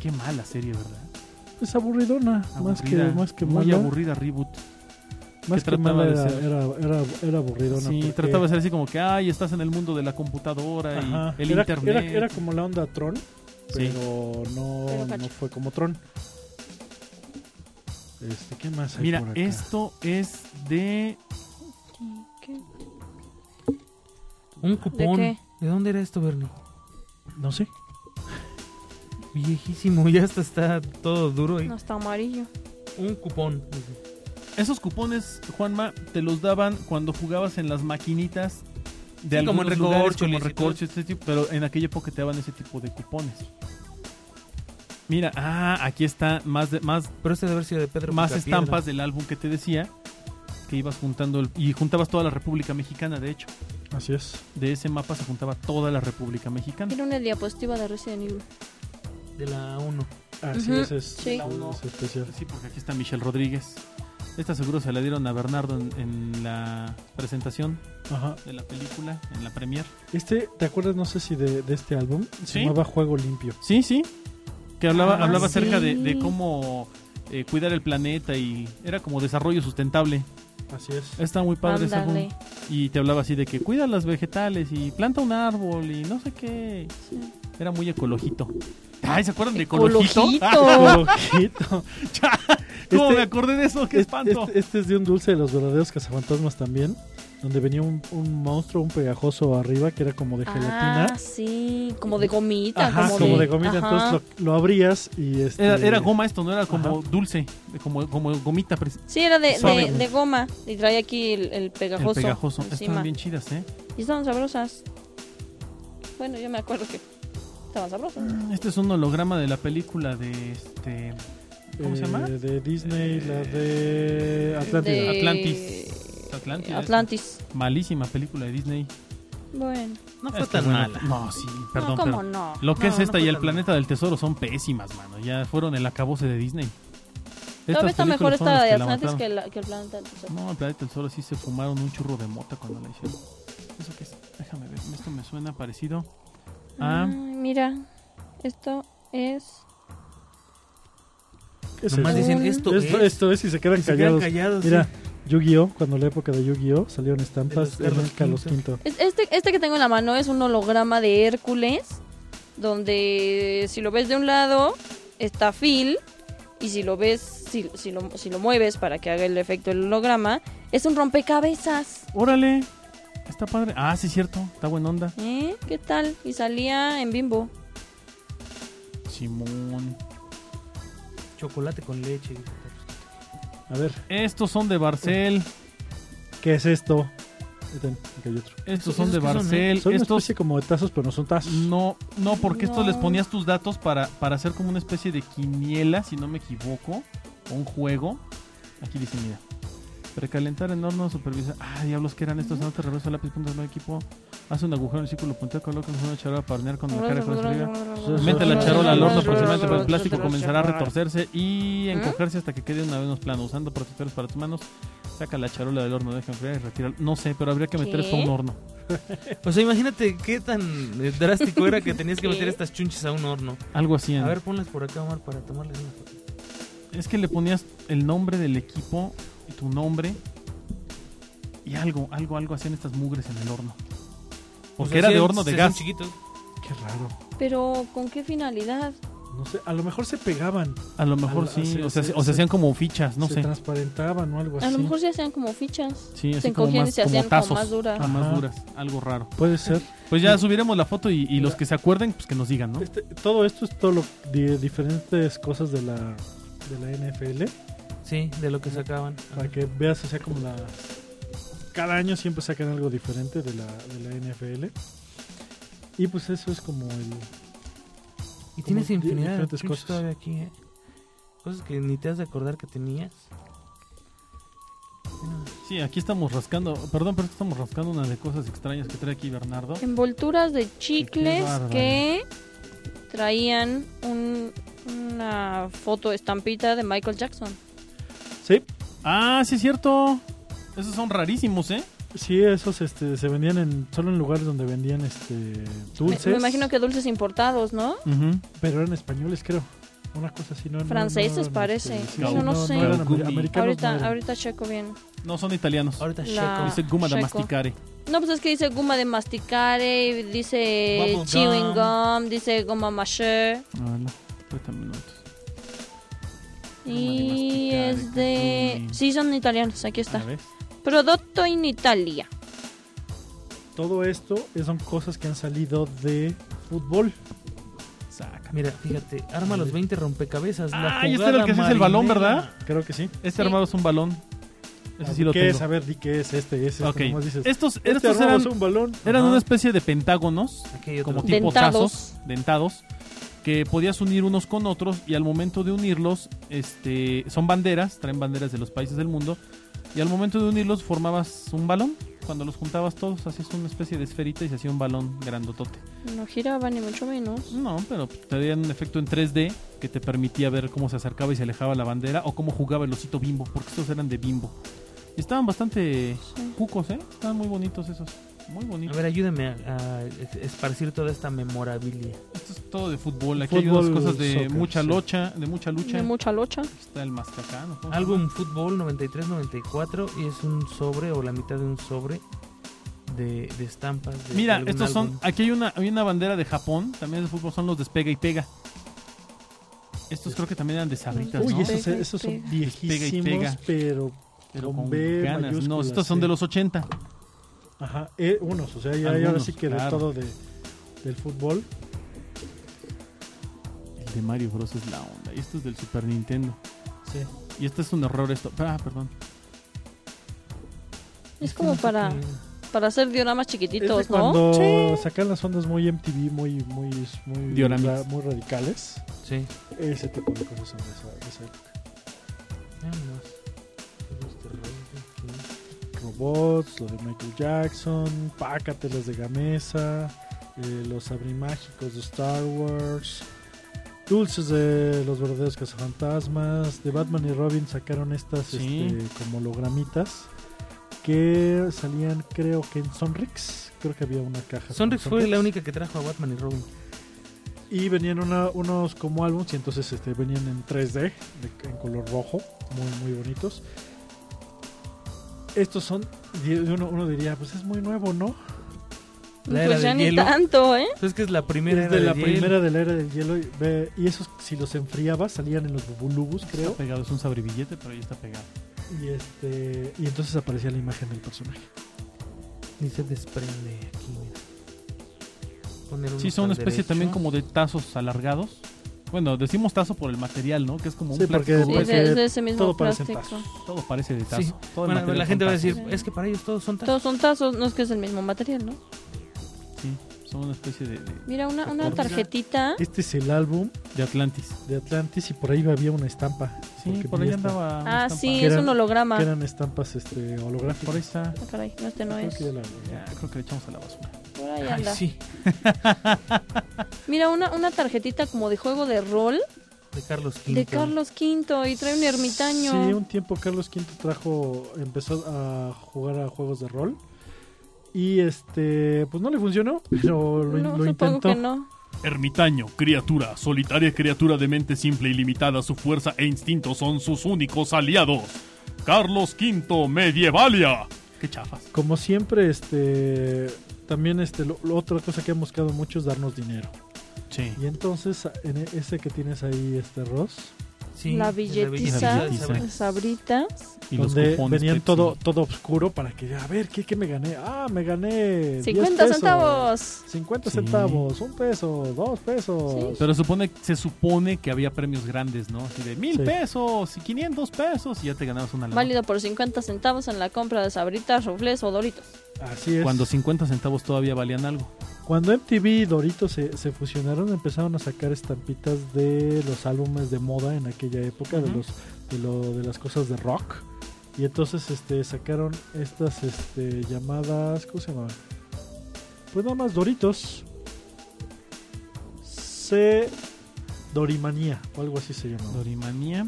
Speaker 3: Qué mala serie, ¿verdad?
Speaker 2: Es aburridona. Más que,
Speaker 3: Aburrida,
Speaker 2: más que
Speaker 3: Muy
Speaker 2: mala.
Speaker 3: aburrida Reboot.
Speaker 2: más
Speaker 3: que
Speaker 2: que
Speaker 3: trataba
Speaker 2: mala
Speaker 3: de
Speaker 2: era,
Speaker 3: ser.
Speaker 2: era, era, era aburridona.
Speaker 3: sí,
Speaker 2: porque-
Speaker 3: trataba de ser así como que, ay, estás en el mundo de la computadora
Speaker 2: Ajá.
Speaker 3: y el
Speaker 2: era,
Speaker 3: internet.
Speaker 2: Era, era como la onda Tron,
Speaker 3: Sí.
Speaker 2: pero no,
Speaker 4: Pero gacho.
Speaker 2: no fue como Tron. Este, ¿qué más hay
Speaker 3: Mira,
Speaker 2: por acá?
Speaker 3: esto es de...
Speaker 5: Un cupón.
Speaker 4: ¿De
Speaker 5: ¿De, dónde era esto, Bernie?
Speaker 2: No sé.
Speaker 5: Viejísimo, ya hasta está todo duro. ¿eh? y-
Speaker 4: No está amarillo.
Speaker 5: Un cupón. dice.
Speaker 3: Esos cupones, Juanma, te los daban cuando jugabas en las maquinitas de
Speaker 5: Sí, como en
Speaker 3: algunos lugares,
Speaker 5: recorcholis
Speaker 3: como
Speaker 5: y todo.
Speaker 3: recorcho, este tipo, pero en aquella época te daban ese tipo de cupones. Mira, ah, aquí está más de, más
Speaker 5: Pero este debe haber sido de Pedro
Speaker 3: más
Speaker 5: Picapiedra.
Speaker 3: estampas del álbum que te decía que ibas juntando el- y juntabas toda la República Mexicana de hecho
Speaker 2: Así es.
Speaker 3: de ese mapa se juntaba toda la República Mexicana
Speaker 4: Tiene una diapositiva de Resident Evil.
Speaker 5: De la 1.
Speaker 2: Así
Speaker 4: Ujú,
Speaker 2: es, es,
Speaker 4: sí.
Speaker 2: es especial.
Speaker 3: sí porque aquí está Michelle Rodríguez esta seguro se la dieron a Bernardo en, en la presentación
Speaker 2: Ajá.
Speaker 3: de la película en la premier
Speaker 2: Este, ¿te acuerdas? No sé si de, de este álbum. Se
Speaker 3: Sí.
Speaker 2: llamaba Juego Limpio.
Speaker 3: sí sí que hablaba
Speaker 5: Ah,
Speaker 3: hablaba
Speaker 5: sí.
Speaker 3: acerca de, de cómo eh, cuidar el planeta y era como desarrollo sustentable
Speaker 2: Así es.
Speaker 3: está muy padre ese álbum
Speaker 4: Ándale.
Speaker 3: y te hablaba así de que cuida los vegetales y planta un árbol y no sé qué
Speaker 4: Sí.
Speaker 3: Era muy ecolojito. Ay, ¿se acuerdan de ecolojito?
Speaker 4: Ecolojito.
Speaker 2: Ojito.
Speaker 3: Cha, ¿Cómo
Speaker 2: Este-
Speaker 3: me acordé de eso?
Speaker 2: Este-
Speaker 3: ¡Qué espanto!
Speaker 2: Este, este es de un dulce de los verdaderos cazafantasmas también. Donde venía un, un monstruo, un pegajoso arriba que era como de gelatina.
Speaker 4: Ah, sí, como de gomita,
Speaker 2: Ajá,
Speaker 4: como,
Speaker 2: como
Speaker 4: de,
Speaker 2: de gomita.
Speaker 4: ajá.
Speaker 2: Entonces lo, lo abrías y este.
Speaker 3: Era, era goma esto, no era como dulce, de como, como gomita pres-
Speaker 4: Sí, era de,
Speaker 3: Suave.
Speaker 4: de, de goma y traía aquí el, el pegajoso.
Speaker 3: el pegajoso.
Speaker 4: encima.
Speaker 3: Estaban bien chidas, ¿eh?
Speaker 4: Y estaban sabrosas. Bueno, yo me acuerdo que estaban sabrosas.
Speaker 3: Este es un holograma de la película de este. ¿Cómo se
Speaker 2: eh,
Speaker 3: llama?
Speaker 2: De Disney,
Speaker 3: Eh,
Speaker 2: la de Atlántida.
Speaker 4: De-
Speaker 3: Atlantis. Atlantis.
Speaker 4: Atlantis.
Speaker 3: Malísima película de Disney.
Speaker 4: Bueno,
Speaker 5: No fue
Speaker 3: Este,
Speaker 5: tan
Speaker 3: bueno,
Speaker 5: mala.
Speaker 3: No, sí, perdón.
Speaker 4: no, cómo
Speaker 3: pero
Speaker 4: no.
Speaker 3: Lo que
Speaker 5: No,
Speaker 3: es
Speaker 5: no
Speaker 3: esta
Speaker 5: fue
Speaker 3: y el
Speaker 5: tan
Speaker 3: planeta del tesoro son pésimas, mano. Ya fueron el acabose de Disney. Estas
Speaker 4: Todavía está mejor
Speaker 3: películas fueron
Speaker 4: esta
Speaker 3: las
Speaker 4: de
Speaker 3: que la
Speaker 4: Atlantis
Speaker 3: mataron.
Speaker 4: que, la- que el planeta. del tesoro.
Speaker 3: No, el planeta del tesoro sí se fumaron un churro de mota cuando la hicieron. ¿Eso qué es? Déjame ver. Esto me suena parecido. Ah,
Speaker 4: Ay, mira, esto es.
Speaker 2: ¿Qué es
Speaker 5: Nomás
Speaker 2: eso?
Speaker 5: dicen esto es.
Speaker 2: Esto, esto es y se quedan
Speaker 5: Y se quedan
Speaker 2: callados.
Speaker 5: callados,
Speaker 2: Mira,
Speaker 5: sí.
Speaker 2: Yu-Gi-Oh, cuando la época de Yu-Gi-Oh salieron estampas
Speaker 5: De los
Speaker 2: en el Carlos
Speaker 5: Carlos
Speaker 2: V.
Speaker 4: es- Este, este que tengo en la mano es un holograma de Hércules. Donde si lo ves de un lado está Phil. Y si lo ves, si, si lo, si lo mueves para que haga el efecto del holograma, es un rompecabezas.
Speaker 3: órale. Está padre. Ah, sí, cierto. Está buena onda.
Speaker 4: ¿Eh? ¿Qué tal? Y salía en bimbo.
Speaker 3: Simón.
Speaker 5: Chocolate con leche. dijo
Speaker 2: A ver,
Speaker 3: Estos son de Barcel.
Speaker 2: ¿qué es esto? Ahí ten, aquí hay otro.
Speaker 3: Estos
Speaker 5: Esos-
Speaker 3: son de
Speaker 5: esos que son,
Speaker 3: Barcel.
Speaker 2: Son una
Speaker 3: Estos
Speaker 2: especie como de tazos, pero no son tazos.
Speaker 3: No, no, porque estos
Speaker 4: No.
Speaker 3: les ponías tus datos para, para hacer como una especie de quiniela, si no me equivoco, o un juego. Aquí dice, mira. Precalentar en horno, supervisar. Ah, diablos, ¿qué eran estos? No te regreso lápiz, punto, no equipo. Haz un agujero en el círculo punteo, colocas una charola para hornear con la cara con la saliva. Mete la charola al horno aproximadamente para el plástico comenzará a retorcerse y
Speaker 4: ¿Mm?
Speaker 3: encogerse hasta que quede una vez plano. Usando protectores para tus manos, saca la charola del horno, deja enfriar y retirar. No sé, pero habría que meter esto a un
Speaker 4: ¿Qué?
Speaker 3: horno.
Speaker 5: Tata. O sea, imagínate qué tan eh, drástico era que tenías que meter
Speaker 4: Sí.
Speaker 5: estas chunches a un horno.
Speaker 3: Algo así.
Speaker 5: A
Speaker 3: Ana.
Speaker 5: ver, ponlas por acá, Omar, para tomarles una foto.
Speaker 3: Es que le ponías el nombre del equipo y tu nombre y algo, algo, algo hacían estas mugres en el horno.
Speaker 5: O
Speaker 3: Porque
Speaker 5: sea,
Speaker 3: era
Speaker 5: sí,
Speaker 3: de horno
Speaker 5: sí,
Speaker 3: de
Speaker 5: son
Speaker 3: gas.
Speaker 5: chiquitos.
Speaker 2: Qué raro.
Speaker 4: Pero, ¿con qué finalidad?
Speaker 2: No sé, a lo mejor se pegaban,
Speaker 3: A lo mejor
Speaker 2: Ah,
Speaker 3: sí,
Speaker 2: sí,
Speaker 3: o, sea,
Speaker 2: sí,
Speaker 3: o se
Speaker 2: sí.
Speaker 3: hacían como fichas, no
Speaker 2: se
Speaker 3: sé.
Speaker 2: transparentaban o algo así.
Speaker 4: A lo mejor se hacían como fichas.
Speaker 3: Sí, así
Speaker 4: se
Speaker 3: como
Speaker 4: encogían y
Speaker 3: más,
Speaker 4: se hacían
Speaker 3: como
Speaker 4: como,
Speaker 3: tazos,
Speaker 4: más
Speaker 3: ah,
Speaker 4: duras.
Speaker 3: más
Speaker 2: Ajá.
Speaker 3: duras, algo raro.
Speaker 2: Puede ser.
Speaker 3: Pues ya subiremos la foto y, y los que se acuerden, pues que nos digan, ¿no?
Speaker 2: Este, todo esto es todo lo de diferentes cosas de la de la NFL
Speaker 5: Sí, de lo que sacaban.
Speaker 2: para que veas o sea como la cada año siempre sacan algo diferente de la, de la NFL y pues eso es como el
Speaker 5: Y tienes
Speaker 2: como di-
Speaker 5: infinidad de
Speaker 2: diferentes
Speaker 5: chunches
Speaker 2: cosas.
Speaker 5: todavía aquí, ¿eh? Cosas que ni te has de acordar que tenías. Mira,
Speaker 3: Sí, aquí estamos rascando, perdón, pero estamos rascando una de cosas extrañas que trae aquí Bernardo.
Speaker 4: Envolturas de
Speaker 3: Qué
Speaker 4: chicles
Speaker 3: bárbaro.
Speaker 4: que traían un- una foto estampita de Michael Jackson.
Speaker 2: sí
Speaker 3: Ah, sí es cierto. Esos son rarísimos, ¿eh?
Speaker 2: sí esos este se vendían en solo en lugares donde vendían este
Speaker 4: Me,
Speaker 2: dulces
Speaker 4: me imagino que dulces importados, ¿no?
Speaker 3: Ujú.
Speaker 2: pero eran españoles creo una cosa así no no- no
Speaker 4: Franceses,
Speaker 2: eran, este,
Speaker 4: parece.
Speaker 2: sí,
Speaker 3: Eso
Speaker 2: sí,
Speaker 3: no
Speaker 4: sé.
Speaker 2: eran amer-
Speaker 3: Calcumi.
Speaker 2: americanos
Speaker 4: Ahorita,
Speaker 2: no eran.
Speaker 4: ahorita checo bien.
Speaker 3: No son italianos.
Speaker 5: Ahorita
Speaker 4: La-
Speaker 5: checo.
Speaker 3: Dice goma da
Speaker 4: Checo.
Speaker 3: masticare.
Speaker 4: No, pues es que dice goma de masticare, y dice
Speaker 5: Bubble gum.
Speaker 4: chewing gum, dice goma maché.
Speaker 3: Ah, no. Cuesta minutos.
Speaker 4: Y
Speaker 3: masticare,
Speaker 4: es de...
Speaker 3: cacao y-
Speaker 4: Sí, son italianos, aquí
Speaker 3: A
Speaker 4: está.
Speaker 3: ver.
Speaker 4: Prodotto in Italia.
Speaker 2: todo esto son cosas que han salido de fútbol
Speaker 3: Saca.
Speaker 5: Mira, fíjate, arma los 20 rompecabezas. la
Speaker 3: Ah, y este era el
Speaker 5: jugada
Speaker 3: que se hace el balón,
Speaker 5: marinera.
Speaker 3: ¿verdad?
Speaker 2: creo que sí
Speaker 3: Este
Speaker 4: Sí.
Speaker 3: armado es un balón. Ese
Speaker 2: Ah,
Speaker 3: sí lo
Speaker 2: ¿Qué
Speaker 3: tengo.
Speaker 2: es? A ver, di qué es este. Ese,
Speaker 3: Ok.
Speaker 2: nomás dices,
Speaker 3: Estos,
Speaker 2: este
Speaker 3: estos
Speaker 2: armado
Speaker 3: eran,
Speaker 2: es un balón.
Speaker 3: eran
Speaker 2: Ajá.
Speaker 3: una especie de pentágonos,
Speaker 5: Aquí hay otro.
Speaker 3: como tipo
Speaker 4: Dentados.
Speaker 3: tazos, dentados, que podías unir unos con otros y al momento de unirlos, este, son banderas, traen banderas de los países del mundo, y al momento de unirlos formabas un balón. Cuando los juntabas todos, hacías una especie de esferita y se hacía un balón grandotote.
Speaker 4: No giraba ni mucho menos.
Speaker 3: No, pero te dieron un efecto en 3D que te permitía ver cómo se acercaba y se alejaba la bandera o cómo jugaba el osito bimbo, porque estos eran de bimbo. Y estaban bastante
Speaker 4: Sí.
Speaker 3: cucos, ¿eh? Estaban muy bonitos esos. Muy
Speaker 5: A
Speaker 3: bonitos.
Speaker 5: ver, ayúdame a, a es- esparcir toda esta memorabilia.
Speaker 3: Esto es todo de fútbol. Aquí hay
Speaker 2: Fútbol,
Speaker 3: unas cosas de
Speaker 2: soccer,
Speaker 3: mucha
Speaker 2: sí.
Speaker 3: locha, de mucha lucha.
Speaker 4: De mucha locha.
Speaker 3: Aquí está el mascacano. ¿cómo se llama?
Speaker 5: Álbum Fútbol 93-94 y es un sobre o la mitad de un sobre de, de estampas. de
Speaker 3: Mira,
Speaker 5: algún
Speaker 3: estos son.
Speaker 5: álbum.
Speaker 3: Aquí hay una, hay una bandera de Japón. También de fútbol son los despega y pega. Estos creo que también eran de sabritas,
Speaker 2: Uy,
Speaker 3: ¿no?
Speaker 2: esos,
Speaker 4: Pega y
Speaker 2: esos son
Speaker 4: pega.
Speaker 2: viejísimos,
Speaker 3: Pega y pega.
Speaker 2: pero,
Speaker 3: Pero
Speaker 2: con
Speaker 3: con
Speaker 2: B
Speaker 3: ganas. No,
Speaker 2: mayúscula,
Speaker 3: estos son de
Speaker 2: sí.
Speaker 3: los 80.
Speaker 2: Ajá, eh, unos, o sea, ya, ya ahora
Speaker 3: Algunos,
Speaker 2: sí que del
Speaker 3: Ah, claro.
Speaker 2: todo de, del fútbol.
Speaker 3: El de Mario Bros. es la onda. Y esto es del Super Nintendo.
Speaker 2: Sí.
Speaker 3: Y este es un error esto. Ah, perdón.
Speaker 4: Es como para, para hacer dioramas
Speaker 2: Es de
Speaker 4: chiquititos, ¿no?
Speaker 2: cuando sacan las ondas muy MTV, muy, muy, muy,
Speaker 3: Dioramis.
Speaker 2: ra- muy radicales.
Speaker 5: Sí.
Speaker 2: Ese tipo de cosas son de esa, de esa época.
Speaker 5: Vámonos. Este rollo aquí.
Speaker 2: Robots, lo de Michael Jackson, pácatelas de Gamesa, eh, los abrimágicos de Star Wars, dulces de los verdaderos cazafantasmas. De Batman y Robin sacaron estas
Speaker 3: Sí.
Speaker 2: este, como hologramitas que salían, creo que en Sonrix. Creo que había una caja. con
Speaker 5: Sonrix fue la única que trajo a Batman y Robin.
Speaker 2: Y venían una- unos como álbums y entonces este, venían en 3D, de- en color rojo, muy, muy bonitos. Estos son, di- uno, uno diría, pues es muy nuevo, ¿no?
Speaker 5: La era
Speaker 4: Pues ya
Speaker 5: del
Speaker 4: ni
Speaker 5: hielo.
Speaker 4: tanto, ¿eh?
Speaker 5: Entonces que Pues es la primera.
Speaker 2: es
Speaker 5: era
Speaker 2: de la
Speaker 5: hielo.
Speaker 2: primera de la era del hielo. Y, ve- y esos, si los enfriabas, salían en los bubulubus, creo.
Speaker 3: Está pegado, es un sabribillete, pero ya está pegado.
Speaker 2: Y, este, y entonces aparecía la imagen del personaje.
Speaker 5: Y se desprende aquí, mira. Poner
Speaker 3: Sí,
Speaker 5: unos
Speaker 3: son una
Speaker 5: al
Speaker 3: especie
Speaker 5: derecho.
Speaker 3: también como de tazos alargados. Bueno, decimos tazo por el material, ¿no? Que es como un
Speaker 2: Sí, porque-
Speaker 3: plástico
Speaker 4: Sí,
Speaker 2: Como
Speaker 4: es,
Speaker 3: grueso.
Speaker 4: de,
Speaker 2: ese-
Speaker 4: es de ese mismo
Speaker 2: todo parece en
Speaker 4: plástico.
Speaker 2: tazos.
Speaker 3: Todo parece de tazo.
Speaker 5: Sí.
Speaker 3: Todo el
Speaker 5: Bueno,
Speaker 3: material
Speaker 5: la
Speaker 3: son
Speaker 5: gente va a
Speaker 3: tazos.
Speaker 5: decir, es que para ellos todos son tazos.
Speaker 4: Todos son tazos, no es que es el mismo material, ¿no?
Speaker 3: Sí, son una especie de, de,
Speaker 4: Mira, una, una
Speaker 3: Mira.
Speaker 4: tarjetita.
Speaker 2: Este es el álbum
Speaker 3: de Atlantis.
Speaker 2: de Atlantis y por ahí había una estampa.
Speaker 3: Sí,
Speaker 2: porque
Speaker 3: por
Speaker 2: vi
Speaker 3: ahí
Speaker 2: esta,
Speaker 3: andaba. una
Speaker 4: Ah,
Speaker 3: estampa.
Speaker 4: sí,
Speaker 2: Que
Speaker 4: es
Speaker 2: eran-
Speaker 4: un holograma.
Speaker 2: Que eran estampas este, holográficas.
Speaker 3: Por ahí está.
Speaker 4: Ah, caray, no, este no
Speaker 2: Creo
Speaker 4: es.
Speaker 2: que ya la-
Speaker 3: Ya, creo que le echamos a la basura.
Speaker 4: Por ahí
Speaker 5: Ay,
Speaker 4: anda.
Speaker 5: sí,
Speaker 4: Mira, una, una tarjetita como de juego de rol
Speaker 5: de Carlos V.
Speaker 4: de Carlos V y trae un ermitaño.
Speaker 2: Sí, un tiempo Carlos V trajo, empezó a jugar a juegos de rol. Y este, pues no le funcionó, pero lo, in-
Speaker 4: no,
Speaker 2: lo
Speaker 4: supongo
Speaker 2: intentó.
Speaker 4: que no.
Speaker 3: Ermitaño, criatura, solitaria criatura de mente simple y limitada, su fuerza e instinto son sus únicos aliados. Carlos V, Medievalia. Qué chafas.
Speaker 2: Como siempre, este, también este, lo- lo- otra cosa que han buscado mucho es darnos dinero.
Speaker 3: Sí.
Speaker 2: Y entonces, en e- ese que tienes ahí, este Ross,
Speaker 5: Sí,
Speaker 4: la
Speaker 5: de
Speaker 4: billetiza,
Speaker 5: de Sabrina.
Speaker 4: las abritas.
Speaker 3: Y
Speaker 2: donde venían
Speaker 3: Pepsi.
Speaker 2: todo, todo oscuro para que, a ver, ¿qué, qué me gané? Ah, me gané 10
Speaker 4: 50
Speaker 2: pesos,
Speaker 4: centavos.
Speaker 2: 50
Speaker 3: Sí.
Speaker 2: centavos, un peso, dos pesos.
Speaker 3: Pero supone, se supone que había premios grandes, ¿no? Así de mil
Speaker 2: Sí.
Speaker 3: pesos y 500 pesos y ya te ganabas una lana.
Speaker 4: Válido por 50 centavos en la compra de sabritas, rufles o doritos.
Speaker 2: Así es.
Speaker 3: Cuando 50 centavos todavía valían algo.
Speaker 2: Cuando MTV y Doritos se, se fusionaron, empezaron a sacar estampitas de los álbumes de moda en aquella época, de
Speaker 3: Ujú.
Speaker 2: los de, lo, de las cosas de rock. Y entonces este sacaron estas este, llamadas, ¿cómo se llamaban? Pues nada más Doritos. C Dorimanía o algo así se llamaba.
Speaker 3: Dorimanía.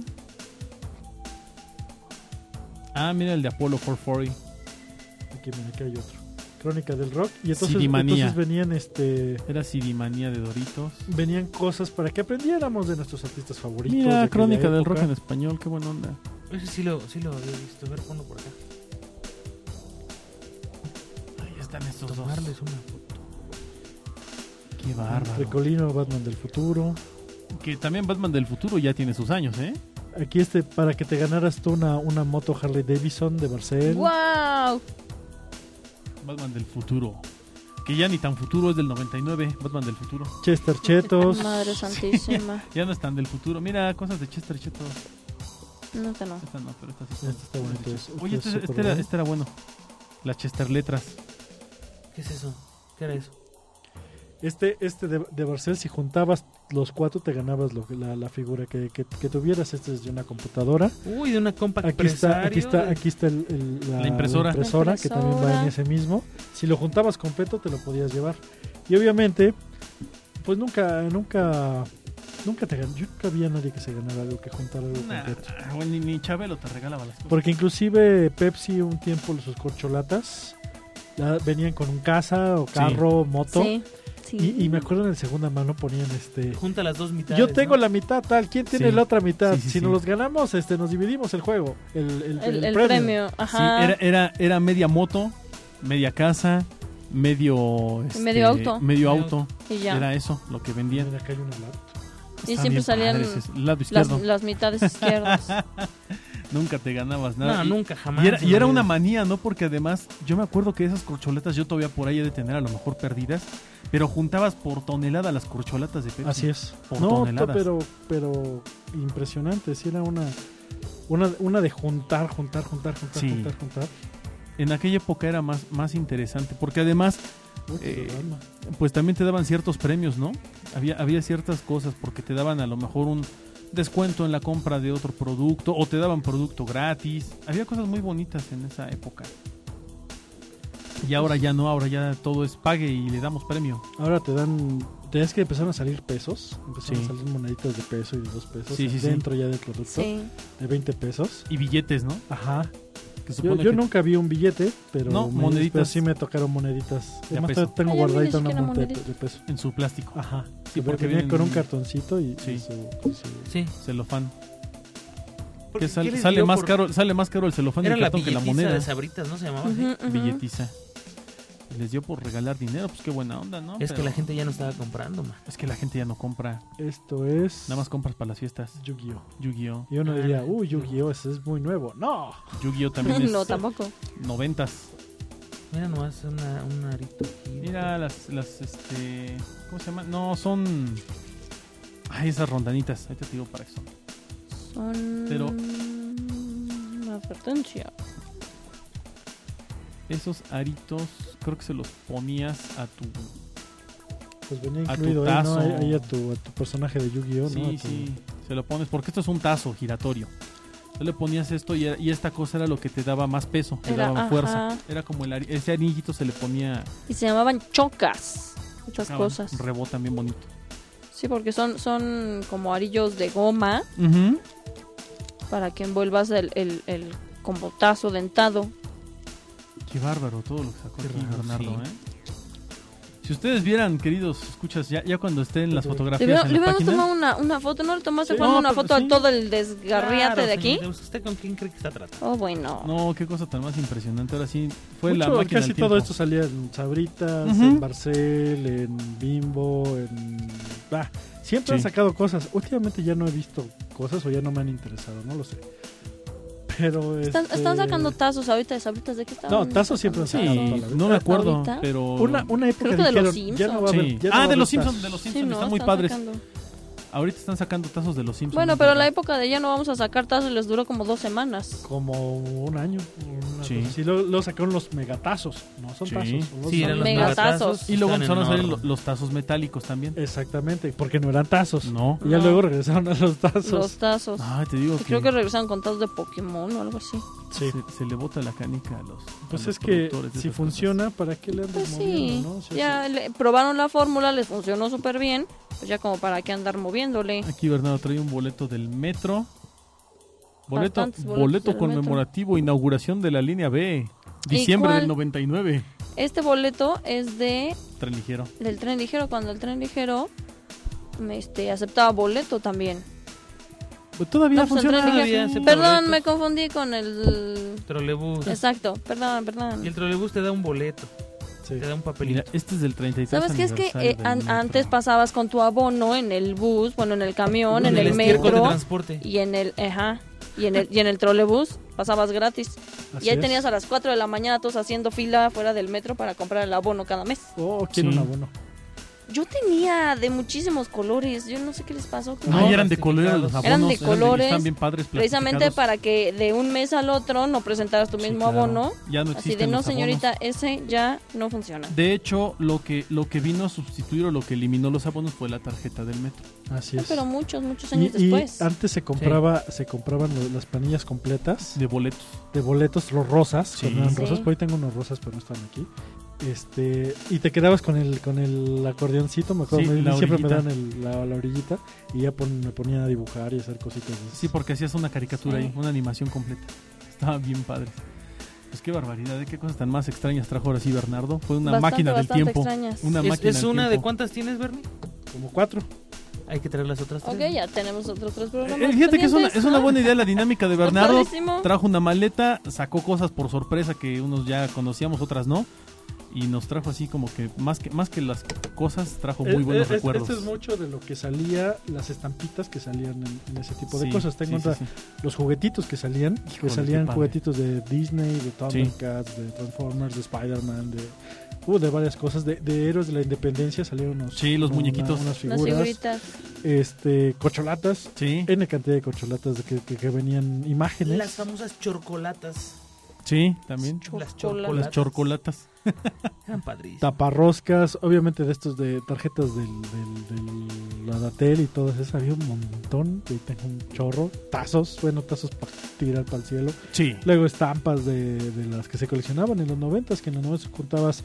Speaker 3: Ah, mira el de Apolo 440.
Speaker 2: Aquí, mira, aquí hay otro. Crónica del rock y entonces,
Speaker 3: Sidimanía.
Speaker 2: entonces venían este
Speaker 3: Era Sidimanía de Doritos.
Speaker 2: venían cosas para que aprendiéramos de nuestros artistas favoritos. de
Speaker 3: Mira,
Speaker 2: aquella
Speaker 3: Crónica del
Speaker 2: época.
Speaker 3: Rock en español, qué buena onda.
Speaker 5: Ese sí lo, sí lo había visto. A ver, ponlo por acá.
Speaker 3: Ahí están estos
Speaker 5: Tomarles una.
Speaker 3: Qué bárbaro.
Speaker 2: Recolino, Batman del futuro.
Speaker 3: Que también Batman del futuro ya tiene sus años, ¿eh?
Speaker 2: Aquí este, para que te ganaras tú una, una moto Harley Davidson de Barcel.
Speaker 4: ¡Wow!
Speaker 3: Batman del futuro. Que ya ni tan futuro, es del 99, Batman del futuro.
Speaker 2: Chester Chetos.
Speaker 4: Madre santísima.
Speaker 3: Ya no están del futuro. Mira, cosas de Chester Cheto.
Speaker 4: No, esta no.
Speaker 3: Esta no, pero esta sí
Speaker 2: Este está bonito. este
Speaker 3: Oye,
Speaker 2: es
Speaker 3: este,
Speaker 2: súper
Speaker 3: este era,
Speaker 2: bueno.
Speaker 3: este era bueno. Las Chester letras.
Speaker 5: ¿Qué es eso? ¿Qué era eso?
Speaker 2: Este, este de, de Barcel, si juntabas los cuatro, te ganabas lo que- la, la figura que, que- que tuvieras. Este es de una computadora.
Speaker 5: Uy, de una compact
Speaker 2: Aquí está, aquí
Speaker 5: Presario,
Speaker 2: está,
Speaker 5: de-
Speaker 2: aquí está el- el- la,
Speaker 3: La impresora.
Speaker 2: la impresora,
Speaker 4: La
Speaker 2: que también va
Speaker 4: impresora.
Speaker 2: en ese mismo. Si lo juntabas completo, te lo podías llevar. Y obviamente, pues nunca, nunca, nunca te gan- Yo nunca vi a nadie que se ganara algo que juntara algo
Speaker 3: Nah,
Speaker 2: completo.
Speaker 3: bueno, ni, ni Chabelo te regalaba las cosas.
Speaker 2: Porque inclusive Pepsi un tiempo sus corcholatas ya venían con un casa o carro, moto.
Speaker 4: Sí. sí.
Speaker 2: Y, y me acuerdo en el segunda mano ponían este...
Speaker 5: Junta las dos mitades.
Speaker 2: Yo tengo
Speaker 5: ¿no?
Speaker 2: la mitad tal, ¿quién tiene
Speaker 3: Sí.
Speaker 2: la otra mitad?
Speaker 3: Sí, sí,
Speaker 2: si
Speaker 3: sí.
Speaker 2: nos los ganamos, este nos dividimos el juego, el, el-
Speaker 4: El,
Speaker 2: el
Speaker 4: el
Speaker 2: premio.
Speaker 4: premio.
Speaker 3: Sí,
Speaker 4: Ajá.
Speaker 3: era, era, era media moto, media casa, medio este,
Speaker 4: Medio auto.
Speaker 5: Medio
Speaker 3: medio auto.
Speaker 4: Y ya.
Speaker 3: Era eso lo que vendían.
Speaker 2: Mira, acá hay una lata.
Speaker 4: Y
Speaker 3: Están
Speaker 4: siempre
Speaker 3: bien
Speaker 4: salían
Speaker 3: padres, es- el lado
Speaker 4: las,
Speaker 3: izquierdo.
Speaker 4: las mitades izquierdas.
Speaker 3: Nunca te ganabas
Speaker 5: No,
Speaker 3: nada. Y-
Speaker 5: nunca, jamás.
Speaker 3: Y era,
Speaker 5: en
Speaker 3: y
Speaker 5: la
Speaker 3: era
Speaker 5: vida.
Speaker 3: una manía, ¿no? Porque además, yo me acuerdo que esas corcholatas yo todavía por ahí he de tener a lo mejor perdidas, pero juntabas por tonelada las corcholatas de Pepsi.
Speaker 2: Así es.
Speaker 3: Por
Speaker 2: no,
Speaker 3: toneladas.
Speaker 2: to- pero, pero impresionante. Sí, era una, una, una de juntar, juntar, juntar, juntar,
Speaker 3: Sí.
Speaker 2: juntar, juntar.
Speaker 3: En aquella época era más, más interesante, porque además,
Speaker 2: Uy, qué
Speaker 3: Eh,
Speaker 2: drama.
Speaker 3: pues también te daban ciertos premios, ¿no? Había, había ciertas cosas, porque te daban a lo mejor un descuento en la compra de otro producto, o te daban producto gratis. Había cosas muy bonitas en esa época. Y ahora ya no, ahora ya todo es pague y le damos premio.
Speaker 2: Ahora te dan. Tenías que empezaron a salir pesos. Empezaron
Speaker 3: Sí.
Speaker 2: a salir moneditas de peso y de dos pesos.
Speaker 3: Sí, sí, sí.
Speaker 2: dentro ya del producto.
Speaker 4: sí.
Speaker 2: De 20 pesos.
Speaker 3: Y billetes, ¿no?
Speaker 2: Ajá.
Speaker 3: Que
Speaker 2: Yo,
Speaker 3: supone
Speaker 2: yo
Speaker 3: que-
Speaker 2: nunca vi un billete, pero.
Speaker 3: No,
Speaker 2: me-
Speaker 3: moneditas.
Speaker 2: pero sí me tocaron moneditas.
Speaker 3: De
Speaker 2: Además,
Speaker 3: peso.
Speaker 2: tengo
Speaker 4: Ay, a mí Ah, me
Speaker 2: guardadita
Speaker 4: decían
Speaker 2: una
Speaker 4: que era
Speaker 2: moneda de,
Speaker 4: monedita.
Speaker 2: de peso.
Speaker 3: en su plástico.
Speaker 5: Ah,
Speaker 2: Ajá.
Speaker 3: Sí,
Speaker 2: Que
Speaker 3: porque
Speaker 2: venía
Speaker 3: vienen-
Speaker 2: con un cartoncito y.
Speaker 3: Sí.
Speaker 2: y su- y su-
Speaker 5: Sí.
Speaker 3: celofán.
Speaker 5: Porque
Speaker 3: Que sal-
Speaker 5: ¿qué les
Speaker 3: sale
Speaker 5: dio
Speaker 3: más
Speaker 5: por-
Speaker 3: caro, sale más caro el celofán y
Speaker 5: Era
Speaker 3: el
Speaker 5: la
Speaker 3: cartón que la
Speaker 5: billetiza
Speaker 3: moneda.
Speaker 5: de sabritas, ¿no se llamaba? así?
Speaker 4: Ujú, ujú.
Speaker 3: Billetiza. Y Les dio por regalar dinero, pues qué buena onda, ¿no?
Speaker 5: Es que
Speaker 3: Pero
Speaker 5: la gente ya no estaba comprando, man.
Speaker 3: es que la gente ya no compra,
Speaker 2: Esto es.
Speaker 3: nada más compras para las fiestas.
Speaker 2: Yu-Gi-Oh!
Speaker 3: Yu-Gi-Oh.
Speaker 2: Y uno
Speaker 5: Ah,
Speaker 2: diría, uy, Yu-Gi-Oh! Ese es muy nuevo. ¡No!
Speaker 3: Yu-Gi-Oh también es
Speaker 4: no, tampoco.
Speaker 3: noventas.
Speaker 5: Mira nomás una, un arito aquí.
Speaker 3: Mira las las este, ¿cómo se llama? No, son Ay, esas rondanitas, ahí te digo para que son.
Speaker 4: Son...
Speaker 3: Pero-
Speaker 4: Una advertencia.
Speaker 3: Esos aritos, creo que se los ponías a tu
Speaker 2: Pues venía
Speaker 3: A tu
Speaker 2: incluido ahí, ¿no?
Speaker 3: tazo.
Speaker 2: Ahí, ahí a, tu, a tu personaje de Yu-Gi-Oh! ¿no? Este, A
Speaker 3: Sí,
Speaker 2: tu-
Speaker 3: sí, se lo pones, porque esto es un tazo giratorio. Tú le ponías esto y, era- y esta cosa era lo que te daba más peso, te
Speaker 4: Era,
Speaker 3: daba
Speaker 4: ajá.
Speaker 3: fuerza. Era como el, ari- ese anillito se le ponía
Speaker 4: Y se llamaban chocas. Estas
Speaker 3: ah,
Speaker 4: cosas.
Speaker 3: un rebota bien bonito.
Speaker 4: Sí, porque son, son como arillos de goma para que envuelvas el, el, el como tazo dentado.
Speaker 3: Qué bárbaro todo lo que sacó
Speaker 5: Qué
Speaker 3: aquí
Speaker 5: raro,
Speaker 3: Bernardo,
Speaker 5: sí.
Speaker 3: ¿eh? Si ustedes vieran, queridos, escuchas, ya, ya cuando estén las
Speaker 2: Le
Speaker 4: Le
Speaker 3: fotografías
Speaker 4: hubiera-
Speaker 3: en
Speaker 4: le
Speaker 3: la
Speaker 4: hubiéramos
Speaker 3: página,
Speaker 4: tomado una, una foto, ¿no le tomaste
Speaker 3: Sí.
Speaker 4: Juan,
Speaker 3: No,
Speaker 4: una
Speaker 3: pero
Speaker 4: foto
Speaker 3: sí.
Speaker 4: a todo el desgarriate
Speaker 5: Claro,
Speaker 4: de aquí?
Speaker 5: señor, ¿Usted con quién cree que está tratando?
Speaker 4: Oh, bueno.
Speaker 3: No, qué cosa tan más impresionante. Ahora sí, fue la
Speaker 2: Mucho,
Speaker 3: máquina
Speaker 2: casi
Speaker 3: del
Speaker 2: todo
Speaker 3: tiempo.
Speaker 2: esto salía en Sabritas,
Speaker 3: Ujú.
Speaker 2: en Barcel, en Bimbo, en... bah, siempre han
Speaker 3: Sí.
Speaker 2: sacado cosas. Últimamente ya no he visto cosas o ya no me han interesado, no lo sé. Pero...
Speaker 4: Están,
Speaker 2: este,
Speaker 4: están sacando tazos ahorita de sabritas de qué estaban.
Speaker 2: No, tazos siempre han
Speaker 4: sacando?
Speaker 3: Sí,
Speaker 2: sacado toda la vida.
Speaker 3: no me acuerdo,
Speaker 4: ¿Ahorita?
Speaker 3: pero...
Speaker 2: Una, una época
Speaker 4: Creo que de los
Speaker 2: dijeron, ya no va a
Speaker 3: Sí.
Speaker 2: haber- ya no va a
Speaker 3: Ah, de
Speaker 2: haber
Speaker 3: los Simpsons,
Speaker 2: tazos.
Speaker 3: de los
Speaker 4: Sí,
Speaker 3: Simpsons,
Speaker 4: no,
Speaker 3: están muy
Speaker 4: están
Speaker 3: padres.
Speaker 4: sacando.
Speaker 3: Ahorita están sacando tazos de los Simpsons.
Speaker 4: Bueno,
Speaker 3: es
Speaker 4: pero
Speaker 3: verdad.
Speaker 4: la época de ya no vamos a sacar tazos les duró como dos semanas.
Speaker 2: Como un año. una
Speaker 3: Sí.
Speaker 2: cosa así. Luego- luego sacaron los megatazos, no son
Speaker 3: Sí.
Speaker 2: tazos. son los
Speaker 5: Sí, eran los
Speaker 4: megatazos.
Speaker 5: megatazos.
Speaker 3: Y luego
Speaker 5: Están
Speaker 3: empezaron a salir lo-
Speaker 5: enormes.
Speaker 3: los tazos metálicos
Speaker 2: Eh,
Speaker 3: también.
Speaker 2: Exactamente, porque no eran tazos.
Speaker 3: No.
Speaker 2: Y ya
Speaker 4: No.
Speaker 2: luego regresaron a los tazos.
Speaker 4: Los tazos.
Speaker 3: Ay, te digo
Speaker 4: Y
Speaker 3: que,
Speaker 4: Creo que regresaron con tazos de Pokémon o algo así.
Speaker 2: Sí.
Speaker 3: se, se le bota la canica a los. a
Speaker 2: Pues
Speaker 3: los
Speaker 2: es que
Speaker 3: productores de
Speaker 2: si
Speaker 3: esas
Speaker 2: funciona, ¿para qué le andas
Speaker 4: Pues
Speaker 2: moviendo,
Speaker 4: sí.
Speaker 2: no? O sea,
Speaker 4: Ya le- probaron la fórmula, les funcionó súper bien. Pues ya como para qué andar moviéndole.
Speaker 3: cosas. Aquí Bernardo trae un boleto del metro. Boleto,
Speaker 4: Bastantes boletos
Speaker 3: boleto
Speaker 4: del
Speaker 3: conmemorativo, inauguración de la línea B. Diciembre
Speaker 4: cuál?
Speaker 3: del 99.
Speaker 4: Este boleto es de
Speaker 3: Tren ligero.
Speaker 4: del tren ligero. Cuando el tren ligero este, aceptaba boleto también.
Speaker 3: Pues todavía
Speaker 4: No, pues el
Speaker 3: funciona.
Speaker 4: tren ligero-
Speaker 5: todavía, acepta
Speaker 4: Perdón,
Speaker 5: boletos.
Speaker 4: me confundí con el...
Speaker 5: Trolebús.
Speaker 4: Exacto, perdón, perdón.
Speaker 5: Y el trolebús te da un boleto,
Speaker 2: sí.
Speaker 5: te da un
Speaker 3: Mira,
Speaker 5: papelito.
Speaker 3: este es del 33.
Speaker 4: ¿Sabes qué? Es que
Speaker 3: aniversario
Speaker 4: eh,
Speaker 3: del
Speaker 4: an-
Speaker 3: metro.
Speaker 4: antes pasabas con tu abono en el bus, bueno, en el camión,
Speaker 5: Con
Speaker 4: en el,
Speaker 5: estiércol de
Speaker 4: metro
Speaker 5: transporte.
Speaker 4: y en el, ajá, y en el, y en el trolebús, pasabas gratis.
Speaker 2: Así
Speaker 4: y ahí
Speaker 2: es.
Speaker 4: tenías a las 4 de la mañana todos haciendo fila fuera del metro para comprar el abono cada mes.
Speaker 2: Oh, quiero
Speaker 3: Sí.
Speaker 2: un abono.
Speaker 4: Yo tenía de muchísimos colores, yo no sé qué les pasó.
Speaker 3: No,
Speaker 5: No,
Speaker 3: y eran de colores los
Speaker 5: plastificados.
Speaker 3: abonos.
Speaker 4: Eran de colores,
Speaker 3: Están bien padres.
Speaker 4: Precisamente
Speaker 3: plastificados.
Speaker 4: para que de un mes al otro no presentaras tu
Speaker 3: Sí,
Speaker 4: mismo
Speaker 3: claro.
Speaker 4: abono.
Speaker 3: Ya no
Speaker 4: Así
Speaker 3: existen
Speaker 4: de no,
Speaker 3: los abonos.
Speaker 4: señorita, ese ya no funciona.
Speaker 3: De hecho, lo que, lo que vino a sustituir o lo que eliminó los abonos fue la tarjeta del metro.
Speaker 2: Así
Speaker 4: No,
Speaker 2: es.
Speaker 4: Ah, pero muchos, muchos
Speaker 2: y,
Speaker 4: años
Speaker 2: y
Speaker 4: después.
Speaker 2: antes se compraba se compraban lo- las planillas completas
Speaker 3: De boletos.
Speaker 2: de boletos, los rosas,
Speaker 3: Sí.
Speaker 2: cuando eran
Speaker 4: Sí.
Speaker 2: rosas, por ahí tengo unos rosas, pero no están aquí. Este, y te quedabas con el con el acordeoncito, me acuerdo,
Speaker 3: Sí,
Speaker 2: me-
Speaker 3: la
Speaker 2: siempre me
Speaker 3: orillita.
Speaker 2: dan el- la, la orillita y ya pon- me ponía a dibujar y hacer cositas. de esas.
Speaker 3: Sí, porque hacías una caricatura
Speaker 4: Sí.
Speaker 3: ahí, una animación completa. Estaba bien padre. Pues qué barbaridad, ¿eh? qué cosas tan más extrañas trajo ahora sí Bernardo. Fue una
Speaker 4: Bastante,
Speaker 3: máquina del
Speaker 4: bastante
Speaker 3: tiempo.
Speaker 4: extrañas.
Speaker 3: Una
Speaker 5: ¿Es,
Speaker 3: máquina
Speaker 5: es
Speaker 3: del
Speaker 5: una de
Speaker 3: tiempo.
Speaker 5: cuántas tienes, Bernie?
Speaker 2: como cuatro.
Speaker 5: Hay que traer las otras tres.
Speaker 4: Ok, ya tenemos otros tres programas.
Speaker 3: Eh, fíjate que es una, es una buena idea la dinámica de Bernardo.
Speaker 4: Ah, padrísimo.
Speaker 3: Trajo una maleta, sacó cosas por sorpresa que unos ya conocíamos, otras no. y nos trajo así como que más que más que las cosas trajo muy
Speaker 2: Eh, eh,
Speaker 3: buenos
Speaker 2: es-
Speaker 3: recuerdos.
Speaker 2: Este es mucho de lo que salía, las estampitas que salían en, en ese tipo de
Speaker 3: Sí,
Speaker 2: cosas. Tengo
Speaker 3: sí,
Speaker 2: otra-
Speaker 3: sí,
Speaker 2: los juguetitos que salían, que
Speaker 3: Híjole, qué
Speaker 2: salían
Speaker 3: padre.
Speaker 2: juguetitos de Disney, de Thundercats, de Transformers, de Spider-Man, de, uh, de varias cosas. De, de héroes de la independencia salieron unos,
Speaker 3: Sí, los muñequitos.
Speaker 2: unas
Speaker 4: Las
Speaker 2: figuras,
Speaker 4: figuritas.
Speaker 2: este, cocholatas,
Speaker 3: sí. Sí,
Speaker 2: N cantidad de cocholatas que, que- que venían imágenes.
Speaker 5: Las famosas chorcolatas.
Speaker 3: sí, también.
Speaker 5: Las
Speaker 4: Chorcolatas.
Speaker 5: chorcolatas.
Speaker 3: Las chorcolatas.
Speaker 5: Eran padrísimas.
Speaker 2: taparroscas, obviamente de estos de tarjetas del, del, del Adatel y todas esas, había un montón, y tengo un chorro, tazos, bueno, tazos para tirar para el cielo,
Speaker 3: Sí.
Speaker 2: luego estampas de, de las que se coleccionaban en los noventas, que en los noventas juntabas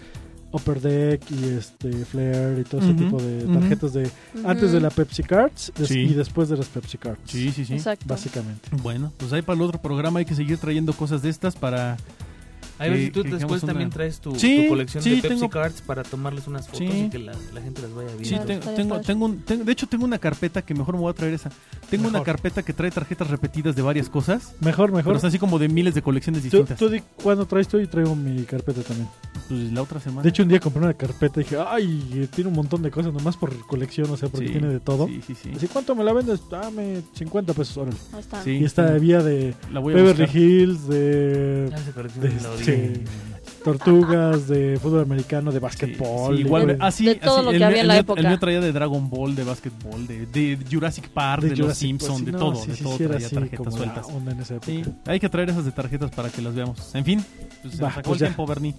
Speaker 2: Upper Deck y este Flair y todo ese
Speaker 3: Ujú,
Speaker 2: tipo de
Speaker 3: ujú.
Speaker 2: tarjetas de antes de la Pepsi Cards des-
Speaker 3: Sí.
Speaker 2: y después de las Pepsi Cards,
Speaker 3: Sí, sí, sí.
Speaker 4: Exacto.
Speaker 2: básicamente.
Speaker 3: Bueno, pues ahí para el otro programa hay que seguir trayendo cosas de estas para
Speaker 5: Ahí ver si
Speaker 3: que-
Speaker 5: tú
Speaker 3: que
Speaker 5: después
Speaker 3: hagamos eh, una-
Speaker 5: también traes tu,
Speaker 3: Sí,
Speaker 5: tu colección
Speaker 3: sí,
Speaker 5: de Pepsi
Speaker 3: tengo-
Speaker 5: Cards para tomarles unas fotos
Speaker 3: Sí.
Speaker 5: y que la, la gente las vaya
Speaker 3: Sí,
Speaker 5: viendo.
Speaker 3: tengo,
Speaker 4: estaría
Speaker 3: tengo,
Speaker 4: padre.
Speaker 3: tengo un- tengo- de hecho tengo una carpeta que mejor me voy a traer esa. Tengo una
Speaker 2: Mejor.
Speaker 3: carpeta que trae tarjetas repetidas de varias cosas,
Speaker 2: Mejor,
Speaker 3: pero
Speaker 2: mejor.
Speaker 3: es así como de miles de colecciones
Speaker 2: Tú,
Speaker 3: distintas.
Speaker 2: tú di cuándo traes tú y traigo mi carpeta también.
Speaker 3: Pues la otra semana.
Speaker 2: De hecho, un día compré una carpeta y dije, ay, tiene un montón de cosas, nomás por colección, o sea, porque
Speaker 3: Sí,
Speaker 2: tiene de todo.
Speaker 3: Sí, sí, sí.
Speaker 2: Así, ¿cuánto me la vendes? Dame 50 pesos, órale.
Speaker 4: Ahí están.
Speaker 3: Sí,
Speaker 2: y esta
Speaker 3: sí.
Speaker 2: había de
Speaker 3: La voy a
Speaker 2: Beverly
Speaker 3: buscar.
Speaker 2: Hills, de
Speaker 5: Ah, esa colección
Speaker 2: de
Speaker 5: la
Speaker 2: este-
Speaker 5: odié.
Speaker 2: tortugas, de fútbol americano, de
Speaker 3: Sí,
Speaker 2: básquetbol.
Speaker 3: sí,
Speaker 2: de-
Speaker 3: igual,
Speaker 2: de-
Speaker 3: ah, sí,
Speaker 4: de todo
Speaker 3: así,
Speaker 4: lo
Speaker 3: el
Speaker 4: que había
Speaker 3: mío-
Speaker 4: en
Speaker 3: el
Speaker 4: la
Speaker 3: mío-
Speaker 4: época.
Speaker 3: El mío traía de Dragon Ball, de básquetbol, de, de Jurassic Park, de, los
Speaker 2: Jurassic
Speaker 3: Simpsons,
Speaker 2: Park, sí,
Speaker 3: de
Speaker 2: no,
Speaker 3: todo,
Speaker 2: sí,
Speaker 3: de
Speaker 2: sí,
Speaker 3: todo
Speaker 2: sí, era
Speaker 3: traía
Speaker 2: así
Speaker 3: tarjetas
Speaker 2: como la
Speaker 3: sueltas.
Speaker 2: onda en esa época.
Speaker 3: Sí, hay que traer esas de tarjetas para que las veamos. En fin, pues se
Speaker 2: Va,
Speaker 3: nos acabó
Speaker 2: pues ya.
Speaker 3: el tiempo, Bernie.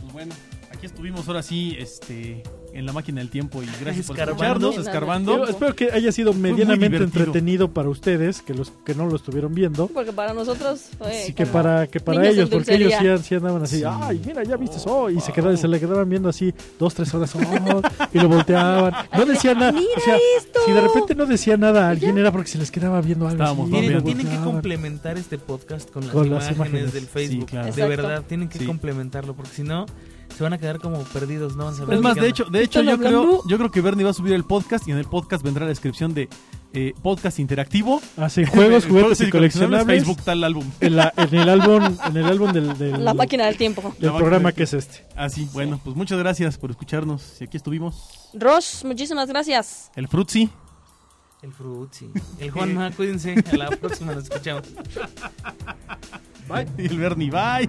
Speaker 3: Pues bueno, aquí estuvimos ahora sí, este, en la máquina del tiempo y gracias por
Speaker 5: Escarbando.
Speaker 3: escucharnos,
Speaker 4: Máquina del
Speaker 2: Pero
Speaker 3: escarbando.
Speaker 4: tiempo.
Speaker 2: espero que haya sido
Speaker 3: muy
Speaker 2: medianamente
Speaker 3: divertido.
Speaker 2: entretenido para ustedes, que los que no lo estuvieron viendo.
Speaker 4: Porque para nosotros fue.
Speaker 2: Así que
Speaker 4: como-
Speaker 2: para, que para
Speaker 4: Niños en
Speaker 2: ellos, porque ellos sí,
Speaker 4: dulcería.
Speaker 2: sí andaban así,
Speaker 3: Sí.
Speaker 2: ay, mira, ya viste eso,
Speaker 3: Oh,
Speaker 2: y se,
Speaker 3: wow.
Speaker 2: quedaban, se le quedaban viendo así dos, tres horas, oh, y lo volteaban. No decían nada.
Speaker 4: ¡Mira
Speaker 2: o sea,
Speaker 4: esto!
Speaker 2: si de repente no decía nada a alguien, era porque se les quedaba viendo algo.
Speaker 3: Estábamos
Speaker 2: así,
Speaker 3: todos
Speaker 2: y lo
Speaker 5: Tienen,
Speaker 3: viendo.
Speaker 5: tienen que
Speaker 2: volteaban.
Speaker 5: complementar este podcast con las,
Speaker 2: Con las
Speaker 5: imágenes,
Speaker 2: imágenes.
Speaker 5: del Facebook.
Speaker 3: Sí, claro.
Speaker 5: De
Speaker 4: Exacto.
Speaker 5: verdad, tienen que
Speaker 3: Sí.
Speaker 5: complementarlo porque si no, se van a quedar como perdidos. No van a saber
Speaker 3: Es
Speaker 5: ni
Speaker 3: más,
Speaker 5: qué
Speaker 3: de
Speaker 5: onda.
Speaker 3: hecho, de hecho
Speaker 4: Están
Speaker 3: yo, creo,
Speaker 4: hablando.
Speaker 3: yo creo que Bernie va a subir el podcast y en el podcast vendrá la descripción de eh, podcast interactivo.
Speaker 2: Así, juegos, juguetes y coleccionables.
Speaker 3: Facebook tal álbum.
Speaker 2: En, la- en el álbum, en el álbum del, del-
Speaker 4: La máquina del tiempo.
Speaker 2: del
Speaker 3: La
Speaker 2: programa
Speaker 3: máquina.
Speaker 2: que es este.
Speaker 3: Así, bueno, pues muchas gracias por escucharnos. Y aquí estuvimos.
Speaker 4: Ross, muchísimas gracias.
Speaker 3: El Frutzi.
Speaker 5: El Fruitsi. El Juanma, cuídense. A la próxima nos escuchamos.
Speaker 3: Bye. Y el Bernie. Bye.